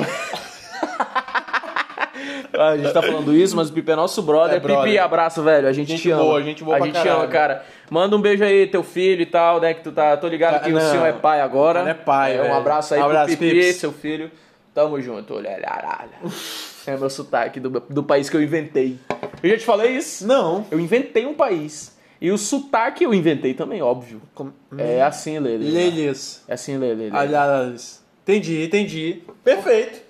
Speaker 1: A gente tá falando isso, mas o Pipi é nosso brother.
Speaker 2: É brother.
Speaker 1: Pipi, abraço, velho. A gente,
Speaker 2: Gente
Speaker 1: te ama.
Speaker 2: boa, gente boa
Speaker 1: A
Speaker 2: pra
Speaker 1: gente
Speaker 2: caralho.
Speaker 1: ama, cara. Manda um beijo aí, teu filho e tal, né? Que tu tá. Tô ligado
Speaker 2: Tá,
Speaker 1: que o
Speaker 2: não.
Speaker 1: senhor é pai agora.
Speaker 2: Ele é pai,
Speaker 1: um
Speaker 2: velho.
Speaker 1: abraço aí
Speaker 2: Abraço,
Speaker 1: pro Pipi,
Speaker 2: Pips.
Speaker 1: seu filho. Tamo junto, olha, olha, olha. É meu sotaque do, do país que eu inventei. Eu já te falei isso?
Speaker 2: Não.
Speaker 1: Eu inventei um país. E o sotaque eu inventei também, óbvio.
Speaker 2: Hum.
Speaker 1: É assim, Lele.
Speaker 2: Lelis.
Speaker 1: É assim, Lele.
Speaker 2: Aliás, entendi, entendi. Perfeito.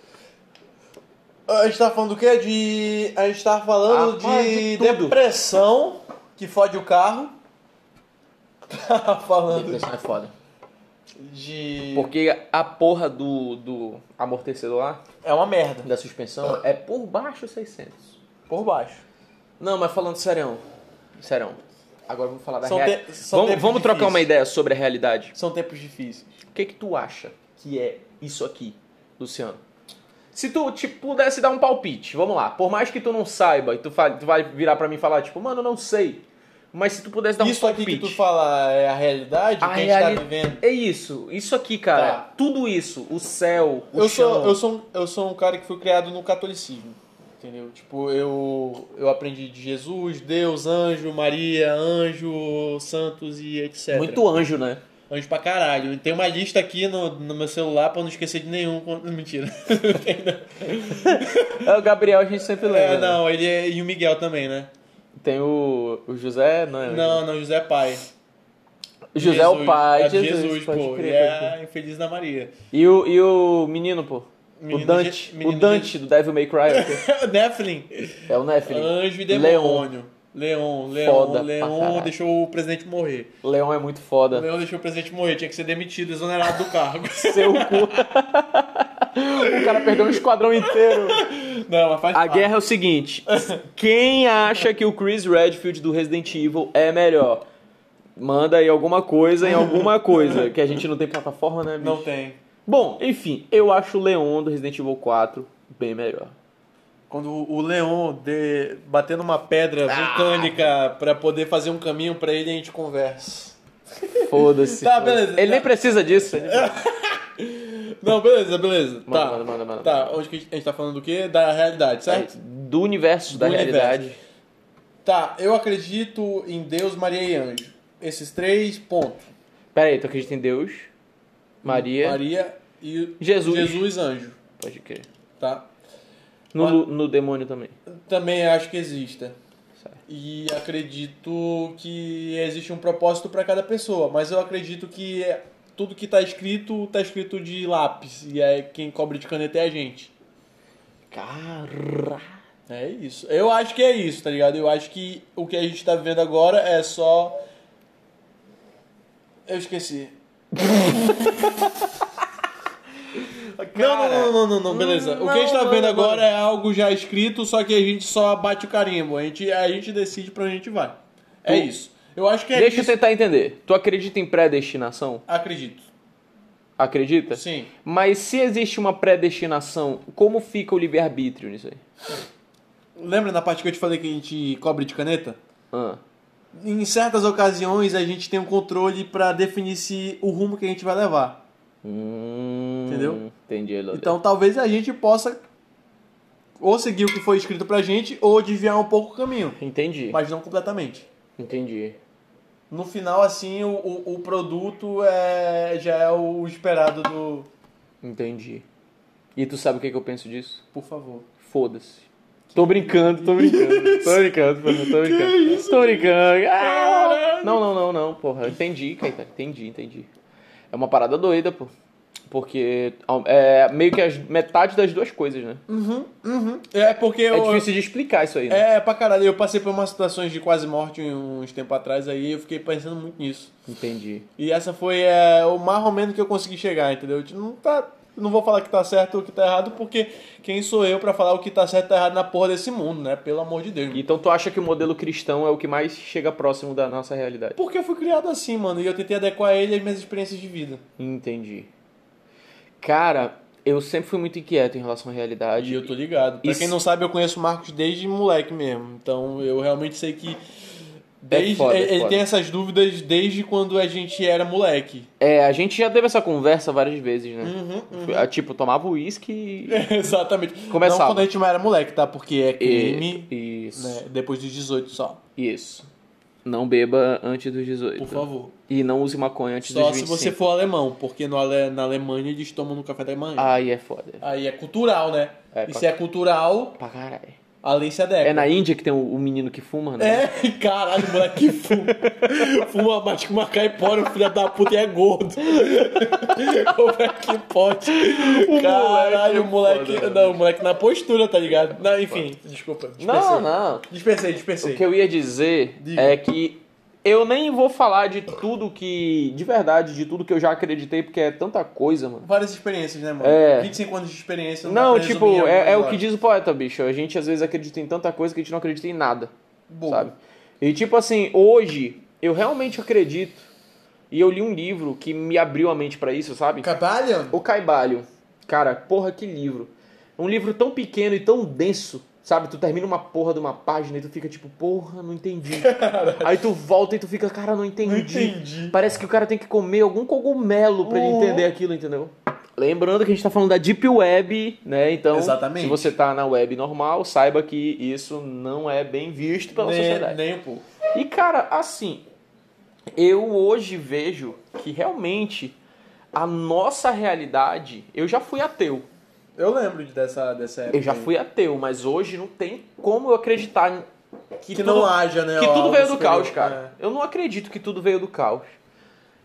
Speaker 2: A gente tá falando do quê? De. A gente tá falando
Speaker 1: Rapaz,
Speaker 2: de,
Speaker 1: Ah, de tudo.
Speaker 2: depressão que fode o carro. Tá falando
Speaker 1: Depressão é foda.
Speaker 2: de.
Speaker 1: Porque a porra do, do amortecedor lá,
Speaker 2: É uma merda.
Speaker 1: da suspensão, é por baixo 600.
Speaker 2: Por baixo.
Speaker 1: Não, mas falando serão. Serão. Agora vamos falar da
Speaker 2: São
Speaker 1: realidade.
Speaker 2: te- são
Speaker 1: Vamos,
Speaker 2: tempos
Speaker 1: vamos trocar
Speaker 2: difíceis.
Speaker 1: uma ideia sobre a realidade.
Speaker 2: São tempos difíceis.
Speaker 1: O que que tu acha que é isso aqui, Luciano? Se tu te pudesse dar um palpite, vamos lá. Por mais que tu não saiba e tu, fa- tu vai virar pra mim e falar, tipo, mano, eu não sei. Mas se tu pudesse dar
Speaker 2: Isso
Speaker 1: um
Speaker 2: aqui
Speaker 1: palpite.
Speaker 2: que tu fala é a realidade
Speaker 1: a
Speaker 2: que a gente
Speaker 1: reali-
Speaker 2: tá vivendo.
Speaker 1: É isso. Isso aqui, cara.
Speaker 2: Tá.
Speaker 1: Tudo isso. O céu, o
Speaker 2: eu
Speaker 1: chão.
Speaker 2: sou, eu sou um, eu sou um cara que foi criado no catolicismo, entendeu? Tipo, eu eu aprendi de Jesus, Deus, anjo, Maria, anjo, santos e etc.
Speaker 1: Muito anjo, né?
Speaker 2: anjo pra caralho. Tem uma lista aqui no, no meu celular pra eu não esquecer de nenhum. quando- Mentira. Não tem, não.
Speaker 1: É o Gabriel, a gente sempre lembra.
Speaker 2: É,
Speaker 1: né?
Speaker 2: não, ele é, e o Miguel também, né?
Speaker 1: Tem o, o José, não é?
Speaker 2: Não, não, José é pai.
Speaker 1: José é o pai
Speaker 2: é
Speaker 1: de Jesus. pode
Speaker 2: pô.
Speaker 1: crer,
Speaker 2: Ele
Speaker 1: pode crer.
Speaker 2: é a infeliz da Maria.
Speaker 1: E, o, e o menino, pô?
Speaker 2: Menino
Speaker 1: o Dante.
Speaker 2: Je- menino
Speaker 1: o Dante do Devil May Cry.
Speaker 2: Nephilim.
Speaker 1: é o Nephilim.
Speaker 2: Né, Anjo e
Speaker 1: Leon.
Speaker 2: demônio. Leon,
Speaker 1: Foda
Speaker 2: Leon,
Speaker 1: pra caralho.
Speaker 2: Leon deixou o presidente morrer.
Speaker 1: Leão é muito
Speaker 2: O
Speaker 1: foda.
Speaker 2: Leão deixou o presidente morrer, tinha que ser demitido, exonerado do cargo.
Speaker 1: Seu cu. o cara perdeu um esquadrão inteiro.
Speaker 2: Não, mas faz
Speaker 1: A
Speaker 2: parte.
Speaker 1: guerra é o seguinte: quem acha que o Chris Redfield do Resident Evil é melhor? Manda aí alguma coisa em alguma coisa. Que a gente não tem plataforma, né, bicho?
Speaker 2: Não tem.
Speaker 1: Bom, enfim, eu acho o Leon do Resident Evil 4 bem melhor.
Speaker 2: Quando o Leon de... bater numa pedra
Speaker 1: Ah.
Speaker 2: vulcânica pra poder fazer um caminho pra ele, a gente conversa.
Speaker 1: Foda-se.
Speaker 2: Tá,
Speaker 1: foda-se.
Speaker 2: beleza,
Speaker 1: Ele
Speaker 2: tá.
Speaker 1: nem precisa disso. ele nem precisa.
Speaker 2: Não, beleza, beleza.
Speaker 1: Manda,
Speaker 2: tá.
Speaker 1: manda, manda, manda. É
Speaker 2: Tá, onde que a gente- a gente tá falando do quê? Da realidade, certo?
Speaker 1: Do universo, da
Speaker 2: Tá. Do universo.
Speaker 1: realidade.
Speaker 2: Tá, eu acredito em Deus, Maria e Anjo. Esses três pontos.
Speaker 1: Pera aí, tu acredita em Deus, Maria,
Speaker 2: Maria e
Speaker 1: Jesus.
Speaker 2: Jesus Anjo,
Speaker 1: Pode crer.
Speaker 2: tá?
Speaker 1: No,
Speaker 2: Olha-
Speaker 1: lu- no demônio também.
Speaker 2: Também acho que exista.
Speaker 1: Certo.
Speaker 2: E acredito que existe um propósito para cada pessoa, mas eu acredito que é- tudo que tá escrito, tá escrito de lápis. E é quem cobre de caneta é a gente.
Speaker 1: Caralho.
Speaker 2: É isso. Eu acho que é isso, tá ligado? Eu acho que o que a gente tá vivendo agora é só. Eu esqueci. Não, não, não, não, não, não, beleza. o que a gente tá
Speaker 1: Não,
Speaker 2: vendo
Speaker 1: não,
Speaker 2: agora é algo já escrito, só que a gente só bate o carimbo. A gente, a gente decide pra onde a gente vai. É
Speaker 1: Tu-
Speaker 2: isso. Eu acho que é
Speaker 1: Deixa eu
Speaker 2: isso.
Speaker 1: tentar entender. Tu acredita em predestinação?
Speaker 2: Acredito.
Speaker 1: Acredita?
Speaker 2: Sim.
Speaker 1: Mas se existe uma predestinação, como fica o livre-arbítrio nisso aí?
Speaker 2: Lembra na parte que eu te falei que a gente cobre de caneta?
Speaker 1: Ah,
Speaker 2: Em certas ocasiões a gente tem um controle pra definir se o rumo que a gente vai levar.
Speaker 1: Hum,
Speaker 2: Entendeu?
Speaker 1: Entendi, Elodie.
Speaker 2: Então talvez a gente possa ou seguir o que foi escrito pra gente ou desviar um pouco o caminho,
Speaker 1: Entendi.
Speaker 2: mas não completamente.
Speaker 1: Entendi.
Speaker 2: No final, assim, o, o, o produto é, já é o esperado do.
Speaker 1: Entendi. E tu sabe o que, que eu penso disso?
Speaker 2: Por favor.
Speaker 1: Foda-se. Tô brincando, tô brincando. Tô brincando, porra, tô brincando. Tô brincando. Ah! Não, não, não, não, porra. Entendi, Caetano. Entendi, entendi. É uma parada doida, pô. Porque é meio que as metade das duas coisas, né?
Speaker 2: Uhum, uhum. É porque
Speaker 1: É
Speaker 2: eu.
Speaker 1: difícil de explicar isso aí, né?
Speaker 2: É, pra caralho. Eu passei por umas situações de quase morte uns tempos atrás aí eu fiquei pensando muito nisso.
Speaker 1: Entendi.
Speaker 2: E essa foi é, o mais ou menos que eu consegui chegar, entendeu? Tipo, Não tá. Não vou falar que tá certo ou que tá errado, porque quem sou eu pra falar o que tá certo e tá errado na porra desse mundo, né? Pelo amor de Deus.
Speaker 1: Então tu acha que o modelo cristão é o que mais chega próximo da nossa realidade?
Speaker 2: Porque eu fui criado assim, mano, e eu tentei adequar ele às minhas experiências de vida.
Speaker 1: Entendi. Cara, eu sempre fui muito inquieto em relação à realidade.
Speaker 2: E eu tô ligado. Pra
Speaker 1: Isso-
Speaker 2: quem não sabe, eu conheço o Marcos desde moleque mesmo. Então eu realmente sei que. Desde,
Speaker 1: É foda, é
Speaker 2: ele
Speaker 1: foda.
Speaker 2: tem essas dúvidas desde quando a gente era moleque.
Speaker 1: É, a gente já teve essa conversa várias vezes, né?
Speaker 2: Uhum,
Speaker 1: Ah, Tipo, tomava uísque
Speaker 2: É.
Speaker 1: e...
Speaker 2: Exatamente.
Speaker 1: Começava.
Speaker 2: Não quando a gente era moleque, tá? Porque é crime
Speaker 1: e... Isso.
Speaker 2: né, depois dos 18 só.
Speaker 1: Isso. Não beba antes dos 18.
Speaker 2: Por favor.
Speaker 1: E não use maconha antes
Speaker 2: Só
Speaker 1: dos
Speaker 2: se
Speaker 1: 25.
Speaker 2: você for alemão, porque no Ale- na Alemanha eles tomam no café da manhã.
Speaker 1: Aí é foda.
Speaker 2: Aí é cultural, né?
Speaker 1: É,
Speaker 2: e
Speaker 1: pra-
Speaker 2: se é cultural,
Speaker 1: Pra caralho.
Speaker 2: a lei se adequa.
Speaker 1: É na Índia que tem o, o menino que fuma, né?
Speaker 2: É, caralho, moleque que fuma. Fuma mais que uma caipora, o filho da puta e é gordo. Como é que pode?
Speaker 1: é
Speaker 2: Caralho, o moleque. Não, o moleque na postura, tá ligado? Não, enfim, desculpa. Dispensei.
Speaker 1: né? Não, não.
Speaker 2: Dispensei,
Speaker 1: Tipo assim. O
Speaker 2: dispensei.
Speaker 1: que eu ia dizer
Speaker 2: Diga.
Speaker 1: é que eu nem vou falar de tudo que. De verdade, de tudo que eu já acreditei, porque é tanta coisa, mano.
Speaker 2: Várias experiências, né, mano?
Speaker 1: É.
Speaker 2: 25 anos de experiência. dá
Speaker 1: Não,
Speaker 2: pra resumir tá em
Speaker 1: tipo,
Speaker 2: algumas
Speaker 1: é, é o
Speaker 2: horas.
Speaker 1: que diz o poeta, bicho. A gente às vezes acredita em tanta coisa que a gente não acredita em nada,
Speaker 2: Bom,
Speaker 1: sabe? E tipo assim, hoje eu realmente acredito. E eu li um livro que me abriu a mente pra isso, sabe?
Speaker 2: Caralho?
Speaker 1: O Caibalho. Cara, porra, que livro. É um livro tão pequeno e tão denso, sabe? Tu termina uma porra de uma página e tu fica tipo, porra, não entendi. Aí tu volta e tu fica, cara, não entendi.
Speaker 2: Não entendi.
Speaker 1: Parece que o cara tem que comer algum cogumelo pra ele
Speaker 2: Uhum.
Speaker 1: entender aquilo, entendeu? Lembrando que a gente tá falando da Deep Web, né? Então,
Speaker 2: Exatamente.
Speaker 1: se você tá na web normal, saiba que isso não é bem visto pela
Speaker 2: Nem,
Speaker 1: sociedade.
Speaker 2: nem um pouco.
Speaker 1: E cara, assim, eu hoje vejo que realmente a nossa realidade, eu já fui ateu.
Speaker 2: Eu lembro de- dessa, dessa época.
Speaker 1: Eu já
Speaker 2: aí.
Speaker 1: fui ateu, mas hoje não tem como eu acreditar em- que,
Speaker 2: Que
Speaker 1: tudo,
Speaker 2: não haja, né?
Speaker 1: que
Speaker 2: ó, é.
Speaker 1: tudo veio do
Speaker 2: superior.
Speaker 1: caos, cara. Eu não acredito que tudo veio do caos.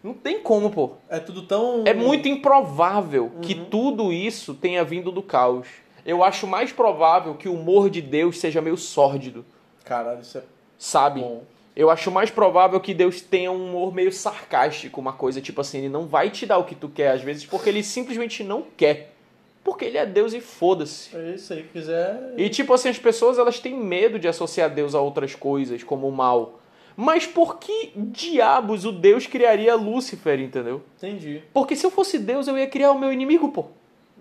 Speaker 1: Não tem como, pô.
Speaker 2: É, É tudo tão.
Speaker 1: É muito improvável que
Speaker 2: Uhum.
Speaker 1: tudo isso tenha vindo do caos. Eu acho mais provável que o humor de Deus seja meio sórdido,
Speaker 2: Caralho, isso é
Speaker 1: sabe?
Speaker 2: bom.
Speaker 1: Eu acho mais provável que Deus tenha um humor meio sarcástico, uma coisa tipo assim, ele não vai te dar o que tu quer às vezes porque ele simplesmente não quer. Porque ele é Deus e foda-se.
Speaker 2: É isso aí, quiser.
Speaker 1: E tipo assim, as pessoas elas têm medo de associar Deus a outras coisas, como o mal. Mas por que diabos o Deus criaria Lúcifer, entendeu?
Speaker 2: Entendi.
Speaker 1: Porque se eu fosse Deus, eu ia criar o meu inimigo, pô.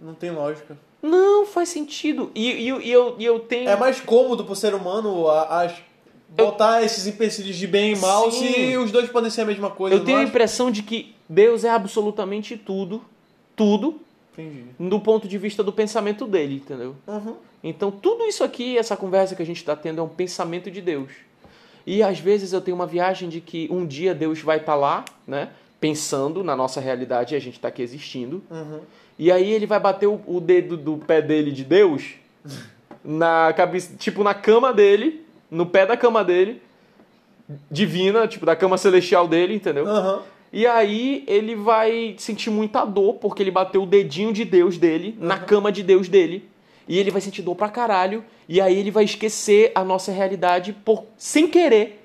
Speaker 2: Não tem lógica.
Speaker 1: Não faz sentido. E, e- e eu, e eu tenho.
Speaker 2: É mais cômodo pro ser humano a, a- botar esses empecilhos de bem e mal
Speaker 1: Sim.
Speaker 2: se os dois podem ser a mesma coisa.
Speaker 1: eu tenho a
Speaker 2: não acha?
Speaker 1: impressão de que Deus é absolutamente tudo. Tudo.
Speaker 2: Entendi.
Speaker 1: Do ponto de vista do pensamento dele, entendeu?
Speaker 2: Uhum.
Speaker 1: Então tudo isso aqui, essa conversa que a gente está tendo, é um pensamento de Deus. E às vezes eu tenho uma viagem de que um dia Deus vai estar lá, né? Pensando na nossa realidade e a gente está aqui existindo.
Speaker 2: Uhum.
Speaker 1: E aí ele vai bater o, o dedo do pé dele de Deus na cabeça, tipo na cama dele, no pé da cama dele, divina, tipo da cama celestial dele, entendeu?
Speaker 2: Aham.
Speaker 1: E aí ele vai sentir muita dor porque ele bateu o dedinho de Deus dele na cama de Deus dele. E ele vai sentir dor pra caralho. E aí ele vai esquecer a nossa realidade por sem querer.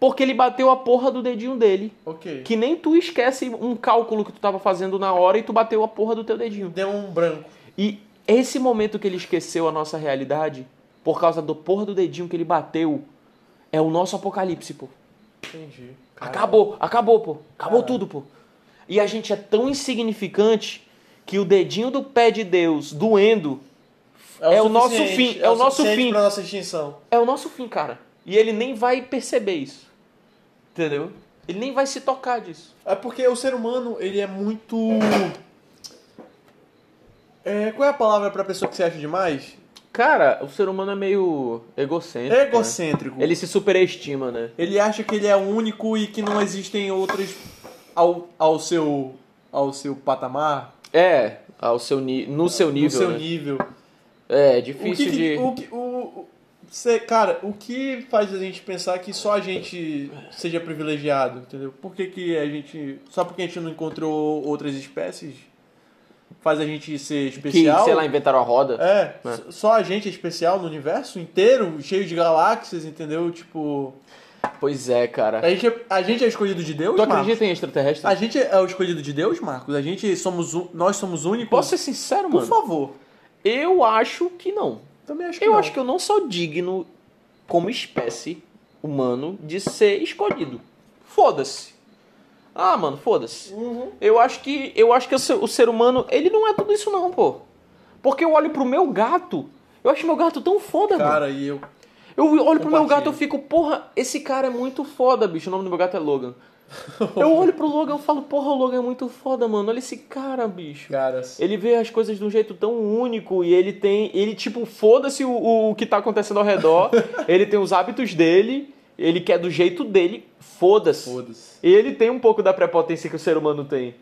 Speaker 1: Porque ele bateu a porra do dedinho dele.
Speaker 2: Ok.
Speaker 1: Que nem tu esquece um cálculo que tu tava fazendo na hora e tu bateu a porra do teu dedinho.
Speaker 2: Deu um branco.
Speaker 1: E esse momento que ele esqueceu a nossa realidade, por causa do porra do dedinho que ele bateu, é o nosso apocalipse, pô.
Speaker 2: Entendi.
Speaker 1: Acabou, acabou, pô. Acabou tudo, pô. E a gente é tão insignificante que o dedinho do pé de Deus doendo É o nosso
Speaker 2: suficiente,
Speaker 1: fim, é o nosso
Speaker 2: suficiente
Speaker 1: fim.
Speaker 2: pra nossa extinção.
Speaker 1: é o nosso fim, cara. E ele nem vai perceber isso. Entendeu? Ele nem vai se tocar disso.
Speaker 2: É porque o ser humano, ele é muito. É, qual é a palavra pra pessoa que se acha demais?
Speaker 1: Cara, o ser humano é meio egocêntrico. né?
Speaker 2: Egocêntrico.
Speaker 1: Ele se superestima, né?
Speaker 2: Ele acha que ele é único e que não existem outras ao, ao seu ao seu patamar,
Speaker 1: É, ao seu ni- no seu nível.
Speaker 2: no seu
Speaker 1: né?
Speaker 2: nível.
Speaker 1: É,
Speaker 2: O
Speaker 1: difícil
Speaker 2: que,
Speaker 1: de.
Speaker 2: que- o que- o- o- cê- cara, o que faz a gente pensar que só a gente seja privilegiado, entendeu? Por que, que a gente só porque a gente não encontrou outras espécies faz a gente ser
Speaker 1: que,
Speaker 2: especial?
Speaker 1: sei lá, inventaram a roda.
Speaker 2: É,
Speaker 1: É.
Speaker 2: s- só a gente é especial no universo inteiro, cheio de galáxias, entendeu? Tipo,
Speaker 1: Pois é, cara.
Speaker 2: a gente é, a gente é escolhido de Deus,
Speaker 1: tu
Speaker 2: Marcos?
Speaker 1: acredita em extraterrestre?
Speaker 2: A gente é o escolhido de Deus, Marcos? A gente somos un- nós somos únicos?
Speaker 1: Posso ser sincero, mano?
Speaker 2: Por favor.
Speaker 1: Eu acho que não.
Speaker 2: Também acho que
Speaker 1: Eu
Speaker 2: não.
Speaker 1: acho que eu não sou digno, como espécie humano, de ser escolhido. Foda-se. Ah, mano, foda-se.
Speaker 2: Uhum.
Speaker 1: Eu acho que eu acho que o ser, o ser humano, ele não é tudo isso não, pô. Porque eu olho pro meu gato, eu acho meu gato tão foda, mano.
Speaker 2: Cara, e eu
Speaker 1: Eu olho pro meu
Speaker 2: Compartilha.
Speaker 1: gato eu fico, porra, esse cara é muito foda, bicho. O nome do meu gato é Logan. Eu olho pro Logan e falo, porra, o Logan é muito foda, mano. Olha esse cara, bicho.
Speaker 2: cara,
Speaker 1: Ele vê as coisas de um jeito tão único e ele tem. Ele, tipo, foda-se o, o que tá acontecendo ao redor. ele tem os hábitos dele, ele quer do jeito dele, foda-se.
Speaker 2: foda-se.
Speaker 1: Ele tem um pouco da prepotência que o ser humano tem.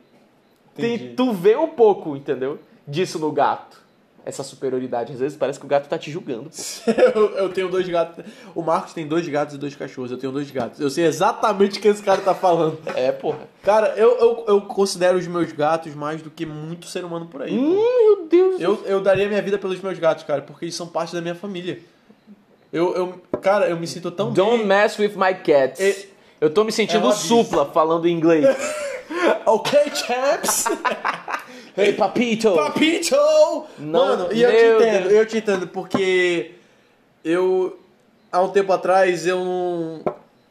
Speaker 2: Entendi.
Speaker 1: tem. Tu vê um pouco, entendeu? Disso no gato. Essa superioridade. Às vezes parece que o gato tá te julgando. pô.
Speaker 2: eu, eu tenho dois gatos. O Marcos tem dois gatos e dois cachorros. Eu tenho dois gatos. Eu sei exatamente o que esse cara tá falando.
Speaker 1: É, porra.
Speaker 2: Cara, eu, eu, eu considero os meus gatos mais do que muito ser humano por aí. pô.
Speaker 1: Hum, meu Deus.
Speaker 2: Eu, eu daria minha vida pelos meus gatos, cara, porque eles são parte da minha família. Eu, eu cara, eu me sinto tão
Speaker 1: Don't
Speaker 2: bem.
Speaker 1: mess with my cats.
Speaker 2: É-
Speaker 1: Eu tô me
Speaker 2: É
Speaker 1: sentindo
Speaker 2: um aviso.
Speaker 1: supla falando em inglês.
Speaker 2: Ok, chaps.
Speaker 1: hey, papito.
Speaker 2: Papito!
Speaker 1: Não,
Speaker 2: Mano, e eu te
Speaker 1: meu
Speaker 2: entendo,
Speaker 1: Deus.
Speaker 2: eu te entendo, porque eu. Há um tempo atrás eu não.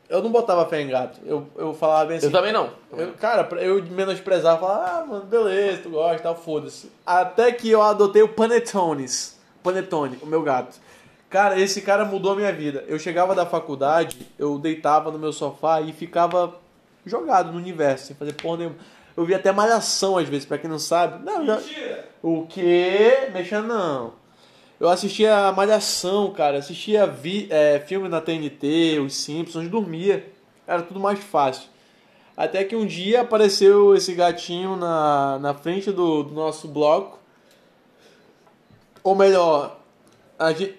Speaker 2: Eu não botava fé em gato. Eu, eu falava bem assim.
Speaker 1: Eu também não.
Speaker 2: eu- cara, pra- eu menosprezava, falava, ah, mano, beleza, tu gosta, tal, foda-se. Até que eu adotei o Panetones. Panetone, o meu gato. Cara, esse cara mudou a minha vida. Eu chegava da faculdade, eu deitava no meu sofá e ficava jogado no universo, sem fazer porra nenhuma. Eu via até malhação às vezes, pra quem não sabe. Não, já, o quê? Mexa não. Eu assistia Malhação, cara. Assistia vi, é, filme na TNT, Os Simpsons, dormia. Era tudo mais fácil. Até que um dia apareceu esse gatinho na, na frente do, do nosso bloco. Ou melhor, a gente,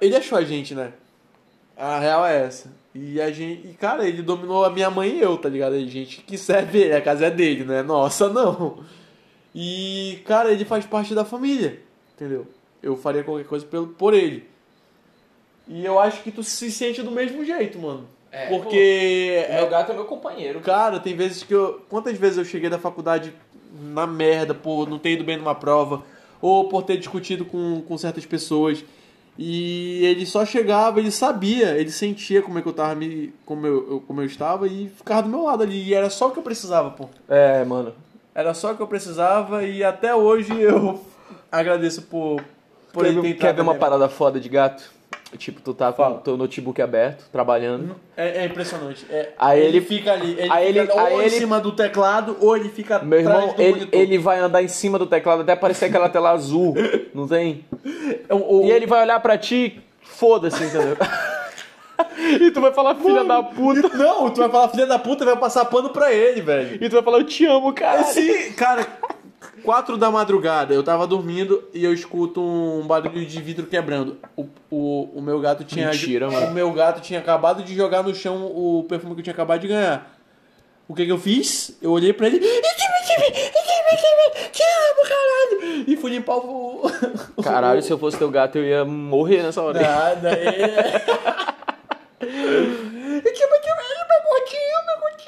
Speaker 2: ele achou a gente, né? A real é essa. E a gente. E, cara, ele dominou a minha mãe e eu, tá ligado? A gente que serve ele, a casa é dele, né? Nossa, não. E, cara, ele faz parte da família, entendeu? Eu faria qualquer coisa pelo, por ele. E eu acho que tu se sente do mesmo jeito, mano.
Speaker 1: É,
Speaker 2: Porque. é-
Speaker 1: Meu gato é meu companheiro.
Speaker 2: Cara, tem vezes que eu. Quantas vezes eu cheguei da faculdade na merda por não ter ido bem numa prova, ou por ter discutido com, com certas pessoas. E ele só chegava, ele sabia, ele sentia como é que eu tava me. como eu, eu- como eu estava e ficava do meu lado ali. E era só o que eu precisava, pô.
Speaker 1: É, mano.
Speaker 2: Era só o que eu precisava e até hoje eu agradeço por, por
Speaker 1: quer
Speaker 2: ele
Speaker 1: ver,
Speaker 2: ter
Speaker 1: quer
Speaker 2: entrado
Speaker 1: ver
Speaker 2: na
Speaker 1: uma
Speaker 2: minha-
Speaker 1: parada foda de gato? Tipo, tu tá com
Speaker 2: Fala.
Speaker 1: o teu notebook aberto, trabalhando.
Speaker 2: É, é impressionante. É,
Speaker 1: Aí ele-
Speaker 2: fica ali, ele
Speaker 1: aí
Speaker 2: fica
Speaker 1: ele-
Speaker 2: ou
Speaker 1: aí
Speaker 2: em
Speaker 1: ele-
Speaker 2: cima do teclado, ou ele fica
Speaker 1: Meu irmão,
Speaker 2: atrás do
Speaker 1: ele,
Speaker 2: monitor.
Speaker 1: ele vai andar em cima do teclado até parecer aquela tela azul, não tem?
Speaker 2: O- o-
Speaker 1: E ele vai olhar pra ti, foda-se, entendeu? e tu vai falar, filha da puta.
Speaker 2: Não, tu vai falar filha da puta vai passar pano pra ele, velho.
Speaker 1: E tu vai falar, eu te amo, cara.
Speaker 2: Esse, cara, quatro da madrugada, eu tava dormindo e eu escuto um barulho de vidro quebrando. O, o, o meu gato tinha.
Speaker 1: Mentira, mano.
Speaker 2: O meu gato tinha acabado de jogar no chão o perfume que eu tinha acabado de ganhar. O que que eu fiz? Eu olhei pra ele. Te amo, caralho! E fui limpar o. o-
Speaker 1: Caralho, se eu fosse teu gato, eu ia morrer nessa hora.
Speaker 2: Nada, é. Eu te bati meu gordinho,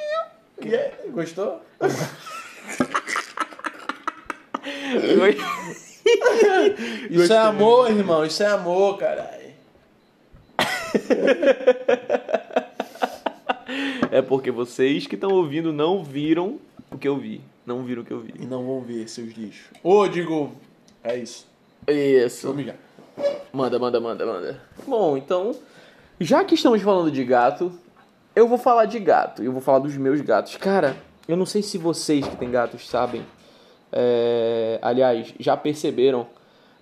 Speaker 2: meu gordinho. E aí, Gostou? Isso é amor, irmão. Isso é amor, caralho.
Speaker 1: É porque vocês que estão ouvindo não viram
Speaker 3: o que eu vi. Não viram o que eu vi.
Speaker 2: E não vão ver seus lixos. Ô, digo. É isso.
Speaker 1: Isso.
Speaker 2: Vamos já.
Speaker 1: Manda, manda, manda, manda. Bom, então, já que estamos falando de gato, eu vou falar de gato. Eu vou falar dos meus gatos. Cara, eu não sei se vocês que têm gatos sabem. é, aliás, já perceberam.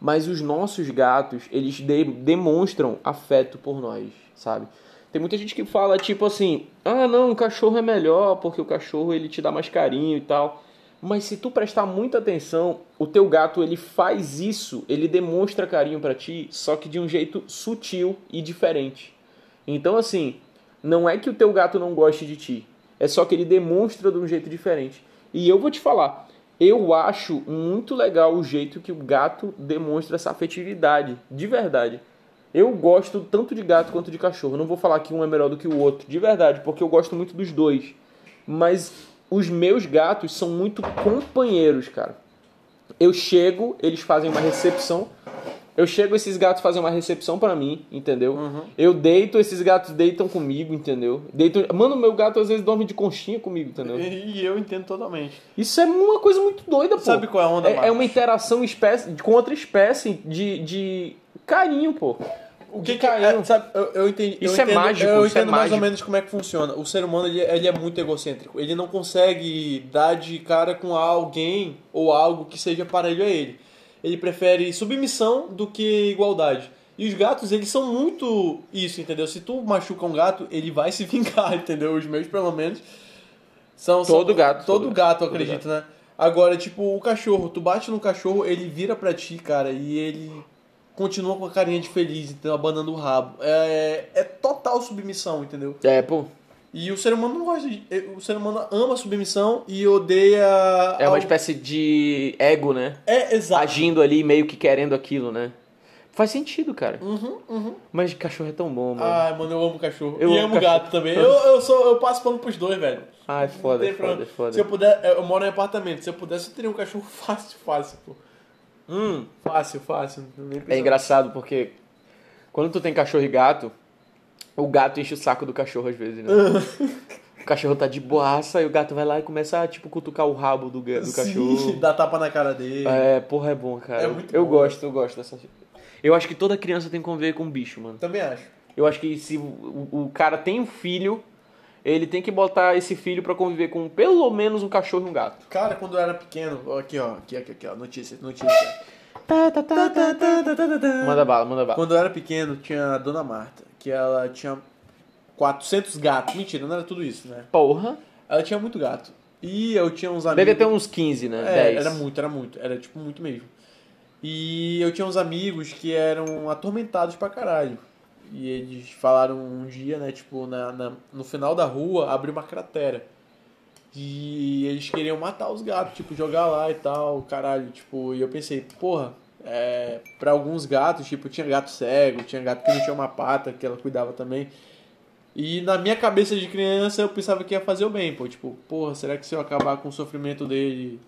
Speaker 1: Mas os nossos gatos, eles de- demonstram afeto por nós, sabe? Tem muita gente que fala, tipo assim, ah não, o cachorro é melhor, porque o cachorro ele te dá mais carinho e tal. Mas se tu prestar muita atenção, o teu gato ele faz isso, ele demonstra carinho pra ti, só que de um jeito sutil e diferente. Então assim, não é que o teu gato não goste de ti, é só que ele demonstra de um jeito diferente. E eu vou te falar, eu acho muito legal o jeito que o gato demonstra essa afetividade, de verdade. Eu gosto tanto de gato quanto de cachorro. Não vou falar que um é melhor do que o outro, de verdade, porque eu gosto muito dos dois. Mas os meus gatos são muito companheiros, cara. Eu chego, eles fazem uma recepção. Eu chego, esses gatos fazem uma recepção pra mim, entendeu? Eu deito, esses gatos deitam comigo, entendeu? Deitam... Mano, meu gato às vezes dorme de conchinha comigo, entendeu?
Speaker 2: E eu entendo totalmente.
Speaker 1: Isso é uma coisa muito doida, pô.
Speaker 2: Sabe qual é a onda,
Speaker 1: É, é
Speaker 2: Marcos?
Speaker 1: uma interação espécie, com outra espécie de, de carinho, pô.
Speaker 2: O que,
Speaker 1: De
Speaker 2: que
Speaker 1: carinho.
Speaker 2: é, sabe, eu, eu entendi. eu
Speaker 1: Isso é
Speaker 2: entendo-
Speaker 1: mágico,
Speaker 2: Eu
Speaker 1: isso é
Speaker 2: entendo mais ou
Speaker 1: mágico.
Speaker 2: menos como é que funciona. O ser humano ele, ele é muito egocêntrico. Ele não consegue dar de cara com alguém ou algo que seja parelho a ele. Ele prefere submissão do que igualdade. E os gatos, eles são muito isso, entendeu? Se tu machuca um gato, ele vai se vingar, entendeu? Os meus, pelo menos. São, são-
Speaker 1: Todo gato,
Speaker 2: Todo,
Speaker 1: todo
Speaker 2: gato, eu
Speaker 1: todo
Speaker 2: acredito, né? Agora, tipo, o cachorro, tu bate no cachorro, ele vira pra ti, cara, e ele continua com a carinha de feliz, então abanando o rabo. É, é total submissão, entendeu?
Speaker 1: É, pô.
Speaker 2: E o ser humano não gosta de. é, O ser humano ama a submissão e odeia.
Speaker 1: É uma
Speaker 2: ao-
Speaker 1: espécie de ego, né?
Speaker 2: É, exato.
Speaker 1: Agindo ali, meio que querendo aquilo, né? Faz sentido, cara.
Speaker 2: Uhum, uhum.
Speaker 1: Mas cachorro é tão bom, mano.
Speaker 2: Ai, mano, eu amo cachorro.
Speaker 1: Eu
Speaker 2: e
Speaker 1: amo
Speaker 2: amo
Speaker 1: cachorro.
Speaker 2: gato também. Eu, eu, sou, eu passo pano pros dois, velho.
Speaker 1: Ah, é
Speaker 2: Não
Speaker 1: foda,
Speaker 2: tem
Speaker 1: é foda,
Speaker 2: problema.
Speaker 1: é foda.
Speaker 2: Se eu puder, eu moro em apartamento. Se eu pudesse, eu teria um cachorro fácil, fácil, pô.
Speaker 1: Hum,
Speaker 2: Fácil, fácil. Nem
Speaker 1: é
Speaker 2: precisa-
Speaker 1: engraçado porque quando tu tem cachorro e gato, o gato enche o saco do cachorro às vezes, né? o cachorro tá de boaça e o gato vai lá e começa a, tipo, cutucar o rabo do, ga- do
Speaker 2: Sim,
Speaker 1: cachorro.
Speaker 2: Dá tapa na cara dele.
Speaker 1: É, porra, é bom, cara.
Speaker 2: É muito
Speaker 1: eu
Speaker 2: bom,
Speaker 1: gosto, eu gosto dessa. Eu acho que toda criança tem que conviver com um bicho, mano.
Speaker 2: Também acho.
Speaker 1: Eu acho que se o, o cara tem um filho, ele tem que botar esse filho pra conviver com pelo menos um cachorro e um gato.
Speaker 2: Cara, quando eu era pequeno, ó, aqui ó, aqui, aqui, aqui ó, notícia, notícia. Tá,
Speaker 1: Manda bala, manda bala.
Speaker 2: Quando eu era pequeno, tinha a dona Marta, que ela tinha 400 gatos. Mentira, não era tudo isso, né?
Speaker 1: Porra.
Speaker 2: Ela tinha muito gato. E eu tinha uns amigos.
Speaker 1: Deve ter uns 15, né?
Speaker 2: É,
Speaker 1: 10.
Speaker 2: era muito, era muito, era tipo muito mesmo. E eu tinha uns amigos que eram atormentados pra caralho. E eles falaram um dia, né, tipo, na, na- no final da rua abriu uma cratera. E eles queriam matar os gatos, tipo, jogar lá e tal, caralho. Tipo, e eu pensei, porra, é, pra alguns gatos, tipo, tinha gato cego, tinha gato que não tinha uma pata, que ela cuidava também. E na minha cabeça de criança eu pensava que ia fazer o bem, pô. Tipo, porra, será que se eu acabar com o sofrimento dele.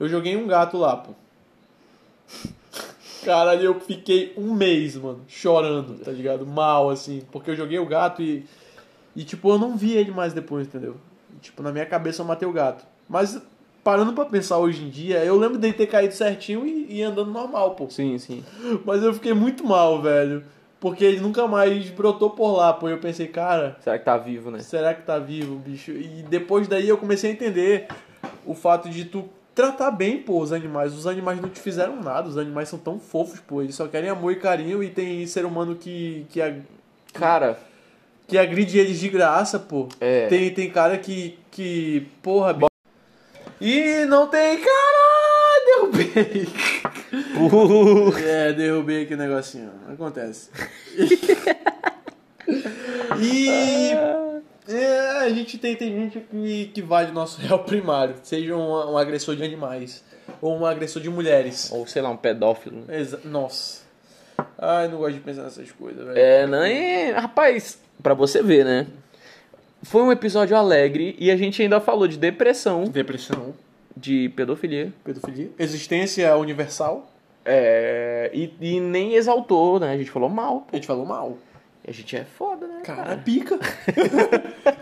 Speaker 2: Eu joguei um gato lá, pô. Caralho, eu fiquei um mês, mano, chorando, tá ligado? Mal, assim. Porque eu joguei o gato e. E, tipo, eu não vi ele mais depois, entendeu? E, tipo, na minha cabeça eu matei o gato. Mas, parando pra pensar hoje em dia, eu lembro dele ter caído certinho e, e andando normal, pô.
Speaker 1: Sim, sim.
Speaker 2: Mas eu fiquei muito mal, velho. Porque ele nunca mais brotou por lá, pô. E eu pensei, cara,
Speaker 1: Será que tá vivo, né?
Speaker 2: será que tá vivo, bicho? E depois daí eu comecei a entender o fato de tu tratar bem, pô, os animais. Os animais não te fizeram nada, os animais são tão fofos, pô. Eles só querem amor e carinho e tem ser humano que, que, a-
Speaker 1: Cara,
Speaker 2: que agride eles de graça, pô.
Speaker 1: É.
Speaker 2: Tem, tem cara que, que porra, bicho. E não tem cara! Derrubei! É, derrubei aqui o negocinho. Acontece. e. é, a gente tem, tem gente que, que vai do nosso réu primário, seja um, um agressor de animais ou um agressor de mulheres.
Speaker 1: ou sei lá, um pedófilo. né?
Speaker 2: Exa- Nossa. Ai, não gosto de pensar nessas coisas, velho.
Speaker 1: É, não é. Rapaz, pra você ver, né? Foi um episódio alegre e a gente ainda falou de depressão,
Speaker 2: Depressão,
Speaker 1: de pedofilia.
Speaker 2: pedofilia, existência universal.
Speaker 1: É, e, e nem exaltou, né? A gente falou mal.
Speaker 2: A gente falou mal.
Speaker 1: A A gente é foda, né?
Speaker 2: Cara, pica.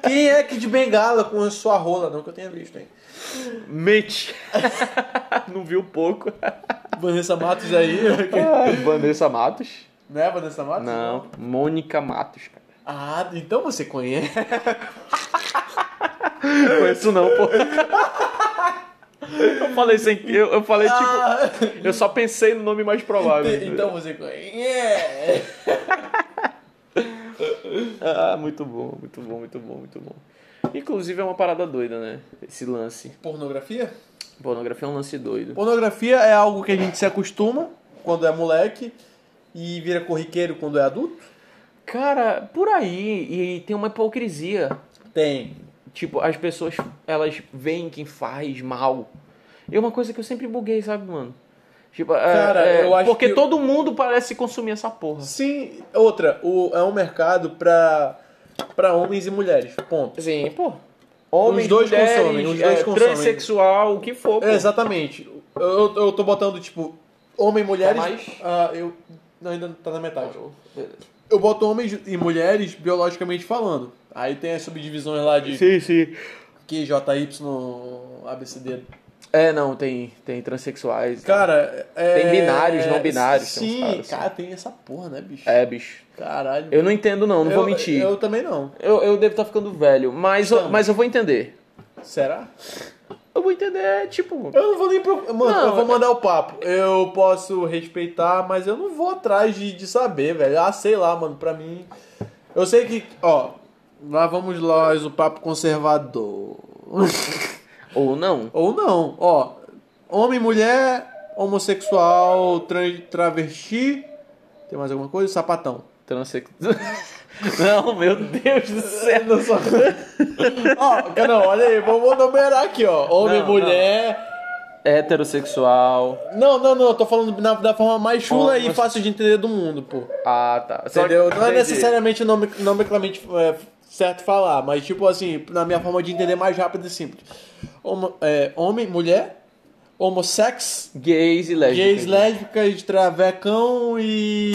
Speaker 2: Quem é que de bengala com a sua rola? Não que eu tenha visto, hein?
Speaker 1: Mete. Não viu pouco.
Speaker 2: Vanessa Matos aí.
Speaker 1: Vanessa Matos?
Speaker 2: Não é Vanessa Matos?
Speaker 1: Não, Mônica Matos, cara.
Speaker 2: Ah, então você conhece.
Speaker 1: Não conheço não, pô. Eu falei sem. Eu, eu falei tipo.
Speaker 2: Ah,
Speaker 1: Eu só pensei no nome mais provável.
Speaker 2: então você conhece.
Speaker 1: Ah, muito bom, muito bom, muito bom, muito bom. Inclusive é uma parada doida, né? Esse lance.
Speaker 2: Pornografia?
Speaker 1: Pornografia é um lance doido.
Speaker 2: Pornografia é algo que a gente se acostuma quando é moleque e vira corriqueiro quando é adulto?
Speaker 1: Cara, por aí, e tem uma hipocrisia.
Speaker 2: Tem.
Speaker 1: Tipo, as pessoas, elas veem quem faz mal. É uma coisa que eu sempre buguei, sabe, mano? Tipo, é-
Speaker 2: Cara,
Speaker 1: é,
Speaker 2: eu acho
Speaker 1: porque
Speaker 2: que-
Speaker 1: todo mundo parece consumir essa porra.
Speaker 2: Sim, outra, o- é um mercado pra, pra homens e mulheres. Ponto.
Speaker 1: Sim, Assim, pô.
Speaker 2: Os dois
Speaker 1: mulheres,
Speaker 2: consomem, os dois
Speaker 1: é,
Speaker 2: consomem.
Speaker 1: Transexual, o que for. pô.
Speaker 2: É, exatamente. Eu, eu tô botando, tipo, homem e mulheres.
Speaker 1: Tá mais?
Speaker 2: Ah, eu. Não, ainda tá na metade. Eu boto homens e mulheres biologicamente falando. Aí tem as subdivisões lá de
Speaker 1: Sim, sim.
Speaker 2: Q, J, Y, ABCD.
Speaker 1: É, não, tem, tem transexuais.
Speaker 2: Cara, é.
Speaker 1: Tem binários, não binários, tem uns
Speaker 2: Sim,
Speaker 1: caras assim.
Speaker 2: cara, tem essa porra, né, bicho?
Speaker 1: É, bicho.
Speaker 2: Caralho.
Speaker 1: Eu não entendo, não, não vou
Speaker 2: Eu-
Speaker 1: mentir.
Speaker 2: Eu Então.
Speaker 1: Eu,
Speaker 2: também não.
Speaker 1: eu, devo estar ficando velho, mas, eu,
Speaker 2: Estamos.
Speaker 1: mas eu vou entender.
Speaker 2: Será?
Speaker 1: Eu vou entender, tipo.
Speaker 2: Eu não vou nem procurar. Mano,
Speaker 1: Não,
Speaker 2: eu vou
Speaker 1: é-
Speaker 2: mandar o papo. Eu posso respeitar, mas eu não vou atrás de, de saber, velho. Ah, sei lá, mano, pra mim. Eu sei que. Ó, lá vamos nós, o papo conservador.
Speaker 1: Ou não.
Speaker 2: Ou não, ó. Homem, mulher, homossexual, tran- travesti. Tem mais alguma coisa? Sapatão.
Speaker 1: Transexual. não, meu Deus do céu.
Speaker 2: Não só. ó, não, olha aí, vamos numerar aqui, ó. Homem,
Speaker 1: Não,
Speaker 2: mulher.
Speaker 1: Heterossexual.
Speaker 2: Não. não, não, eu tô falando na- da forma mais chula e
Speaker 1: Homo-
Speaker 2: fácil de entender do mundo, pô.
Speaker 1: Ah, tá. Só-
Speaker 2: Entendeu? Não é
Speaker 1: entendi.
Speaker 2: necessariamente nome- nomenclamente é, certo falar, mas tipo assim, na minha forma de entender mais rápido e simples. Homo- é, homem, mulher, homossex,
Speaker 1: Gays e lésbicas.
Speaker 2: gays, lésbicas, travecão e.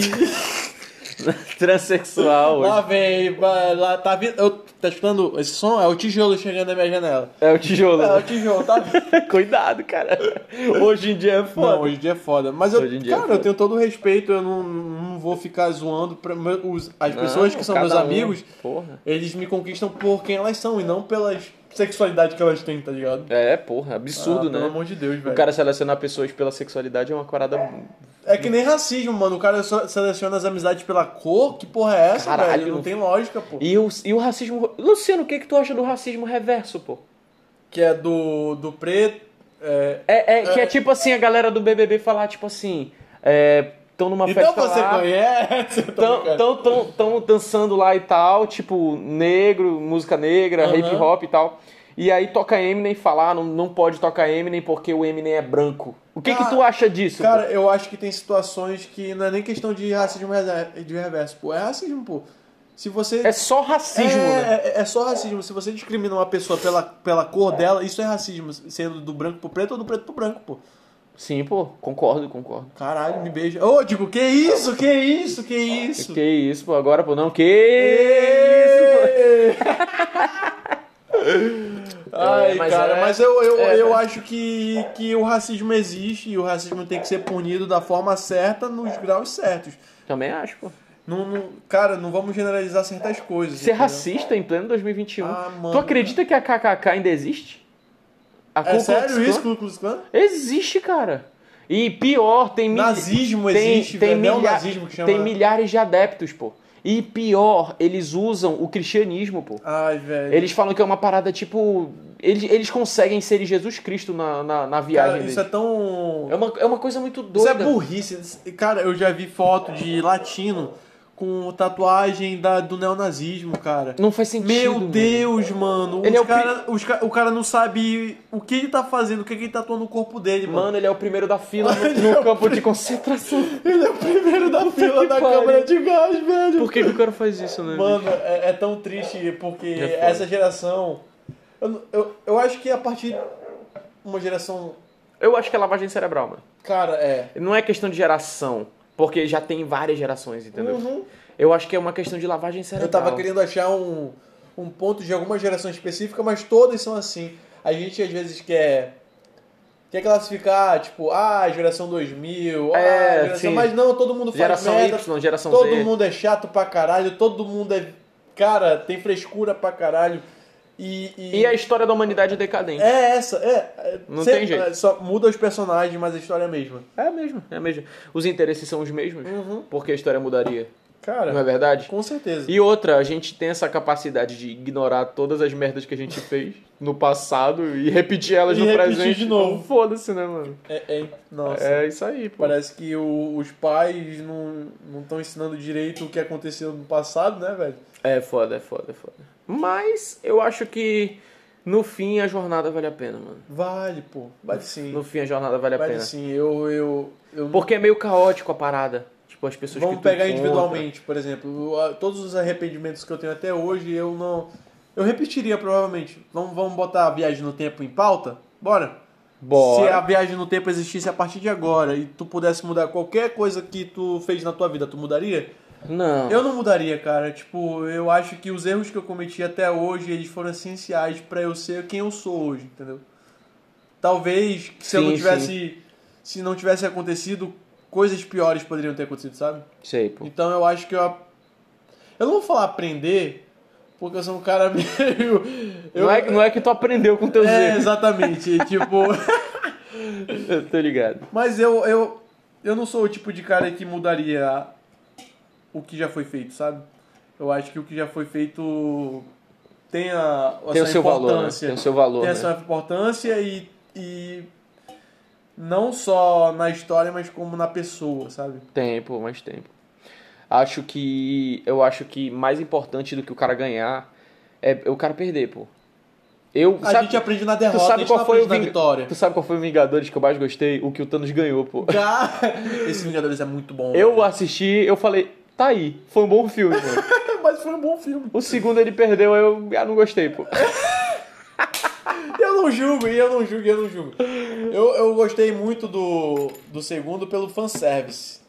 Speaker 1: Transsexual.
Speaker 2: lá vem, vai, lá tá vindo. Eu, tá escutando esse som? É o tijolo chegando na minha janela.
Speaker 1: É o tijolo.
Speaker 2: É o tijolo, tá vindo.
Speaker 1: Cuidado, cara. Hoje em dia é foda.
Speaker 2: Não, hoje em dia é foda. Mas eu,
Speaker 1: Hoje em dia é
Speaker 2: cara, eu
Speaker 1: foda.
Speaker 2: tenho todo o respeito, eu não, não vou ficar zoando pra, meu- os- as pessoas
Speaker 1: Não,
Speaker 2: que são
Speaker 1: cada
Speaker 2: meus
Speaker 1: um.
Speaker 2: amigos.
Speaker 1: Porra.
Speaker 2: Eles me conquistam por quem elas são e não pelas sexualidade que elas têm, tá ligado?
Speaker 1: É, porra, absurdo,
Speaker 2: Ah,
Speaker 1: né?
Speaker 2: Pelo amor de Deus, velho.
Speaker 1: O cara selecionar pessoas pela sexualidade é uma parada.
Speaker 2: É que nem racismo, mano. O cara só seleciona as amizades pela cor. Que porra é essa,
Speaker 1: Caralho,
Speaker 2: velho? Não,
Speaker 1: não-
Speaker 2: tem lógica, pô.
Speaker 1: E o, e o racismo. Luciano, o que, que tu acha do racismo reverso, pô?
Speaker 2: Que é do, do preto. É...
Speaker 1: É, é, que é tipo assim, a galera do BBB falar, tipo assim. É, tão numa
Speaker 2: Então
Speaker 1: festa
Speaker 2: você
Speaker 1: lá, Então,
Speaker 2: conhece? Tô
Speaker 1: Tão,
Speaker 2: brincando.
Speaker 1: tão, tão, tão dançando lá e tal, tipo, negro, música negra,
Speaker 2: Aham.
Speaker 1: hip hop e tal. E aí toca Eminem e fala, ah, não, não pode tocar Eminem porque o Eminem é branco. O que
Speaker 2: Cara-
Speaker 1: que tu acha disso?
Speaker 2: Cara, eu acho que tem situações que não é nem questão de racismo reser- de reverso, pô. É racismo, pô. Se você.
Speaker 1: pô? É só racismo,
Speaker 2: é,
Speaker 1: né?
Speaker 2: é- é só racismo. Se você discrimina uma pessoa pela, pela cor dela, isso é racismo. Sendo do branco pro preto ou do preto pro branco, pô.
Speaker 1: Sim, pô, concordo, concordo.
Speaker 2: Caralho, me beija. Ô, digo, que isso, que isso, que isso.
Speaker 1: Que isso, pô, agora, pô, não, que isso, pô.
Speaker 2: Ai,
Speaker 1: É, mas
Speaker 2: cara,
Speaker 1: é-
Speaker 2: mas eu, eu,
Speaker 1: é,
Speaker 2: eu
Speaker 1: né?
Speaker 2: acho que, que o racismo existe e o racismo tem que ser punido da forma certa, nos graus certos.
Speaker 1: Também acho, pô.
Speaker 2: Não, não- cara, não vamos generalizar certas coisas.
Speaker 1: Ser
Speaker 2: entendeu?
Speaker 1: racista em pleno 2021.
Speaker 2: é Ah, mano.
Speaker 1: é tu acredita que a KKK ainda existe? A
Speaker 2: É
Speaker 1: Ku Klux
Speaker 2: sério
Speaker 1: Klan?
Speaker 2: isso, Ku Klux Klan?
Speaker 1: Existe, cara. E pior, tem mil-
Speaker 2: Nazismo
Speaker 1: tem,
Speaker 2: existe,
Speaker 1: tem,
Speaker 2: velho. É o
Speaker 1: milha-
Speaker 2: nazismo que chama.
Speaker 1: tem milhares de adeptos, pô. E pior, eles usam o cristianismo, pô.
Speaker 2: Ai, velho.
Speaker 1: Eles falam que é uma parada tipo. Eles, eles conseguem inserir Jesus Cristo na, na, na viagem.
Speaker 2: Cara, isso é
Speaker 1: deles.
Speaker 2: tão.
Speaker 1: É, uma, é uma coisa muito
Speaker 2: Isso é
Speaker 1: doida.
Speaker 2: burrice. Cara, eu já vi foto de latino com tatuagem da, do neonazismo, cara.
Speaker 1: Não faz sentido.
Speaker 2: Meu
Speaker 1: mano.
Speaker 2: Deus, mano.
Speaker 1: Ele é
Speaker 2: os
Speaker 1: o
Speaker 2: cara, os ca- o cara não sabe o que ele tá fazendo, o que, que ele tatuou no corpo dele, mano.
Speaker 1: Mano, ele é o primeiro da fila
Speaker 2: é
Speaker 1: no, no campo de concentração.
Speaker 2: Ele é o primeiro da fila
Speaker 1: que
Speaker 2: da
Speaker 1: pariu.
Speaker 2: câmara de gás, velho.
Speaker 1: Por que, que o cara faz isso, né?
Speaker 2: Mano, é, é tão triste porque
Speaker 1: É foda.
Speaker 2: essa geração. Eu, não- eu, eu acho que a partir. Uma geração.
Speaker 1: Eu acho que é lavagem cerebral, mano.
Speaker 2: Cara, é.
Speaker 1: Não é questão de geração, porque já tem várias gerações, entendeu?
Speaker 2: Uhum.
Speaker 1: Eu acho que é uma questão de lavagem cerebral.
Speaker 2: Eu tava querendo achar um, um ponto de alguma geração específica, mas todas são assim. A gente às vezes quer, quer classificar, tipo, ah, geração 2000,
Speaker 1: É,
Speaker 2: ah, geração...
Speaker 1: sim.
Speaker 2: Mas não, todo mundo faz
Speaker 1: Geração
Speaker 2: merda,
Speaker 1: Y, geração
Speaker 2: todo
Speaker 1: Z.
Speaker 2: mundo é chato pra caralho, todo mundo é... Cara, tem frescura pra caralho. E, e-
Speaker 1: E a história da humanidade é decadente.
Speaker 2: É essa, é. é,
Speaker 1: Não
Speaker 2: sempre-
Speaker 1: tem jeito.
Speaker 2: Só muda os personagens, mas a história é a mesma.
Speaker 1: É mesmo, é mesmo. Os interesses são os mesmos,
Speaker 2: Uhum.
Speaker 1: porque a história mudaria.
Speaker 2: Cara,
Speaker 1: Não é verdade?
Speaker 2: com certeza.
Speaker 1: E outra, a gente tem essa capacidade de ignorar todas as merdas que a gente fez no passado e repetir elas
Speaker 2: E
Speaker 1: no
Speaker 2: repetir
Speaker 1: presente.
Speaker 2: de novo.
Speaker 1: Então, Foda-se, né, mano?
Speaker 2: É, é- nossa.
Speaker 1: É isso aí, pô.
Speaker 2: Parece que o- os pais não estão ensinando direito o que aconteceu no passado, né, velho?
Speaker 1: É foda, é foda, é foda. Mas eu acho que no fim a jornada vale a pena, mano.
Speaker 2: Vale, pô. Vale sim.
Speaker 1: No fim a jornada vale a
Speaker 2: vale
Speaker 1: pena.
Speaker 2: sim. Eu. eu, eu
Speaker 1: Porque é meio caótico a parada. Tipo, as pessoas
Speaker 2: Vamos
Speaker 1: que tu
Speaker 2: pegar
Speaker 1: encontra.
Speaker 2: individualmente, por exemplo. o- a- Todos os arrependimentos que eu tenho até hoje, eu não. Eu repetiria provavelmente. Vamos, vamos botar a viagem no tempo em pauta? Bora?
Speaker 1: Bora.
Speaker 2: Se a viagem no tempo existisse a partir de agora e tu pudesse mudar qualquer coisa que tu fez na tua vida, tu mudaria?
Speaker 1: Não.
Speaker 2: Eu não mudaria, cara. Tipo, eu acho que os erros que eu cometi até hoje, eles foram essenciais pra eu ser quem eu sou hoje, entendeu? Talvez se eu não
Speaker 1: Sim,
Speaker 2: tivesse se não tivesse acontecido, coisas piores poderiam ter acontecido, sabe?
Speaker 1: Sei, pô.
Speaker 2: Então eu acho que eu a- eu não vou falar aprender, porque eu sou um cara meio eu
Speaker 1: Não, é, não é que tu aprendeu com teus
Speaker 2: é,
Speaker 1: erros.
Speaker 2: exatamente, tipo
Speaker 1: Eu tô ligado.
Speaker 2: Mas eu, eu, eu não sou o tipo de cara que mudaria o que já foi feito, sabe? Eu acho que o que já foi feito tem a, a
Speaker 1: Tem o
Speaker 2: sua
Speaker 1: seu valor, né?
Speaker 2: importância.
Speaker 1: Tem o seu valor,
Speaker 2: Tem a
Speaker 1: né?
Speaker 2: sua importância e, e não só na história, mas como na pessoa, sabe?
Speaker 1: Tempo, mais tempo. Acho que. Eu acho que mais importante do que o cara ganhar é o cara perder, pô. Eu.
Speaker 2: A gente aprende na
Speaker 1: tu
Speaker 2: derrota, a
Speaker 1: sabe
Speaker 2: gente
Speaker 1: qual
Speaker 2: não
Speaker 1: foi o
Speaker 2: aprende na
Speaker 1: Ving-
Speaker 2: vitória.
Speaker 1: Tu sabe qual foi o Vingadores que eu mais gostei? O que o Thanos ganhou, pô.
Speaker 2: Cara, Ah, esse Vingadores é muito bom.
Speaker 1: Eu assisti, eu falei, tá aí, foi um bom filme, mano.
Speaker 2: Mas foi um bom filme.
Speaker 1: O segundo ele perdeu, aí eu ah, não gostei, pô.
Speaker 2: Eu não julgo, e eu não julgo, e eu não julgo. Eu, eu gostei muito do, do segundo pelo fanservice.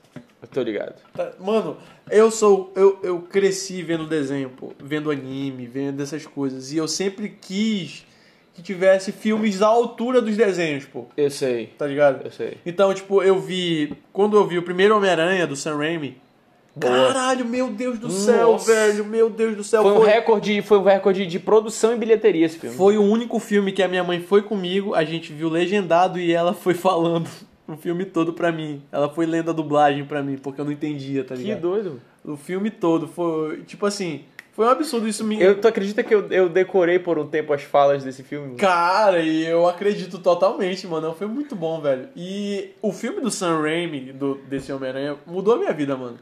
Speaker 1: Eu tô ligado.
Speaker 2: Tá- Mano, eu sou. Eu, eu cresci vendo desenho, pô, vendo anime, vendo essas coisas. E eu sempre quis que tivesse filmes à altura dos desenhos, pô.
Speaker 1: Eu sei,
Speaker 2: Tá ligado?
Speaker 1: eu sei.
Speaker 2: Então, tipo, eu vi. Quando eu vi o primeiro Homem-Aranha do Sam Raimi.
Speaker 1: Boa.
Speaker 2: Caralho, meu Deus do céu,
Speaker 1: Nossa.
Speaker 2: velho. Meu Deus do céu.
Speaker 1: Foi um
Speaker 2: foi-
Speaker 1: recorde, foi um recorde de produção e bilheteria esse filme.
Speaker 2: Foi o único filme que a minha mãe foi comigo, a gente viu legendado e ela foi falando o filme todo pra mim. Ela foi lendo a dublagem pra mim, porque eu não entendia, tá
Speaker 1: Que
Speaker 2: ligado?
Speaker 1: doido.
Speaker 2: O filme todo foi, tipo assim, foi um absurdo isso me
Speaker 1: Eu, tu acredita que eu, eu decorei por um tempo as falas desse filme?
Speaker 2: Cara, e eu acredito totalmente, mano. É um filme muito bom, velho. E o filme do Sam Raimi, do, desse Homem-Aranha, mudou a minha vida, mano.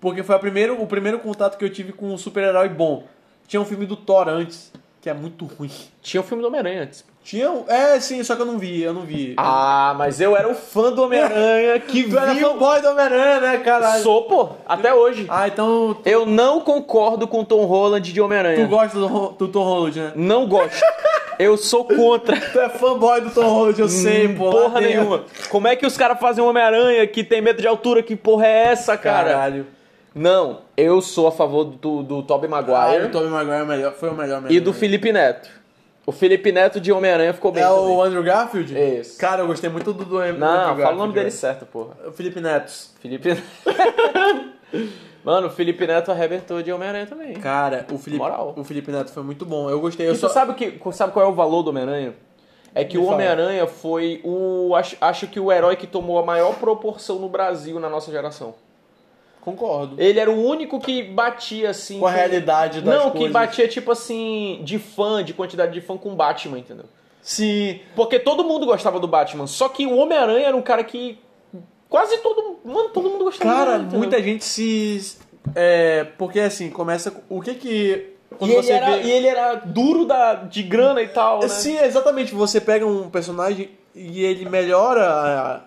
Speaker 2: Porque foi a primeiro, o primeiro contato que eu tive com um super-herói bom. Tinha um filme do Thor antes, que é muito ruim.
Speaker 1: Tinha o filme do Homem-Aranha antes.
Speaker 2: Tinha um... É, sim, só que eu não vi, eu não vi.
Speaker 1: Ah, mas eu era um fã do Homem-Aranha que
Speaker 2: Tu era
Speaker 1: viu...
Speaker 2: fanboy do Homem-Aranha, né, caralho?
Speaker 1: Sou, pô, até hoje.
Speaker 2: Ah, então
Speaker 1: Eu não concordo com o Tom Holland de
Speaker 2: tu
Speaker 1: Homem-Aranha.
Speaker 2: gosta do, Ro- do Tom Holland, né?
Speaker 1: Não gosto. eu sou contra. Hum,
Speaker 2: Tu é fanboy do Tom Holland, eu sei, pô. lá
Speaker 1: porra
Speaker 2: dentro.
Speaker 1: nenhuma. Como é que os caras fazem um Homem-Aranha que tem medo de altura? Que porra é essa, cara?
Speaker 2: Caralho.
Speaker 1: Não, eu sou a favor do, do Tobey
Speaker 2: Caralho, o
Speaker 1: Maguire
Speaker 2: Tobey Maguire é o melhor, foi o melhor mesmo.
Speaker 1: e do Felipe Neto. O Felipe Neto de Homem-Aranha ficou bem.
Speaker 2: É
Speaker 1: também.
Speaker 2: o Andrew Garfield?
Speaker 1: Isso.
Speaker 2: Cara, eu gostei muito do, do Andrew
Speaker 1: Não,
Speaker 2: Garfield.
Speaker 1: fala o nome dele
Speaker 2: velho.
Speaker 1: certo, porra.
Speaker 2: O Felipe Neto.
Speaker 1: Felipe Mano, o Felipe Neto arrebentou de Homem-Aranha também.
Speaker 2: Cara, o Felipe,
Speaker 1: Moral.
Speaker 2: o Felipe Neto foi muito bom. Eu gostei. Eu
Speaker 1: E
Speaker 2: só...
Speaker 1: tu sabe, que, sabe qual é o valor do Homem-Aranha? É que
Speaker 2: Me
Speaker 1: o
Speaker 2: fala.
Speaker 1: Homem-Aranha foi o. Acho, acho que o herói que tomou a maior proporção no Brasil na nossa geração.
Speaker 2: Concordo.
Speaker 1: Ele era o único que batia assim.
Speaker 2: Com a realidade das
Speaker 1: Não, que
Speaker 2: coisas.
Speaker 1: batia tipo assim, de fã, de quantidade de fã com Batman, entendeu?
Speaker 2: Sim.
Speaker 1: Porque todo mundo gostava do Batman, só que o Homem-Aranha era um cara que quase todo, mano, todo mundo gostava
Speaker 2: Cara,
Speaker 1: dele, entendeu?
Speaker 2: muita gente se... É, porque assim, começa... com- O que que... Quando
Speaker 1: e,
Speaker 2: você
Speaker 1: ele era,
Speaker 2: vê...
Speaker 1: e ele era duro da, de grana e tal, né?
Speaker 2: É, Sim, exatamente. Você pega um personagem e ele melhora a,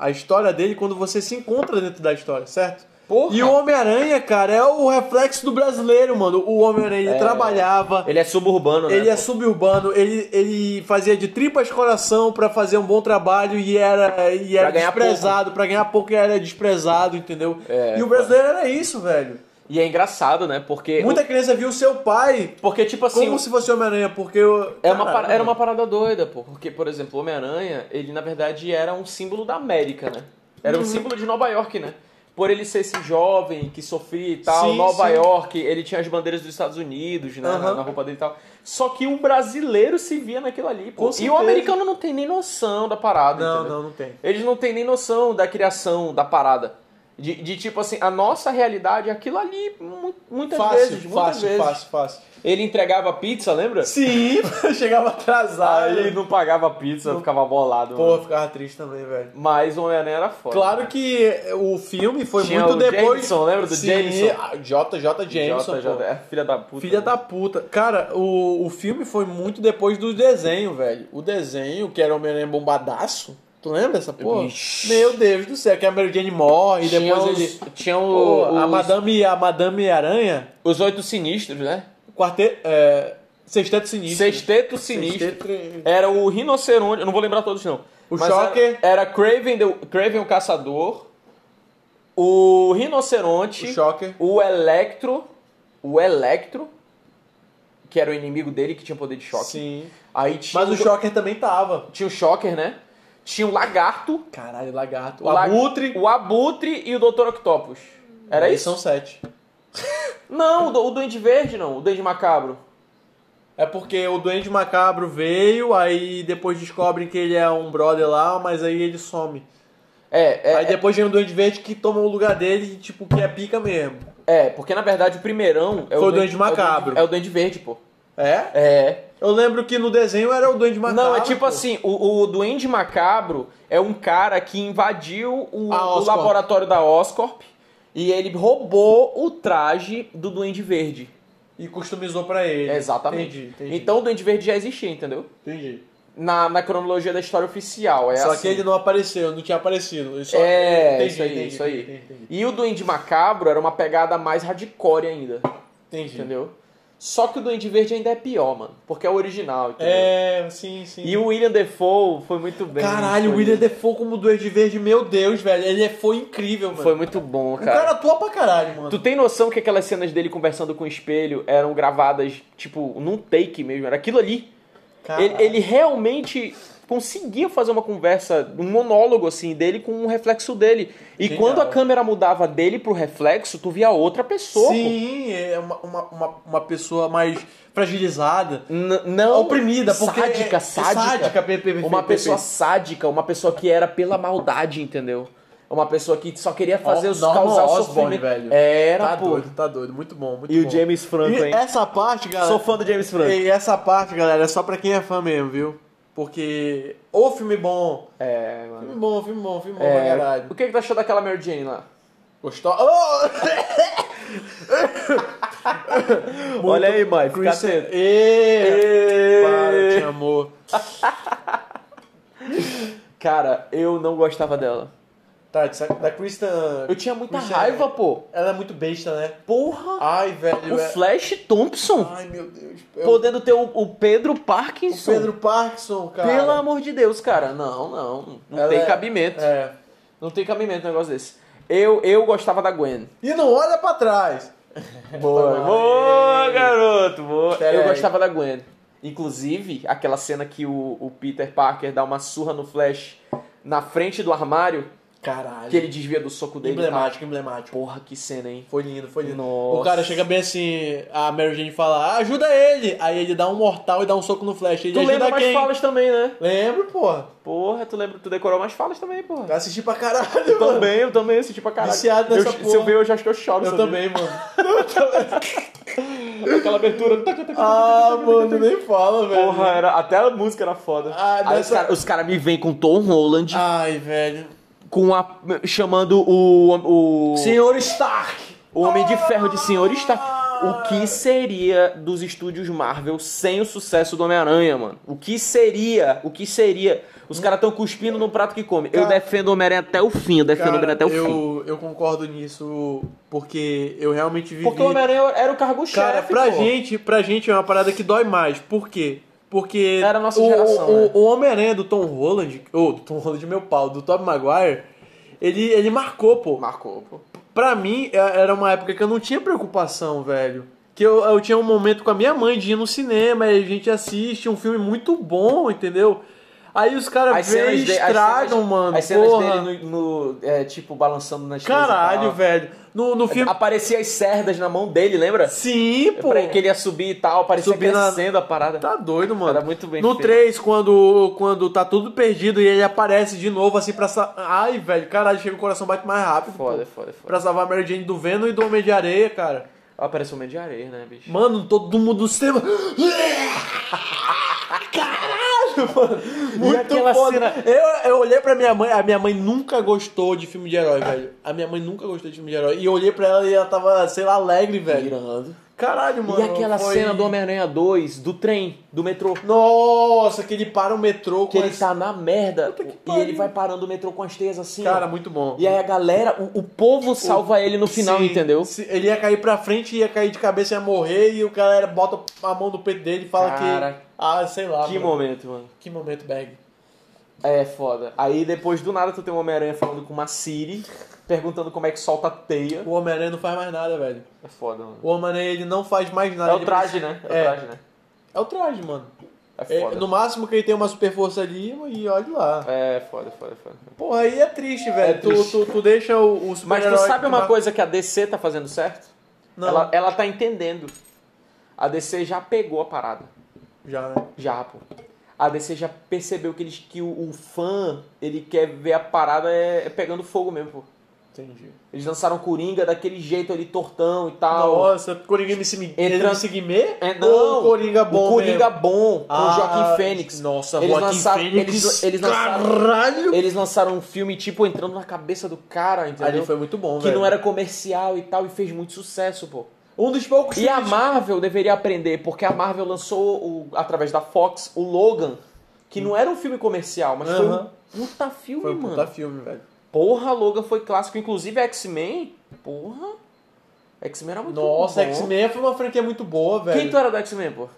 Speaker 2: a, a história dele quando você se encontra dentro da história, certo?
Speaker 1: Porra.
Speaker 2: E o Homem-Aranha, cara, é o reflexo do brasileiro, mano. O Homem-Aranha, ele trabalhava,
Speaker 1: Ele é suburbano, né?
Speaker 2: ele é
Speaker 1: pô?
Speaker 2: suburbano, ele, ele fazia de tripas coração pra fazer um bom trabalho e era, e era
Speaker 1: ganhar
Speaker 2: desprezado, pra ganhar pouco e era desprezado, entendeu?
Speaker 1: É,
Speaker 2: e o brasileiro era isso, velho.
Speaker 1: E é engraçado, né? Porque.
Speaker 2: Muita criança viu seu pai
Speaker 1: Porque, tipo assim.
Speaker 2: como se fosse Homem-Aranha, porque eu...
Speaker 1: É uma
Speaker 2: Caralho.
Speaker 1: par- Era uma parada doida, pô. Porque, por exemplo, o Homem-Aranha, ele na verdade era um símbolo da América, né? Era
Speaker 2: Uhum.
Speaker 1: um símbolo de Nova York, né? Por ele ser esse jovem que sofria e tal,
Speaker 2: Sim,
Speaker 1: Nova
Speaker 2: sim.
Speaker 1: York, ele tinha as bandeiras dos Estados Unidos, né? na,
Speaker 2: Aham.
Speaker 1: na roupa dele e tal. Só que o brasileiro se via naquilo ali, pô.
Speaker 2: Com
Speaker 1: e
Speaker 2: certeza.
Speaker 1: o americano não tem nem noção da parada, né?
Speaker 2: Não,
Speaker 1: entendeu?
Speaker 2: não, não tem.
Speaker 1: Eles não têm nem noção da criação da parada. De, de tipo assim, a nossa realidade é aquilo ali, mu- muitas
Speaker 2: Fácil,
Speaker 1: vezes, muitas
Speaker 2: fácil,
Speaker 1: vezes.
Speaker 2: fácil, fácil.
Speaker 1: Ele entregava pizza, lembra?
Speaker 2: Sim, chegava atrasado.
Speaker 1: Aí não pagava pizza, eu ficava bolado.
Speaker 2: Pô, eu
Speaker 1: mano.
Speaker 2: ficava triste também, velho.
Speaker 1: Mas o Homem-Aranha era foda. né?
Speaker 2: Claro que o filme foi
Speaker 1: Tinha
Speaker 2: muito
Speaker 1: o
Speaker 2: depois.
Speaker 1: Jameson, lembra do
Speaker 2: Sim,
Speaker 1: Jameson?
Speaker 2: ah, JJ Jameson.
Speaker 1: Jota, Jota,
Speaker 2: pô.
Speaker 1: é filha da puta.
Speaker 2: Filha
Speaker 1: né?
Speaker 2: da puta. Cara, o, o filme foi muito depois do desenho, velho. O desenho, que era o Homem-Aranha bombadaço. Tu lembra dessa porra?
Speaker 1: Ixi.
Speaker 2: Meu Deus do céu, que a Mary Jane morre e
Speaker 1: Tinha
Speaker 2: depois
Speaker 1: os,
Speaker 2: ele.
Speaker 1: tinha o-
Speaker 2: Pô, a,
Speaker 1: os,
Speaker 2: Madame, a Madame Aranha,
Speaker 1: os oito sinistros, né?
Speaker 2: quarteto. É, Sexteto Sinistro.
Speaker 1: Sexteto sinistro.
Speaker 2: Sexteto-
Speaker 1: Era o rinoceronte, eu não vou lembrar todos não.
Speaker 2: O
Speaker 1: Mas
Speaker 2: Shocker.
Speaker 1: Era, era Craven, the- Craven o caçador, o rinoceronte,
Speaker 2: O Shocker.
Speaker 1: o Electro, o Electro, que era o inimigo dele que tinha poder de choque.
Speaker 2: Sim.
Speaker 1: Aí tinha um
Speaker 2: Mas o Shocker também tava.
Speaker 1: Tinha o Shocker, né? Tinha o Lagarto.
Speaker 2: Caralho, lagarto. O,
Speaker 1: la-
Speaker 2: abutre.
Speaker 1: O Abutre e o Dr. Octopus. Era
Speaker 2: Aí
Speaker 1: isso?
Speaker 2: São sete.
Speaker 1: Não, o, do- o Duende Verde não. O Duende Macabro.
Speaker 2: É porque o Duende Macabro veio, aí depois descobrem que ele é um brother lá, mas aí ele some.
Speaker 1: É, é,
Speaker 2: aí depois vem o Duende Verde que toma o lugar dele e, tipo, que é pica mesmo.
Speaker 1: é, porque na verdade o primeirão... É
Speaker 2: Foi o
Speaker 1: Duende-
Speaker 2: Duende Macabro.
Speaker 1: É o Duende, é o Duende Verde, pô.
Speaker 2: É?
Speaker 1: É.
Speaker 2: Eu lembro que no desenho era o Duende Macabro.
Speaker 1: não, é tipo
Speaker 2: pô.
Speaker 1: assim, o, o Duende Macabro é um cara que invadiu o,
Speaker 2: A
Speaker 1: o
Speaker 2: Oscorp.
Speaker 1: laboratório da Oscorp e ele roubou o traje do Duende Verde.
Speaker 2: E customizou pra ele.
Speaker 1: Exatamente.
Speaker 2: Entendi, entendi.
Speaker 1: Então o Duende Verde já existia, entendeu?
Speaker 2: Entendi.
Speaker 1: Na, na cronologia da história oficial. É
Speaker 2: só
Speaker 1: assim.
Speaker 2: que ele não apareceu, não tinha aparecido. Ele só-
Speaker 1: É,
Speaker 2: Entendi,
Speaker 1: isso aí,
Speaker 2: entendi,
Speaker 1: isso aí.
Speaker 2: Entendi, entendi.
Speaker 1: E o Duende Macabro era uma pegada mais hardcore ainda,
Speaker 2: Entendi.
Speaker 1: entendeu? Só que o Duende Verde ainda é pior, mano, porque é o original, entendeu?
Speaker 2: É, sim, sim.
Speaker 1: E o William Defoe foi muito bem.
Speaker 2: Caralho, o
Speaker 1: foi-
Speaker 2: William Defoe como Duende Verde, meu Deus, velho. Ele é- foi incrível, mano.
Speaker 1: Foi muito bom,
Speaker 2: O
Speaker 1: cara.
Speaker 2: cara atua pra caralho, mano.
Speaker 1: Tu tem noção que aquelas cenas dele conversando com o espelho eram gravadas, tipo, num take mesmo, era aquilo ali.
Speaker 2: Caralho.
Speaker 1: Ele, ele realmente conseguia fazer uma conversa, um monólogo, assim, dele com um reflexo dele. E
Speaker 2: Genial.
Speaker 1: quando a câmera mudava dele pro reflexo, tu via outra pessoa. pô.
Speaker 2: Sim, é uma, uma, uma, uma pessoa mais fragilizada.
Speaker 1: N- não
Speaker 2: Oprimida, porque
Speaker 1: sádica,
Speaker 2: é-
Speaker 1: sádica,
Speaker 2: sádica, pe- pe- pe-
Speaker 1: uma
Speaker 2: pe-
Speaker 1: pessoa
Speaker 2: pe-
Speaker 1: sádica, uma pessoa que era pela maldade, entendeu? Uma pessoa que só queria fazer os
Speaker 2: Norman
Speaker 1: causar
Speaker 2: Osborn,
Speaker 1: sofrimento.
Speaker 2: velho.
Speaker 1: Era,
Speaker 2: tá
Speaker 1: pô.
Speaker 2: doido, tá doido. Muito bom, muito
Speaker 1: E é,
Speaker 2: bom.
Speaker 1: o James Franco,
Speaker 2: E
Speaker 1: hein?
Speaker 2: essa parte, galera...
Speaker 1: Sou fã do James Franco.
Speaker 2: E essa parte, galera, é só pra quem é fã mesmo, viu? Porque... Ô, filme bom.
Speaker 1: É, mano.
Speaker 2: Filme bom, filme bom, filme bom pra
Speaker 1: É,
Speaker 2: caralho.
Speaker 1: o que, que tu achou daquela Mary Jane lá?
Speaker 2: Gostou? Ô!
Speaker 1: Olha aí, mãe, fica
Speaker 2: Christian-
Speaker 1: atento.
Speaker 2: Ê, Para, te amor.
Speaker 1: Cara, eu não gostava dela.
Speaker 2: Tá, dessa- da Kristen...
Speaker 1: Eu tinha muita
Speaker 2: Christian-
Speaker 1: raiva, pô.
Speaker 2: Ela é muito besta, né?
Speaker 1: Porra!
Speaker 2: Ai, velho.
Speaker 1: o
Speaker 2: é-
Speaker 1: Flash Thompson
Speaker 2: Ai, meu Deus. Eu-
Speaker 1: podendo ter o, o Pedro
Speaker 2: O
Speaker 1: Parkinson.
Speaker 2: Pedro Parkinson, cara.
Speaker 1: Pelo amor de Deus, cara. Não, não. Não
Speaker 2: Ela
Speaker 1: tem
Speaker 2: é-
Speaker 1: cabimento.
Speaker 2: É.
Speaker 1: Não tem cabimento um negócio desse. Eu, eu gostava da Gwen.
Speaker 2: E não olha pra trás.
Speaker 1: Boa, boa, garoto, boa.
Speaker 2: Pera
Speaker 1: eu
Speaker 2: aí.
Speaker 1: gostava da Gwen. Inclusive, aquela cena que o, o Peter Parker dá uma surra no Flash na frente do armário,
Speaker 2: Caralho.
Speaker 1: que ele desvia do soco dele. e tal.
Speaker 2: Emblemático, emblemático.
Speaker 1: Porra, que cena, hein?
Speaker 2: Foi lindo, foi lindo.
Speaker 1: Nossa.
Speaker 2: O cara chega bem assim, a Mary Jane fala, ajuda ele. Aí ele dá um mortal e dá um soco no flash. Ele
Speaker 1: Tu
Speaker 2: ajuda
Speaker 1: lembra mais
Speaker 2: quem?
Speaker 1: falas também, né?
Speaker 2: Lembro, porra.
Speaker 1: Porra, tu lembra, tu decorou mais falas também, porra.
Speaker 2: Eu assisti pra caralho,
Speaker 1: Eu
Speaker 2: mano.
Speaker 1: também, eu também assisti pra caralho.
Speaker 2: Tá Viciado
Speaker 1: eu,
Speaker 2: nessa
Speaker 1: Se eu
Speaker 2: porra.
Speaker 1: ver, eu já acho que eu choro.
Speaker 2: Eu
Speaker 1: sabia?
Speaker 2: também, mano.
Speaker 1: Aquela abertura. taca, taca,
Speaker 2: Ah, mano, nem fala, velho.
Speaker 1: Porra, era, até a música era foda.
Speaker 2: Ah,
Speaker 1: Aí os
Speaker 2: dessa-
Speaker 1: cara- os caras me vêm com Tom Holland,
Speaker 2: Ai, velho.
Speaker 1: com a, chamando o, o,
Speaker 2: Senhor Stark.
Speaker 1: o Homem de Ferro de Senhor Stark.
Speaker 2: Ah,
Speaker 1: O que seria dos estúdios Marvel sem o sucesso do Homem-Aranha, mano? O que seria? O que seria? Os caras tão cuspindo no prato que come. Eu
Speaker 2: Cara-
Speaker 1: defendo o Homem-Aranha até o fim, eu defendo o Homem-Aranha até o fim.
Speaker 2: eu, eu concordo nisso porque eu realmente vivi...
Speaker 1: Porque o Homem-Aranha era o
Speaker 2: Cara,
Speaker 1: cargo-chefe,
Speaker 2: pra
Speaker 1: pô.
Speaker 2: gente, pra gente é uma parada que dói mais. Por quê? Porque
Speaker 1: Era a nossa
Speaker 2: o,
Speaker 1: geração,
Speaker 2: o,
Speaker 1: né?
Speaker 2: o Homem-Aranha do Tom Holland, ou do Tom Holland, meu pau, do Tobey Maguire, ele, ele marcou, pô.
Speaker 1: Marcou, pô.
Speaker 2: Pra mim, é- era uma época que eu não tinha preocupação, velho. Que eu, eu tinha um momento com a minha mãe de ir no cinema, e a gente assiste um filme muito bom, entendeu? Aí os caras vêm e
Speaker 1: de- as
Speaker 2: estragam,
Speaker 1: cenas-
Speaker 2: mano.
Speaker 1: As cenas
Speaker 2: porra.
Speaker 1: dele no, no, é, tipo, balançando nas coisas e
Speaker 2: Caralho,
Speaker 1: tal. É
Speaker 2: velho. No, no filme.
Speaker 1: Aparecia as cerdas na mão dele, lembra?
Speaker 2: Sim, pô.
Speaker 1: é Pra que ele ia subir e tal, parecia
Speaker 2: Subir na-
Speaker 1: crescendo a parada.
Speaker 2: Tá doido, mano.
Speaker 1: Era muito bem
Speaker 2: No
Speaker 1: feito.
Speaker 2: 3, quando, quando tá tudo perdido e ele aparece de novo, assim, pra. Sa... Ai, velho, caralho, chega o coração bate mais rápido.
Speaker 1: Foda,
Speaker 2: pô.
Speaker 1: foda, foda.
Speaker 2: Pra salvar a Mary Jane do Venom e do Homem de Areia, cara.
Speaker 1: Ó, Apareceu o meio de areia, né, bicho?
Speaker 2: Mano, todo mundo no cinema. Caralho, mano.
Speaker 1: E
Speaker 2: Muito
Speaker 1: aquela
Speaker 2: foda.
Speaker 1: cena-
Speaker 2: Eu, eu olhei pra minha mãe, a minha mãe nunca gostou de filme de herói, velho. A minha mãe nunca gostou de filme de herói. E eu olhei pra ela e ela tava, sei lá, alegre, velho.
Speaker 1: Mirando.
Speaker 2: Caralho, mano.
Speaker 1: E aquela
Speaker 2: foi-
Speaker 1: cena do Homem-Aranha 2, do trem, do metrô.
Speaker 2: Nossa, que ele para o metrô
Speaker 1: Que
Speaker 2: com
Speaker 1: ele
Speaker 2: as-
Speaker 1: tá na merda
Speaker 2: Puta que
Speaker 1: e
Speaker 2: pariu.
Speaker 1: ele vai parando o metrô com as teias assim.
Speaker 2: Cara,
Speaker 1: ó.
Speaker 2: muito bom.
Speaker 1: E aí a galera, o, o povo salva ele no final,
Speaker 2: Sim,
Speaker 1: entendeu?
Speaker 2: se- Ele ia cair pra frente, ia cair de cabeça, ia morrer, e o cara bota a mão no peito dele e fala
Speaker 1: Cara,
Speaker 2: que. Ah, sei lá.
Speaker 1: que
Speaker 2: mano.
Speaker 1: momento, mano.
Speaker 2: Que momento, bag.
Speaker 1: É foda. Aí depois do nada tu tem o Homem-Aranha falando com uma Siri, perguntando como é que solta a teia.
Speaker 2: O Homem-Aranha não faz mais nada, velho.
Speaker 1: É foda, mano.
Speaker 2: O Homem-Aranha ele não faz mais nada.
Speaker 1: É o
Speaker 2: ele
Speaker 1: traje,
Speaker 2: precisa-
Speaker 1: né? É o traje, né?
Speaker 2: É o traje, mano.
Speaker 1: É
Speaker 2: É,
Speaker 1: foda.
Speaker 2: no máximo que ele tem uma super força ali e olha lá.
Speaker 1: É foda, foda, foda.
Speaker 2: Porra, aí é triste, velho. tu,
Speaker 1: triste.
Speaker 2: Tu, tu deixa o, o
Speaker 1: Mas
Speaker 2: super-herói.
Speaker 1: tu sabe
Speaker 2: que
Speaker 1: uma
Speaker 2: mar-
Speaker 1: coisa que a DC tá fazendo certo?
Speaker 2: Não,
Speaker 1: Ela, ela tá entendendo. A DC já pegou a parada.
Speaker 2: já, né?
Speaker 1: Já, pô. A DC já percebeu que, eles, que o, o fã, ele quer ver a parada é, é pegando fogo mesmo, pô.
Speaker 2: Entendi.
Speaker 1: Eles lançaram Coringa daquele jeito ali, tortão e tal.
Speaker 2: Nossa, Coringa me seguir.
Speaker 1: Ah, Entra-
Speaker 2: Entra... Ele
Speaker 1: É, não.
Speaker 2: O Coringa bom.
Speaker 1: O Coringa
Speaker 2: mesmo?
Speaker 1: bom, com o
Speaker 2: Ah,
Speaker 1: Joaquim Fênix.
Speaker 2: Nossa,
Speaker 1: Eles
Speaker 2: Joaquim
Speaker 1: lançaram-
Speaker 2: Fênix.
Speaker 1: eles- eles lançaram-
Speaker 2: Caralho!
Speaker 1: Eles lançaram um filme, tipo, entrando na cabeça do cara, entendeu?
Speaker 2: Ali foi muito bom,
Speaker 1: que
Speaker 2: velho.
Speaker 1: não era comercial e tal, e fez muito sucesso, pô.
Speaker 2: Um dos poucos
Speaker 1: E a
Speaker 2: filmes-
Speaker 1: Marvel deveria aprender, porque a Marvel lançou, o- através da Fox, o Logan, que não era um filme comercial, mas foi um
Speaker 2: Hum. Aham.
Speaker 1: puta filme,
Speaker 2: Foi um
Speaker 1: mano.
Speaker 2: puta filme, velho.
Speaker 1: Porra, Logan foi clássico. Inclusive, X-Men, porra. X-Men era muito
Speaker 2: Nossa,
Speaker 1: bom.
Speaker 2: X-Men foi uma franquia muito boa, velho.
Speaker 1: Quem tu era do X-Men, pô?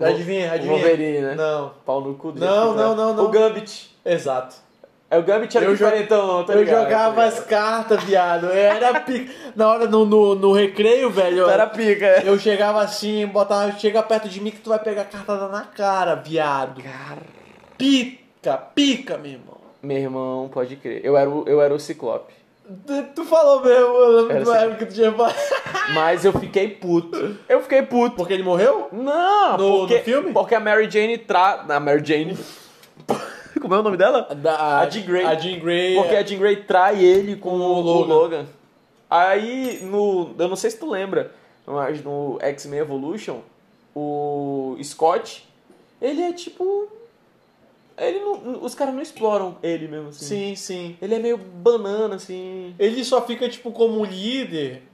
Speaker 2: Adivinha,
Speaker 1: O
Speaker 2: adivinha.
Speaker 1: Wolverine, né?
Speaker 2: Não.
Speaker 1: Pau no cu dele.
Speaker 2: Não, não, não, não.
Speaker 1: O Gambit.
Speaker 2: Exato.
Speaker 1: É, o Gambit era
Speaker 2: Eu jo-
Speaker 1: diferentão, não, tá
Speaker 2: eu
Speaker 1: ligado?
Speaker 2: jogava as cartas, viado. Eu era pica. Na hora, no, no, no recreio, velho.
Speaker 1: Era pica, é.
Speaker 2: Eu chegava assim, botava, chega perto de mim que tu vai pegar cartada na cara, viado. Pica, pica, meu irmão.
Speaker 1: Meu irmão, pode crer. Eu era o, eu era o Ciclope.
Speaker 2: Tu, tu falou mesmo, eu lembro
Speaker 1: Era
Speaker 2: do
Speaker 1: assim.
Speaker 2: época que tu tinha falado.
Speaker 1: Mas eu fiquei puto. Eu fiquei puto.
Speaker 2: Porque ele morreu?
Speaker 1: Não,
Speaker 2: No-
Speaker 1: porque,
Speaker 2: no filme?
Speaker 1: porque a Mary Jane tra... A Mary Jane... Como é o nome dela?
Speaker 2: Da,
Speaker 1: A Jean Grey.
Speaker 2: A Jean Grey. é.
Speaker 1: Porque a Jean Grey trai ele com
Speaker 2: o
Speaker 1: o
Speaker 2: Logan.
Speaker 1: Logan. Aí, no... Eu não sei se tu lembra, mas no X-Men Evolution, o Scott, ele é tipo... Ele não... Os caras não exploram ele mesmo, assim.
Speaker 2: Sim, sim.
Speaker 1: Ele é meio banana, assim...
Speaker 2: Ele só fica, tipo, como líder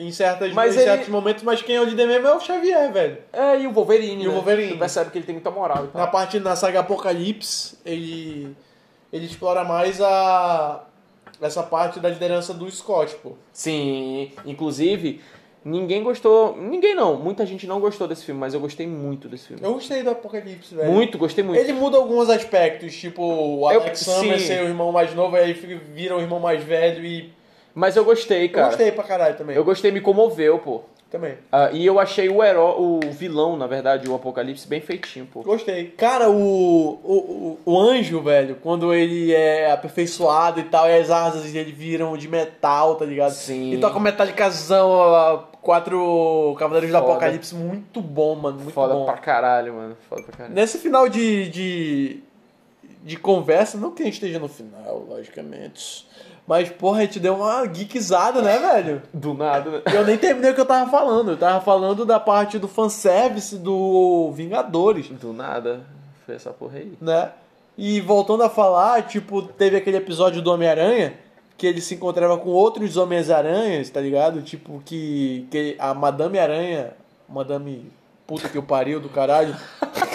Speaker 2: em, certas,
Speaker 1: Mas
Speaker 2: em
Speaker 1: ele-
Speaker 2: certos momentos, mas quem é o líder mesmo é o Xavier, velho.
Speaker 1: É, e o Wolverine,
Speaker 2: E o
Speaker 1: né?
Speaker 2: Wolverine.
Speaker 1: Tu percebe que ele tem muita moral e
Speaker 2: Na
Speaker 1: tal.
Speaker 2: parte, na saga Apocalipse, ele, ele explora mais a essa parte da liderança do Scott, pô.
Speaker 1: Sim, inclusive, ninguém gostou... Ninguém não, muita gente não gostou desse filme, mas eu gostei muito desse filme.
Speaker 2: Eu gostei do Apocalipse, velho.
Speaker 1: Muito, gostei muito.
Speaker 2: Ele muda alguns aspectos, tipo, o
Speaker 1: Eu-
Speaker 2: Alex Summer
Speaker 1: sim.
Speaker 2: ser o irmão mais novo, aí fica- vira o irmão mais velho e...
Speaker 1: Mas eu gostei, cara.
Speaker 2: Eu gostei pra caralho também.
Speaker 1: Eu gostei, me comoveu, pô.
Speaker 2: Também.
Speaker 1: Ah, e eu achei o herói, o vilão, na verdade, o Apocalipse, bem feitinho, pô.
Speaker 2: Gostei. Cara, o, o, o, o anjo, velho, quando ele é aperfeiçoado e tal, e as asas dele viram de metal, tá ligado?
Speaker 1: Sim.
Speaker 2: E toca metálicazão, ó, quatro Cavaleiros do
Speaker 1: Foda.
Speaker 2: Apocalipse, muito bom, mano, muito
Speaker 1: Foda
Speaker 2: bom.
Speaker 1: pra caralho, mano. Foda pra caralho.
Speaker 2: Nesse final de, de, de conversa, não que a gente esteja no final, logicamente, mas, porra, a gente deu uma geekizada, né, velho?
Speaker 1: Do nada, né?
Speaker 2: Eu nem terminei o que eu tava falando, eu tava falando da parte do fanservice do Vingadores.
Speaker 1: Do nada. Foi essa porra aí.
Speaker 2: né? E voltando a falar, tipo, teve aquele episódio do Homem-Aranha que ele se encontrava com outros Homens-Aranhas, tá ligado? Tipo, que, que a Madame Aranha, Madame puta que o pariu do caralho,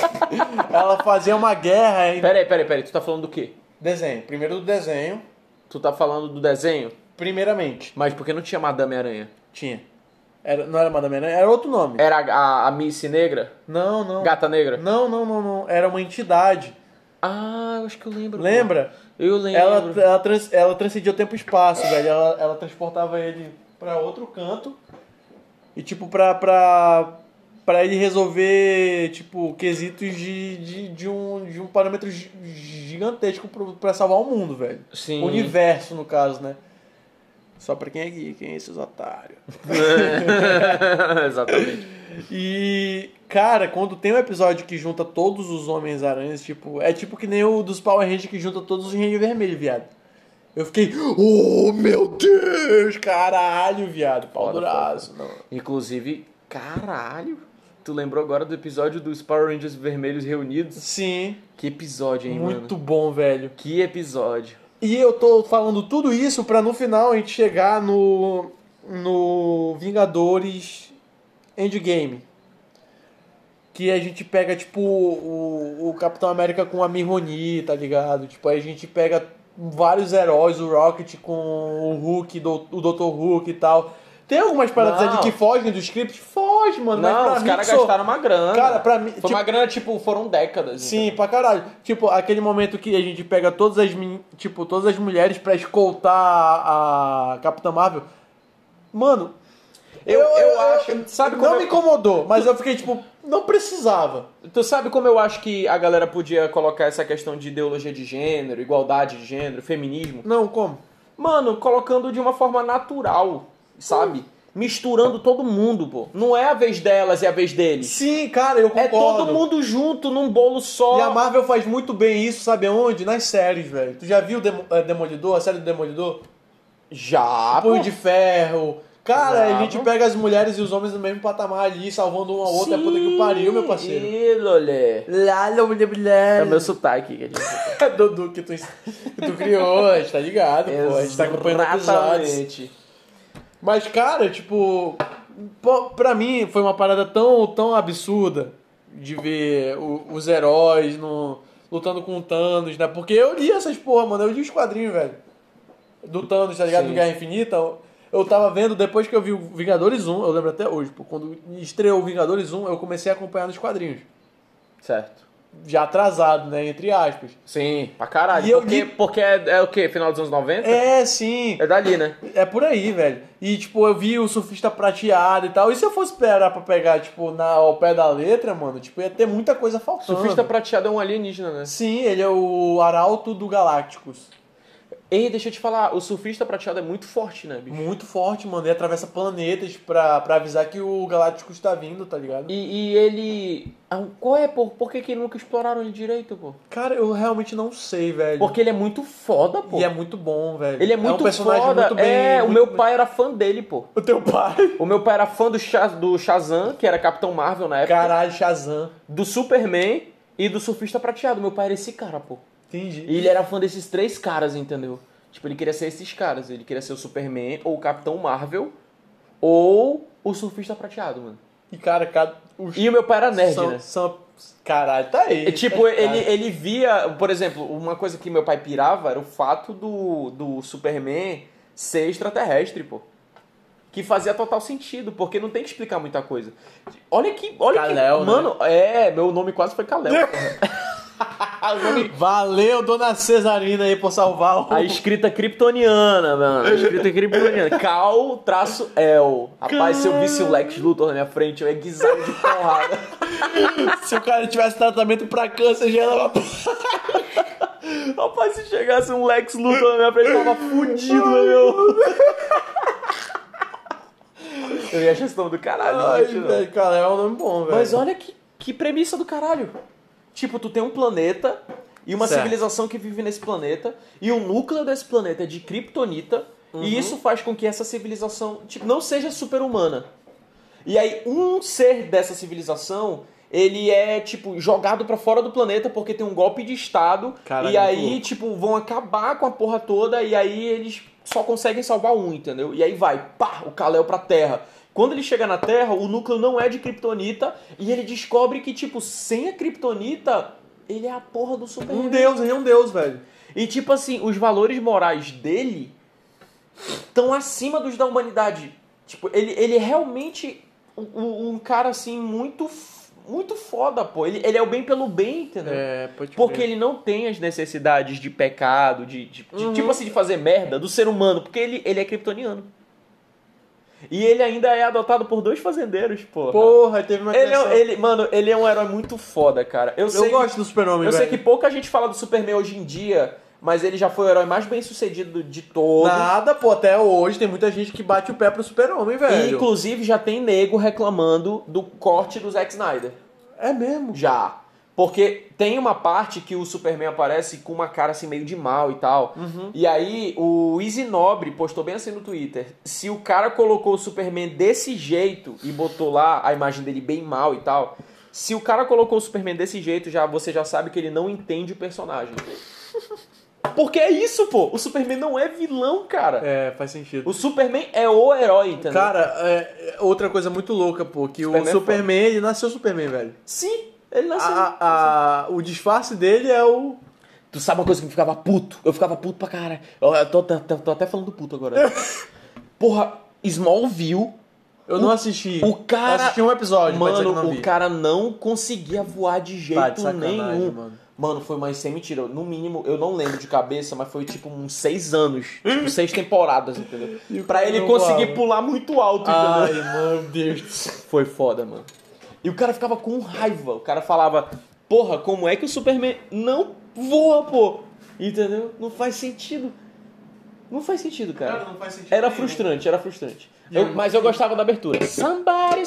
Speaker 2: ela fazia uma guerra em
Speaker 1: Peraí, peraí, peraí. Tu tá falando do quê?
Speaker 2: desenho. Primeiro do desenho,
Speaker 1: Tu tá falando do desenho?
Speaker 2: primeiramente,
Speaker 1: Mas por que não tinha Madame Aranha?
Speaker 2: tinha. Era, não era Madame Aranha, era outro nome.
Speaker 1: Era a, a, a Missy Negra?
Speaker 2: Não, não.
Speaker 1: É. Gata Negra?
Speaker 2: Não, não, não, não. Era uma entidade
Speaker 4: Ah, eu acho que eu lembro.
Speaker 2: Lembra?
Speaker 4: Eu lembro.
Speaker 2: Ela, tá- ela, trans, ela transcendia o tempo e espaço, velho. Ela, ela transportava ele pra outro canto e, tipo, pra, pra, pra ele resolver, tipo, quesitos de, de, de, um, de um parâmetro gi- gigantesco pro- pra salvar o mundo, velho.
Speaker 4: Sim.
Speaker 2: O universo, no caso, né? Só pra quem é geek, quem é esses otários.
Speaker 4: Exatamente.
Speaker 2: E, cara, quando tem um episódio que junta todos os Homens-Aranhas, tipo, é tipo que nem o dos Power Rangers que junta todos os Rangers Vermelhos, viado. Eu fiquei, oh meu Deus, caralho, viado, pau
Speaker 4: Foda,
Speaker 2: duraço. Não.
Speaker 4: Inclusive, caralho. Tu lembrou agora do episódio dos Power Rangers Vermelhos Reunidos?
Speaker 2: Sim,
Speaker 4: Que episódio, hein, mano?
Speaker 2: muito bom, velho.
Speaker 4: Que episódio.
Speaker 2: E eu tô falando tudo isso pra no final a gente chegar no, no Vingadores Endgame. Que a gente pega, tipo, o, o Capitão América com a Mihoni, tá ligado? Tipo, aí a gente pega vários heróis, o Rocket com o Hulk, do- o Dr. Hulk e tal. Tem algumas paradas
Speaker 4: Não.
Speaker 2: ali que fogem do script? Foge, mano. mas
Speaker 1: Não,
Speaker 2: pra
Speaker 1: os
Speaker 2: mim
Speaker 1: caras
Speaker 2: que sou-
Speaker 1: gastaram uma grana.
Speaker 2: Cara, pra mim...
Speaker 1: Foi
Speaker 2: tipo,
Speaker 1: uma grana, tipo, foram décadas.
Speaker 2: Sim, pra caralho. Tipo, aquele momento que a gente pega todas as, meni- tipo, todas as mulheres pra escoltar a a Capitã Marvel. Mano,
Speaker 1: Eu- eu acho- sabe como
Speaker 2: não
Speaker 1: eu-
Speaker 2: me incomodou, mas eu fiquei tipo, não precisava.
Speaker 1: Tu sabe como eu acho que a galera podia colocar essa questão de ideologia de gênero, igualdade de gênero, feminismo?
Speaker 2: Não, como?
Speaker 1: Mano, colocando de uma forma natural, sabe? Misturando todo mundo, pô. Não é a vez delas, é a vez deles.
Speaker 2: Sim, cara, eu
Speaker 1: É
Speaker 2: concordo.
Speaker 1: todo mundo junto num bolo só.
Speaker 2: E a Marvel faz muito bem isso, sabe aonde? Nas séries, velho. Tu já viu Demo- eh, Demolidor, a série do Demolidor?
Speaker 1: Já, pô.
Speaker 2: Punho de Ferro. Cara,
Speaker 1: Bravo.
Speaker 2: a gente pega as mulheres e os homens no mesmo patamar ali, salvando um ao outro, é puta que pariu, meu parceiro.
Speaker 1: Ih, lolé. É
Speaker 2: É
Speaker 1: o meu sotaque. que a gente-
Speaker 2: Dudu que tu, que tu criou, a gente tá ligado, pô. A gente tá acompanhando episódios.
Speaker 1: Exatamente.
Speaker 2: Mas, cara, tipo, pô, pra mim foi uma parada tão, tão absurda de ver o- os heróis no, lutando com o Thanos, né? Porque eu li essas porra, mano. Eu li os quadrinhos, velho. Do Thanos, tá ligado? Do Guerra Infinita. Eu tava vendo, depois que eu vi o Vingadores 1, eu lembro até hoje, pô, quando estreou o Vingadores 1, eu comecei a acompanhar nos quadrinhos.
Speaker 1: Certo.
Speaker 2: Já atrasado, né? Entre aspas.
Speaker 1: Sim, pra caralho.
Speaker 2: E eu
Speaker 1: porque
Speaker 2: li-
Speaker 1: porque é, é o quê? Final dos anos 90?
Speaker 2: É, sim.
Speaker 1: É dali, né?
Speaker 2: É por aí, velho. E, tipo, eu vi o surfista prateado e tal. E se eu fosse esperar pra pegar, tipo, na, ao pé da letra, mano, tipo, ia ter muita coisa faltando.
Speaker 1: Surfista prateado é um alienígena, né?
Speaker 2: Sim, ele é o arauto do Galácticos.
Speaker 1: Ei, deixa eu te falar, o surfista prateado é muito forte, né, bicho?
Speaker 2: Muito forte, mano. Ele atravessa planetas pra, pra avisar que o Galácticos tá vindo, tá ligado?
Speaker 1: E, e ele. Ah, Qual é, pô? Por que, que nunca exploraram ele direito, pô?
Speaker 2: Cara, eu realmente não sei, velho.
Speaker 1: Porque ele é muito foda, pô.
Speaker 2: E é muito bom, velho.
Speaker 1: Ele é muito
Speaker 2: um personagem
Speaker 1: foda.
Speaker 2: muito bem...
Speaker 1: é, o
Speaker 2: muito
Speaker 1: meu
Speaker 2: bem-
Speaker 1: pai era fã dele, pô.
Speaker 2: O teu pai.
Speaker 1: O meu pai era fã do, Shaz do Shazam, que era Capitão Marvel na época,
Speaker 2: Caralho, Shazam.
Speaker 1: do Superman e do Surfista Prateado. Meu pai era esse cara, pô.
Speaker 2: Entendi.
Speaker 1: E ele é era fã desses três caras, entendeu? Tipo, ele queria ser esses caras. Ele queria ser o Superman, ou o Capitão Marvel, ou o Surfista Prateado, mano.
Speaker 2: E, cara, cada... os-
Speaker 1: E o meu pai era nerd,
Speaker 2: são,
Speaker 1: né?
Speaker 2: são- Caralho, tá aí.
Speaker 1: É, tipo,
Speaker 2: tá aí,
Speaker 1: ele, ele via, por exemplo, uma coisa que meu pai pirava era o fato do, do Superman ser extraterrestre, pô. Que fazia total sentido, porque não tem que explicar muita coisa. Olha que. Olha
Speaker 2: Kal-El,
Speaker 1: que
Speaker 2: né?
Speaker 1: mano, é, meu nome quase foi Kalel.
Speaker 2: Valeu, dona Cesarina, aí, por salvar o.
Speaker 1: A escrita kryptoniana, mano. A escrita kryptoniana. Cal traço L. Rapaz, se eu visse o Lex Luthor na minha frente, eu ia guisar de porrada.
Speaker 2: Se o cara tivesse tratamento pra câncer, já era uma p-
Speaker 1: Rapaz, se chegasse um Lex Luthor na minha frente, eu tava fudido, né, meu. Eu ia achar esse nome do caralho, não
Speaker 2: Ai,
Speaker 1: acho, não.
Speaker 2: velho, cara, é um nome bom, velho.
Speaker 1: Mas olha que, que premissa do caralho. Tipo, tu tem um planeta e uma
Speaker 2: Certo.
Speaker 1: civilização que vive nesse planeta, e o núcleo desse planeta é de kryptonita,
Speaker 2: Uhum.
Speaker 1: e isso faz com que essa civilização tipo, não seja super-humana. E aí, um ser dessa civilização, ele é, tipo, jogado pra fora do planeta porque tem um golpe de Estado.
Speaker 2: Caralho,
Speaker 1: e aí,
Speaker 2: muito
Speaker 1: tipo, vão acabar com a porra toda e aí eles só conseguem salvar um, entendeu? E aí vai, pá, o Kalel pra Terra. Quando ele chega na Terra, o núcleo não é de kryptonita e ele descobre que, tipo, sem a kryptonita, ele é a porra do super
Speaker 2: Um deus, ele é um deus, velho.
Speaker 1: e tipo assim, os valores morais dele estão acima dos da humanidade. Tipo, ele, ele é realmente um, um- um cara assim muito f- muito foda, pô. Ele, ele é o bem pelo bem, entendeu?
Speaker 2: É, pode
Speaker 1: Porque
Speaker 2: crer.
Speaker 1: ele não tem as necessidades de pecado, de, de- de-
Speaker 2: Uhum.
Speaker 1: tipo assim, de fazer merda do ser humano, porque ele, ele é kryptoniano. E ele ainda é adotado por dois fazendeiros, pô.
Speaker 2: Porra, teve uma
Speaker 1: Ele, é, um-
Speaker 2: canção.
Speaker 1: ele, mano, ele é um herói muito foda, cara. Eu,
Speaker 2: é Eu
Speaker 1: sei,
Speaker 2: gosto do super-homem,
Speaker 1: eu sei
Speaker 2: velho.
Speaker 1: que pouca gente fala do Superman hoje em dia, mas ele já foi o herói mais bem sucedido de todos.
Speaker 2: Nada, pô, até hoje tem muita gente que bate o pé pro super-homem,
Speaker 1: E,
Speaker 2: velho.
Speaker 1: inclusive, já tem nego reclamando do corte do Zack Snyder.
Speaker 2: É mesmo.
Speaker 1: Já. Porque tem uma parte que o Superman aparece com uma cara assim meio de mal e tal.
Speaker 2: Uhum.
Speaker 1: E aí o Easy Nobre postou bem assim no Twitter. Se o cara colocou o Superman desse jeito e botou lá a imagem dele bem mal e tal. Se o cara colocou o Superman desse jeito, já você já sabe que ele não entende o personagem. Porque é isso, pô. O Superman não é vilão, cara.
Speaker 2: É, faz sentido.
Speaker 1: O Superman é o herói, entendeu?
Speaker 2: Cara, é, é outra coisa muito louca, pô, que
Speaker 1: Superman é
Speaker 2: o Superman, ele nasceu Superman, velho.
Speaker 1: Sim, ele nasceu.
Speaker 2: A- a- o disfarce dele é o.
Speaker 1: Tu sabe uma coisa que me ficava puto? Eu ficava puto pra cara. Eu, eu tô, tô- tô- tô até falando puto agora. Porra, Smallville,
Speaker 2: Eu
Speaker 1: O-
Speaker 2: não assisti.
Speaker 1: o cara-
Speaker 2: Eu assisti um episódio, mas eu não
Speaker 1: mano,
Speaker 2: vi.
Speaker 1: o cara não conseguia voar de jeito
Speaker 2: Tá de sacanagem,
Speaker 1: nenhum.
Speaker 2: mano.
Speaker 1: Mano, foi mais sem mentira. No mínimo, eu não lembro de cabeça, mas foi tipo uns seis anos. tipo, seis temporadas, entendeu?
Speaker 2: E o
Speaker 1: Pra
Speaker 2: cara
Speaker 1: ele
Speaker 2: não
Speaker 1: conseguir
Speaker 2: voava. Ah, é.
Speaker 1: pular muito alto, entendeu?
Speaker 2: Ai, meu Deus.
Speaker 1: Foi foda, mano. E o cara ficava com raiva. O cara falava, porra, como é que o Superman não voa, pô? Entendeu? Não faz sentido. Não faz sentido, cara.
Speaker 2: não faz sentido.
Speaker 1: Era frustrante, era frustrante. Eu-
Speaker 2: Eu-
Speaker 1: mas eu gostava da abertura. Somebody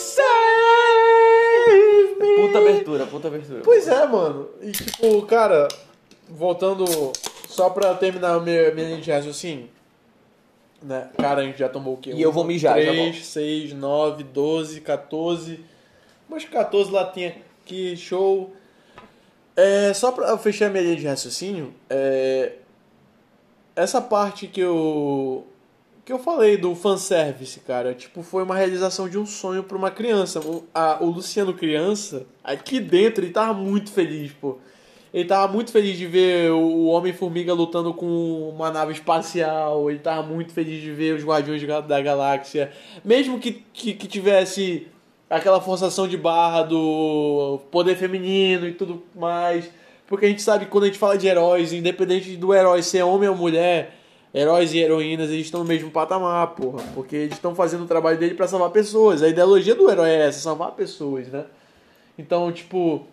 Speaker 1: save me. Puta abertura, puta abertura.
Speaker 2: Pois é, mano. E tipo, cara, voltando só pra terminar a minha, minha linha de raciocínio. Né? Cara, a gente já tomou o quê?
Speaker 1: E eu vou mijar, já
Speaker 2: 3, 6, 9, 12, 14. Umas 14 latinhas aqui, show. É, só pra eu fechar a minha linha de raciocínio, é, essa parte que eu que eu falei do fanservice, cara, tipo, foi uma realização de um sonho pra uma criança. O, a- o Luciano criança, aqui dentro, ele tava muito feliz, pô. Ele tava muito feliz de ver o Homem-Formiga lutando com uma nave espacial, ele tava muito feliz de ver os Guardiões da da Galáxia. Mesmo que, que, que tivesse aquela forçação de barra do poder feminino e tudo mais. Porque a gente sabe que quando a gente fala de heróis, independente do herói ser homem ou mulher, heróis e heroínas, eles estão no mesmo patamar, porra. Porque eles estão fazendo o trabalho dele pra salvar pessoas. A ideologia do herói é essa, salvar pessoas, né? Então, tipo,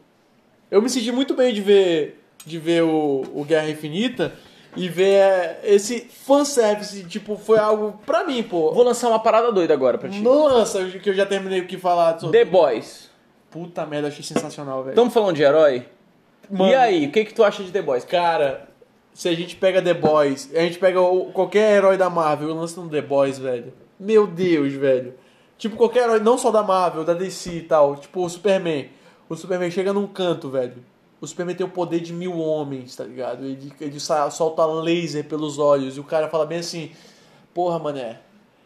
Speaker 2: eu me senti muito bem de ver de ver o, o Guerra Infinita e ver é, esse fanservice, tipo, foi algo pra mim, pô.
Speaker 1: Vou lançar uma parada doida agora pra ti.
Speaker 2: Não lança, que eu já terminei o que falar sobre.
Speaker 1: The Boys.
Speaker 2: Puta merda, achei sensacional, velho.
Speaker 1: Estamos falando de herói?
Speaker 2: Mano.
Speaker 1: E aí, o que, que tu acha de The Boys?
Speaker 2: Cara, se a gente pega The Boys, a gente pega o- qualquer herói da Marvel e lança no The Boys, velho. Meu Deus, velho. Tipo, qualquer herói, não só da Marvel, da DC e tal. Tipo, o Superman. O Superman chega num canto, velho. O Superman tem o poder de mil homens, tá ligado? Ele, ele sa- solta laser pelos olhos. E o cara fala bem assim: Porra, mané.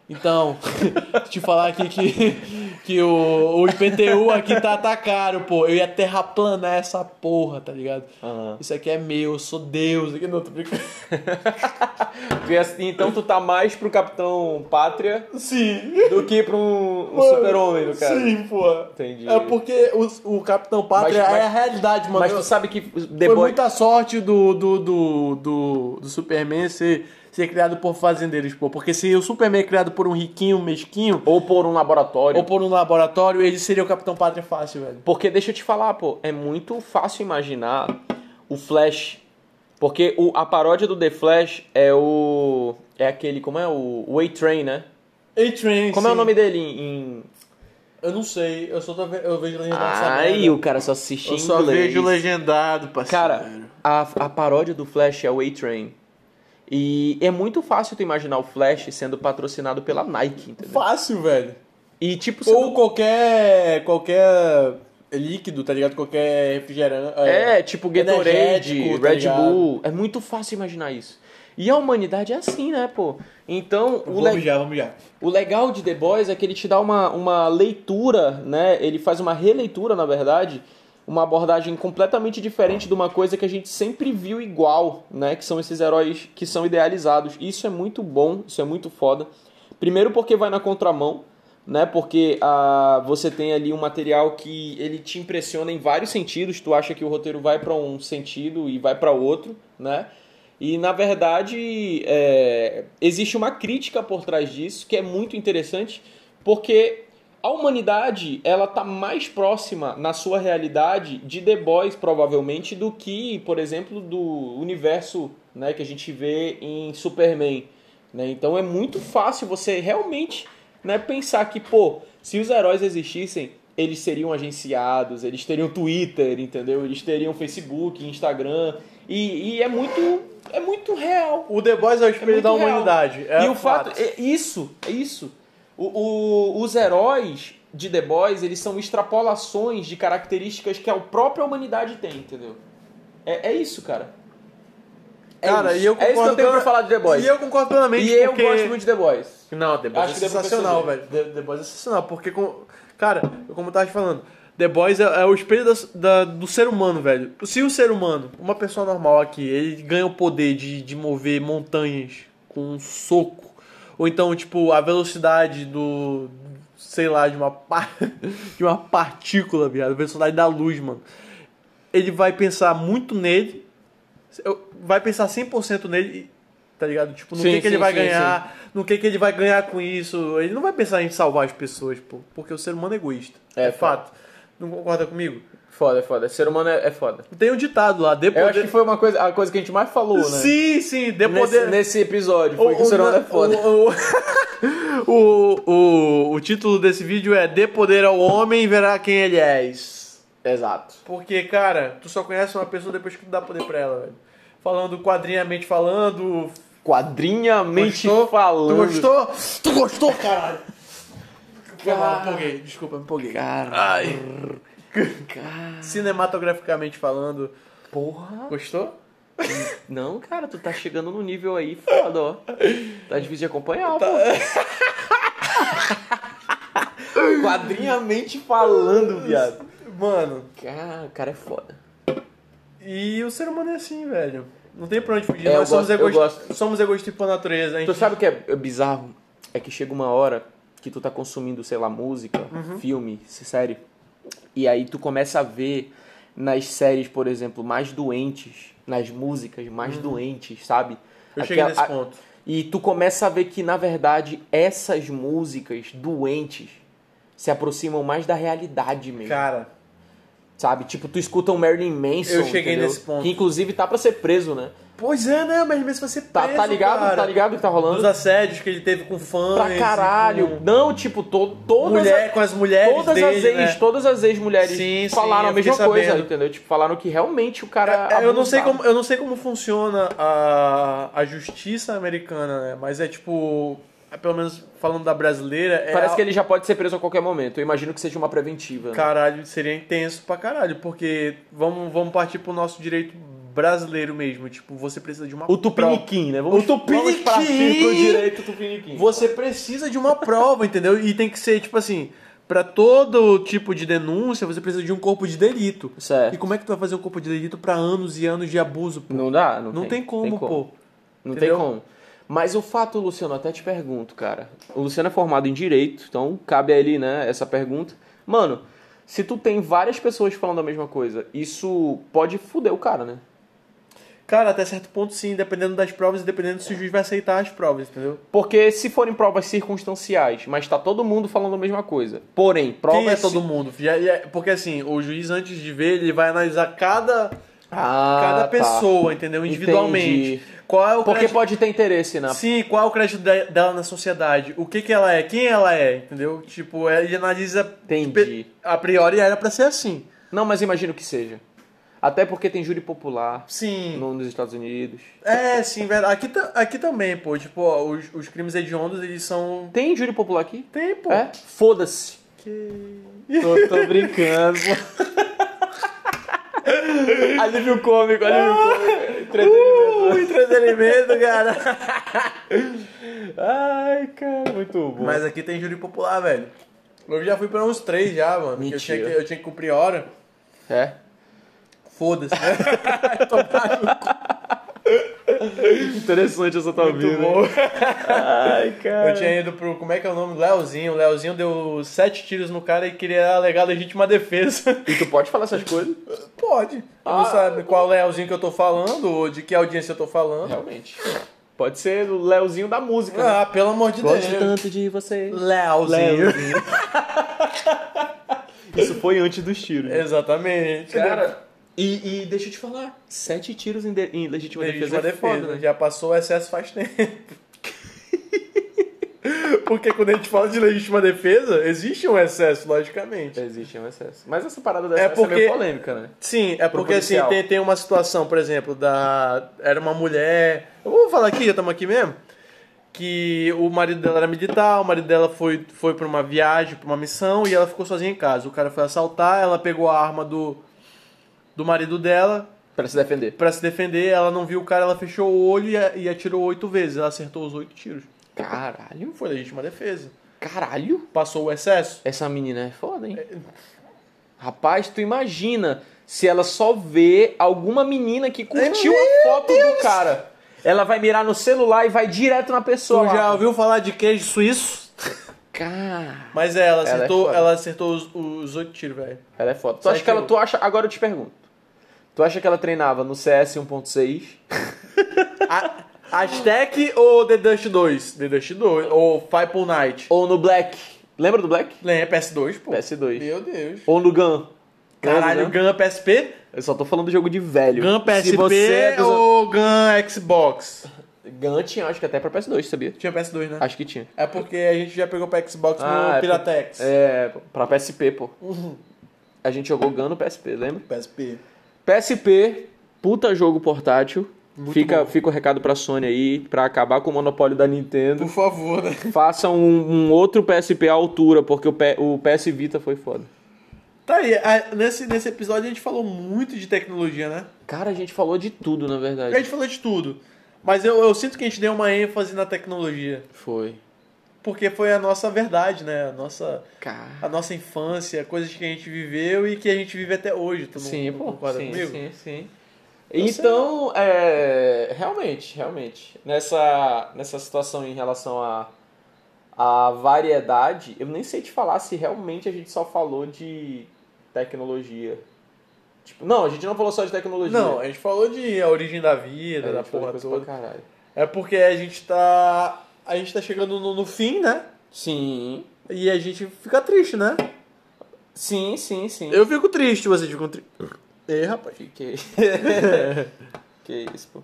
Speaker 2: Então, te falar aqui que, que o, o IPTU aqui tá, tá caro, pô. Eu ia terraplanar essa porra, tá ligado? Isso aqui é meu, eu sou Deus. Aqui não, tô brincando.
Speaker 1: Tu ia- Então tu tá mais pro Capitão Pátria
Speaker 2: Sim.
Speaker 1: do que pro um, um
Speaker 2: Mano,
Speaker 1: super-homem, no caso.
Speaker 2: Sim, pô.
Speaker 1: Entendi.
Speaker 2: É porque o, o Capitão Pátria
Speaker 1: Mas- mas-
Speaker 2: é a realidade, mano.
Speaker 1: Mas tu sabe que The
Speaker 2: Foi
Speaker 1: Boys...
Speaker 2: muita sorte do, do, do, do, do Superman ser, ser criado por fazendeiros, pô. Porque se o Superman é criado por um riquinho, mesquinho,
Speaker 1: Ou por um laboratório.
Speaker 2: ou por um laboratório, ele seria o Capitão Pátria fácil, velho.
Speaker 1: Porque deixa eu te falar, pô, é muito fácil imaginar o Flash. Porque o, a paródia do The Flash é o. É aquele. Como é? O Way Train, né?
Speaker 2: A-Train,
Speaker 1: Como é o nome dele em. em...
Speaker 2: Eu não sei, eu só tô ve- eu vejo legendado. essa
Speaker 1: Ai,
Speaker 2: merda.
Speaker 1: o cara só assiste
Speaker 2: Eu
Speaker 1: em
Speaker 2: só
Speaker 1: inglês.
Speaker 2: vejo legendado, parceiro.
Speaker 1: Cara, a, a paródia do Flash é o Way Train. E é muito fácil tu imaginar o Flash sendo patrocinado pela Nike, entendeu?
Speaker 2: Fácil, velho.
Speaker 1: E tipo, sendo-
Speaker 2: Ou qualquer. qualquer líquido, tá ligado? Qualquer refrigerante.
Speaker 1: É, tipo Gatorade,
Speaker 2: energético, tá
Speaker 1: Red
Speaker 2: ligado?
Speaker 1: Bull. É muito fácil imaginar isso. E a humanidade é assim, né, pô? Então, o,
Speaker 2: Vamos
Speaker 1: le-
Speaker 2: já, vamos já.
Speaker 1: o legal de The Boys é que ele te dá uma, uma leitura, né? Ele faz uma releitura, na verdade, uma abordagem completamente diferente de uma coisa que a gente sempre viu igual, né? Que são esses heróis que são idealizados. Isso é muito bom, isso é muito foda. Primeiro porque vai na contramão, né? Porque ah, você tem ali um material que ele te impressiona em vários sentidos. Tu acha que o roteiro vai para um sentido e vai para outro, né? E na verdade é, existe uma crítica por trás disso que é muito interessante, porque a humanidade ela tá mais próxima na sua realidade de The Boys provavelmente do que, por exemplo, do universo né, que a gente vê em Superman. Né? Então é muito fácil você realmente né, pensar que, pô, se os heróis existissem, eles seriam agenciados, eles teriam Twitter, entendeu? Eles teriam Facebook, Instagram. E, e é muito é muito real.
Speaker 2: O The Boys é o espelho
Speaker 1: muito
Speaker 2: da
Speaker 1: real.
Speaker 2: humanidade. É
Speaker 1: e o fato. É, isso, é isso. O- o- os heróis de The Boys, eles são extrapolações de características que a própria humanidade tem, entendeu? É, é isso, cara. É
Speaker 2: Cara,
Speaker 1: isso.
Speaker 2: e eu
Speaker 1: é isso que eu
Speaker 2: concordo
Speaker 1: tenho pra
Speaker 2: pela-
Speaker 1: falar de The Boys.
Speaker 2: E eu concordo plenamente
Speaker 1: E eu
Speaker 2: porque...
Speaker 1: gosto muito de The Boys.
Speaker 2: Não, The Boys
Speaker 1: Acho que
Speaker 2: é
Speaker 1: deu pra
Speaker 2: sensacional, velho. The, The Boys é sensacional, porque, com... cara, como eu tava te falando, The Boys é, é o espelho da- da- do ser humano, velho. Se o ser humano, uma pessoa normal aqui, ele ganha o poder de, de mover montanhas com um soco, ou então, tipo, a velocidade do. sei lá, de uma, par... de uma partícula, viado, a velocidade da luz, mano. Ele vai pensar muito nele, eu- vai pensar 100% nele, e- tá ligado? Tipo, no
Speaker 1: Sim,
Speaker 2: que, que ele
Speaker 1: sim,
Speaker 2: vai
Speaker 1: sim,
Speaker 2: ganhar, no que, que ele vai ganhar com isso. Ele não vai pensar em salvar as pessoas, pô, porque o ser humano é egoísta. É,
Speaker 1: É,
Speaker 2: fato. Não concorda comigo?
Speaker 1: Foda, é foda. Ser humano é, é foda.
Speaker 2: Tem um ditado lá, de
Speaker 1: Eu acho
Speaker 2: poder...
Speaker 1: que foi uma coisa, a coisa que a gente mais falou, né?
Speaker 2: Sim, sim, de
Speaker 1: Nesse,
Speaker 2: poder...
Speaker 1: nesse episódio, foi que o ser humano é foda.
Speaker 2: O, o- o- o- o título desse vídeo é Dê poder ao homem e verá quem ele és.
Speaker 1: Exato.
Speaker 2: Porque, cara, tu só conhece uma pessoa depois que tu dá poder pra ela, velho. Falando quadrinhamente falando,
Speaker 1: Quadrinhamente
Speaker 2: Gostou?
Speaker 1: falando.
Speaker 2: Tu gostou? Tu gostou, caralho? Foi mal, empolguei. Desculpa, me empolguei. Ai.
Speaker 1: Ah.
Speaker 2: Cinematograficamente falando. Porra. Gostou?
Speaker 1: Não, cara, tu tá chegando num nível aí foda, ó. Tá difícil de acompanhar, pô. Quadrinhamente falando, viado.
Speaker 2: Mano,
Speaker 1: Cara, o cara é foda.
Speaker 2: e o ser humano é assim, velho. Não tem pra onde fugir.
Speaker 1: É, eu
Speaker 2: Nós somos,
Speaker 1: gosto, eu
Speaker 2: egoístas, somos egoístas por natureza, hein?
Speaker 1: Tu sabe o que é bizarro? É que chega uma hora que tu tá consumindo, sei lá, música, filme, série. E aí tu começa a ver nas séries, por exemplo, mais doentes, nas músicas mais doentes, sabe?
Speaker 2: Eu cheguei
Speaker 1: Aquela-
Speaker 2: nesse
Speaker 1: a-
Speaker 2: ponto.
Speaker 1: E tu começa a ver que, na verdade, essas músicas doentes se aproximam mais da realidade mesmo.
Speaker 2: Cara,
Speaker 1: Sabe? Tipo, tu escuta um Marilyn Manson.
Speaker 2: Eu cheguei
Speaker 1: entendeu?
Speaker 2: nesse ponto.
Speaker 1: Que inclusive tá pra ser preso, né?
Speaker 2: pois é, né? Mas mesmo você
Speaker 1: Tá,
Speaker 2: preso,
Speaker 1: tá ligado?
Speaker 2: cara.
Speaker 1: Tá ligado o que tá rolando?
Speaker 2: Dos assédios que ele teve com fãs.
Speaker 1: Pra caralho.
Speaker 2: e
Speaker 1: Não, tipo, to
Speaker 2: Com,
Speaker 1: todas,
Speaker 2: mulher,
Speaker 1: a-
Speaker 2: com as mulheres
Speaker 1: todas
Speaker 2: dele,
Speaker 1: as ex,
Speaker 2: né?
Speaker 1: todas as ex-mulheres
Speaker 2: Sim, sim,
Speaker 1: falaram
Speaker 2: eu
Speaker 1: a mesma
Speaker 2: fiquei
Speaker 1: coisa,
Speaker 2: sabendo.
Speaker 1: entendeu? Tipo, falaram que realmente o cara.
Speaker 2: É, eu, não sei
Speaker 1: abusava.
Speaker 2: como, eu não sei como funciona a, a justiça americana, né? Mas é tipo. é, Pelo menos falando da brasileira. É
Speaker 1: Parece
Speaker 2: a-
Speaker 1: que ele já pode ser preso a qualquer momento. Eu imagino que seja uma preventiva. né?
Speaker 2: Caralho, seria intenso pra caralho. Porque vamos, vamos partir pro nosso direito brasileiro mesmo. Tipo, você precisa de uma
Speaker 1: O Tupiniquim, né? Vamos,
Speaker 2: O Tupiniquim!
Speaker 1: Vamos partir pro direito Tupiniquim.
Speaker 2: Você precisa de uma prova, entendeu? E tem que ser, tipo assim, pra todo tipo de denúncia, você precisa de um corpo de delito.
Speaker 1: Certo.
Speaker 2: E como é que tu vai fazer um corpo de delito pra anos e anos de abuso, pô?
Speaker 1: Não dá? Não,
Speaker 2: Não, tem, como, pô.
Speaker 1: Não
Speaker 2: entendeu?
Speaker 1: tem como. Mas o fato, Luciano, até te pergunto, cara. O Luciano é formado em Direito, então cabe a ele, né, essa pergunta. Mano, se tu tem várias pessoas falando a mesma coisa, isso pode fuder o cara, né?
Speaker 2: Cara, até certo ponto sim, dependendo das provas e dependendo se o juiz vai aceitar as provas, entendeu?
Speaker 1: Porque se forem provas circunstanciais, mas tá todo mundo falando a mesma coisa. Porém, prova
Speaker 2: Quem é todo mundo? Já- já- Porque assim, o juiz antes de ver, ele vai analisar cada,
Speaker 1: Ah,
Speaker 2: cada
Speaker 1: tá.
Speaker 2: pessoa, entendeu? Individualmente.
Speaker 1: Entendi.
Speaker 2: Qual é o
Speaker 1: Porque
Speaker 2: crédito...
Speaker 1: pode ter interesse, né?
Speaker 2: Sim, qual é o crédito de- dela na sociedade? O que que ela é? Quem ela é? Entendeu? Tipo, ele analisa...
Speaker 1: Entendi.
Speaker 2: A priori era pra ser assim.
Speaker 1: Não, mas imagino que seja. Até porque tem júri popular
Speaker 2: Sim.
Speaker 1: no- nos Estados Unidos.
Speaker 2: É, sim, velho. Aqui, ta- aqui também, pô. Tipo, ó, os, os crimes hediondos, eles são...
Speaker 1: Tem júri popular aqui?
Speaker 2: Tem, pô.
Speaker 1: É? Foda-se. Tô, tô brincando. alívio cômico, alívio cômico. Entretenimento.
Speaker 2: Uh, entretenimento, cara.
Speaker 1: Ai, cara, muito bom.
Speaker 2: Mas aqui tem júri popular, velho. Eu já fui pra uns três já, mano. que Eu tinha que,
Speaker 1: Mentira.
Speaker 2: eu tinha que cumprir hora. né?
Speaker 1: É?
Speaker 2: Então, tá, Foda-se. Tomar no cu.
Speaker 5: interessante essa tua vida. hein? Ai, cara.
Speaker 2: Eu tinha ido pro. Como é que é o nome? Leozinho. O Leozinho deu sete tiros no cara e queria alegar legítima defesa.
Speaker 5: E tu pode falar essas coisas?
Speaker 2: Pode. não sabe qual Leozinho que eu tô falando, ou de que audiência eu tô falando.
Speaker 5: Realmente. Pode ser o Leozinho da
Speaker 1: É.
Speaker 5: música. né?
Speaker 2: Ah, pelo amor de Deus.
Speaker 5: tanto de você.
Speaker 2: Leozinho.
Speaker 5: Isso foi antes dos tiros.
Speaker 2: Exatamente.
Speaker 5: É. Cara, e, e deixa eu te falar, sete tiros em, de- em legítima,
Speaker 2: legítima
Speaker 5: defesa, é
Speaker 2: defesa.
Speaker 5: foda, né?
Speaker 2: Já passou o excesso faz tempo. Porque quando a gente fala de legítima defesa, existe um excesso, logicamente.
Speaker 5: Existe, é um excesso. Mas essa parada da
Speaker 2: É
Speaker 5: excesso é, meio
Speaker 2: porque-
Speaker 5: polêmica, né?
Speaker 2: Sim, é
Speaker 5: Pro
Speaker 2: porque assim,
Speaker 5: policial.
Speaker 2: tem, tem uma situação, por exemplo, da. Era uma mulher. Eu vou falar aqui, já estamos aqui mesmo. Que o marido dela era militar, o marido dela foi, foi pra uma viagem, pra uma missão, e ela ficou sozinha em casa. O cara foi assaltar, ela pegou a arma do, do marido dela
Speaker 1: Pra se defender.
Speaker 2: pra se defender, ela não viu o cara, ela fechou o olho e, a- e atirou oito vezes. Ela acertou os oito tiros.
Speaker 1: Caralho,
Speaker 2: Não foi legítima defesa.
Speaker 1: caralho.
Speaker 2: Passou o excesso?
Speaker 1: Essa menina é foda, hein? Rapaz, tu imagina se ela só vê alguma menina que curtiu a foto do cara. Ela vai mirar no celular e vai direto na
Speaker 2: Tu
Speaker 1: pessoa. lá.
Speaker 2: já ouviu falar de queijo suíço?
Speaker 1: Cara.
Speaker 2: Mas é, ela acertou,
Speaker 1: foda.
Speaker 2: ela acertou os- os oito tiros, velho.
Speaker 1: Ela é foda. Tu
Speaker 2: Sete
Speaker 1: acha que ela.
Speaker 2: gols.
Speaker 1: Tu acha, agora eu te pergunto. Tu acha que ela treinava no um CS 1.6?
Speaker 2: A- Aztec ou The Dust 2? The Dust 2. Ou Five Pool Night?
Speaker 1: Ou no Black? Lembra do Black?
Speaker 2: Lembra? PS2, pô.
Speaker 1: PS2.
Speaker 2: Meu Deus.
Speaker 1: Ou no Gun?
Speaker 2: Caralho,
Speaker 1: Lembra, né?
Speaker 2: Gun PSP?
Speaker 1: Eu só tô falando do jogo de velho.
Speaker 2: Gun PSP
Speaker 1: Se você é dos...
Speaker 2: ou Gun Xbox?
Speaker 1: Gun tinha, acho que até pra PS2, sabia?
Speaker 2: Tinha PS2, né?
Speaker 1: Acho que tinha.
Speaker 2: É porque a gente já pegou pra Xbox
Speaker 1: Ah,
Speaker 2: no
Speaker 1: é
Speaker 2: Piratex.
Speaker 1: É, pra PSP, pô. A gente jogou Gun no PSP, lembra?
Speaker 2: PSP.
Speaker 1: PSP, puta jogo portátil.
Speaker 2: Muito
Speaker 1: Fica,
Speaker 2: bom.
Speaker 1: fica o recado pra Sony aí, pra acabar com o monopólio da Nintendo.
Speaker 2: Por favor, né?
Speaker 1: Façam um, um outro PSP à altura, porque o, P- o PS Vita foi foda.
Speaker 2: Tá aí, a- nesse, nesse episódio a gente falou muito de tecnologia, né?
Speaker 1: Cara, a gente falou de tudo, na
Speaker 2: A
Speaker 1: verdade.
Speaker 2: gente falou de tudo. Mas eu, eu sinto que a gente deu uma ênfase na tecnologia.
Speaker 1: Foi.
Speaker 2: Porque foi a nossa verdade, né? A nossa.
Speaker 1: Cara.
Speaker 2: a nossa infância, coisas que a gente viveu e que a gente vive até hoje. Tu não,
Speaker 1: Sim,
Speaker 2: não
Speaker 1: pô.
Speaker 2: concorda
Speaker 1: sim,
Speaker 2: comigo?
Speaker 1: sim, sim. Então, é, realmente, realmente, nessa, nessa situação em relação à a, variedade, eu nem sei te falar se realmente a gente só falou de tecnologia. Tipo, não, a gente não falou só de tecnologia.
Speaker 2: Não, a gente falou de a origem da
Speaker 1: É,
Speaker 2: vida,
Speaker 1: a
Speaker 2: da
Speaker 1: gente falou de
Speaker 2: porra
Speaker 1: coisa pra
Speaker 2: toda.
Speaker 1: caralho.
Speaker 2: É porque a gente tá. A gente tá chegando no, no fim, né?
Speaker 1: Sim,
Speaker 2: E a gente fica triste, né?
Speaker 1: sim, sim, sim.
Speaker 2: Eu fico triste, vocês
Speaker 1: um
Speaker 2: ficam tristes. Ei, rapaz.
Speaker 1: Fiquei. que isso, pô.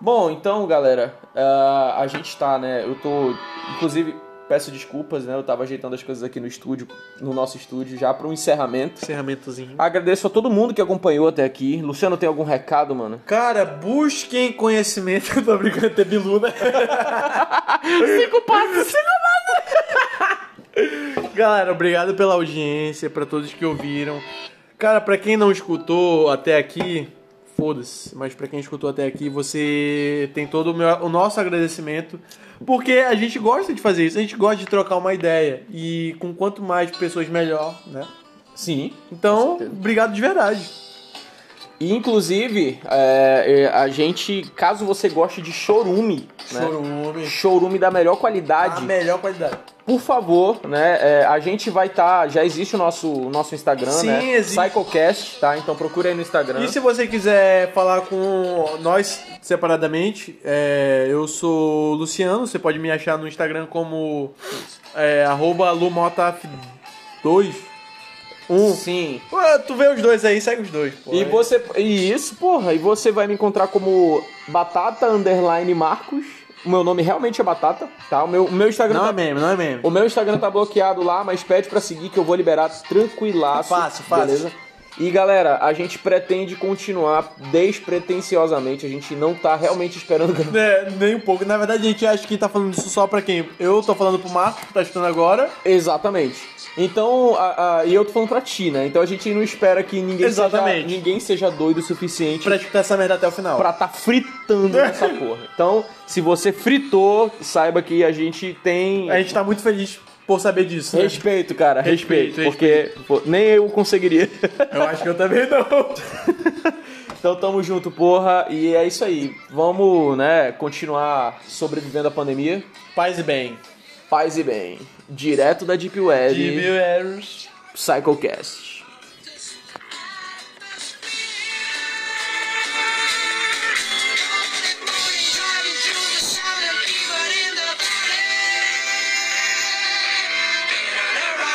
Speaker 1: Bom, então, galera, ah, a gente tá, né? Eu tô. Inclusive, peço desculpas, né? Eu tava ajeitando as coisas aqui no estúdio, no nosso estúdio, já pro encerramento.
Speaker 2: Encerramentozinho.
Speaker 1: Agradeço a todo mundo que acompanhou até aqui. Luciano, tem algum recado, mano?
Speaker 2: Cara, busquem conhecimento. Tô brincando, ter bilu, né?
Speaker 1: Cinco passos!
Speaker 2: Galera, obrigado pela audiência, pra todos que ouviram. Cara, pra quem não escutou até aqui, foda-se, mas pra quem escutou até aqui, você tem todo o, meu- o nosso agradecimento, porque a gente gosta de fazer isso, a gente gosta de trocar uma ideia e com quanto mais pessoas melhor, né?
Speaker 1: Sim.
Speaker 2: Então,
Speaker 1: Com certeza.
Speaker 2: obrigado de verdade.
Speaker 1: E, inclusive, é, é, a gente, caso você goste de chorume, né?
Speaker 2: Chorume.
Speaker 1: Chorume da melhor
Speaker 2: A
Speaker 1: qualidade.
Speaker 2: melhor qualidade.
Speaker 1: por favor, né? é, a gente vai estar. já existe o nosso, o nosso Instagram,
Speaker 2: Sim,
Speaker 1: né?
Speaker 2: existe.
Speaker 1: Psychocast, tá? Então procura aí no Instagram.
Speaker 2: E se você quiser falar com nós separadamente, é, eu sou Luciano, você pode me achar no Instagram como é, arroba lumotaf2. Um.
Speaker 1: Sim.
Speaker 2: Pô, tu vê os dois aí, segue os dois. Pô.
Speaker 1: E você. E isso, porra. E você vai me encontrar como Batata Underline Marcos. O meu nome realmente é Batata, tá? O meu, o meu Instagram.
Speaker 2: Não
Speaker 1: tá-
Speaker 2: é meme, não é meme.
Speaker 1: O meu Instagram tá bloqueado lá, mas pede pra seguir que eu vou liberar tranquilaço.
Speaker 2: Fácil, fácil.
Speaker 1: Beleza? E galera, a gente pretende continuar despretensiosamente. A gente não tá realmente esperando ganhar
Speaker 2: É, nem um pouco. Na verdade, a gente acha que tá falando isso só pra quem? Eu tô falando pro Marcos, que tá estudando agora.
Speaker 1: Exatamente. Então, a- a- e eu tô falando pra ti, né? Então a gente não espera que ninguém,
Speaker 2: Exatamente.
Speaker 1: Seja, ninguém seja doido o suficiente
Speaker 2: Pra
Speaker 1: pra,
Speaker 2: escutar essa merda até o final.
Speaker 1: tá fritando nessa porra. Então, se você fritou, saiba que a gente tem.
Speaker 2: A gente tá muito feliz por saber disso. né?
Speaker 1: Respeito, cara, respeito.
Speaker 2: Respeito,
Speaker 1: porque pô, nem eu conseguiria.
Speaker 2: Eu acho que eu também não.
Speaker 1: Então tamo junto, porra. E é isso aí. Vamos, né, continuar sobrevivendo à pandemia.
Speaker 2: Paz e bem.
Speaker 1: Paz e bem. Direto da Deep Web,
Speaker 2: Jimmy Harris.
Speaker 1: Psychocast.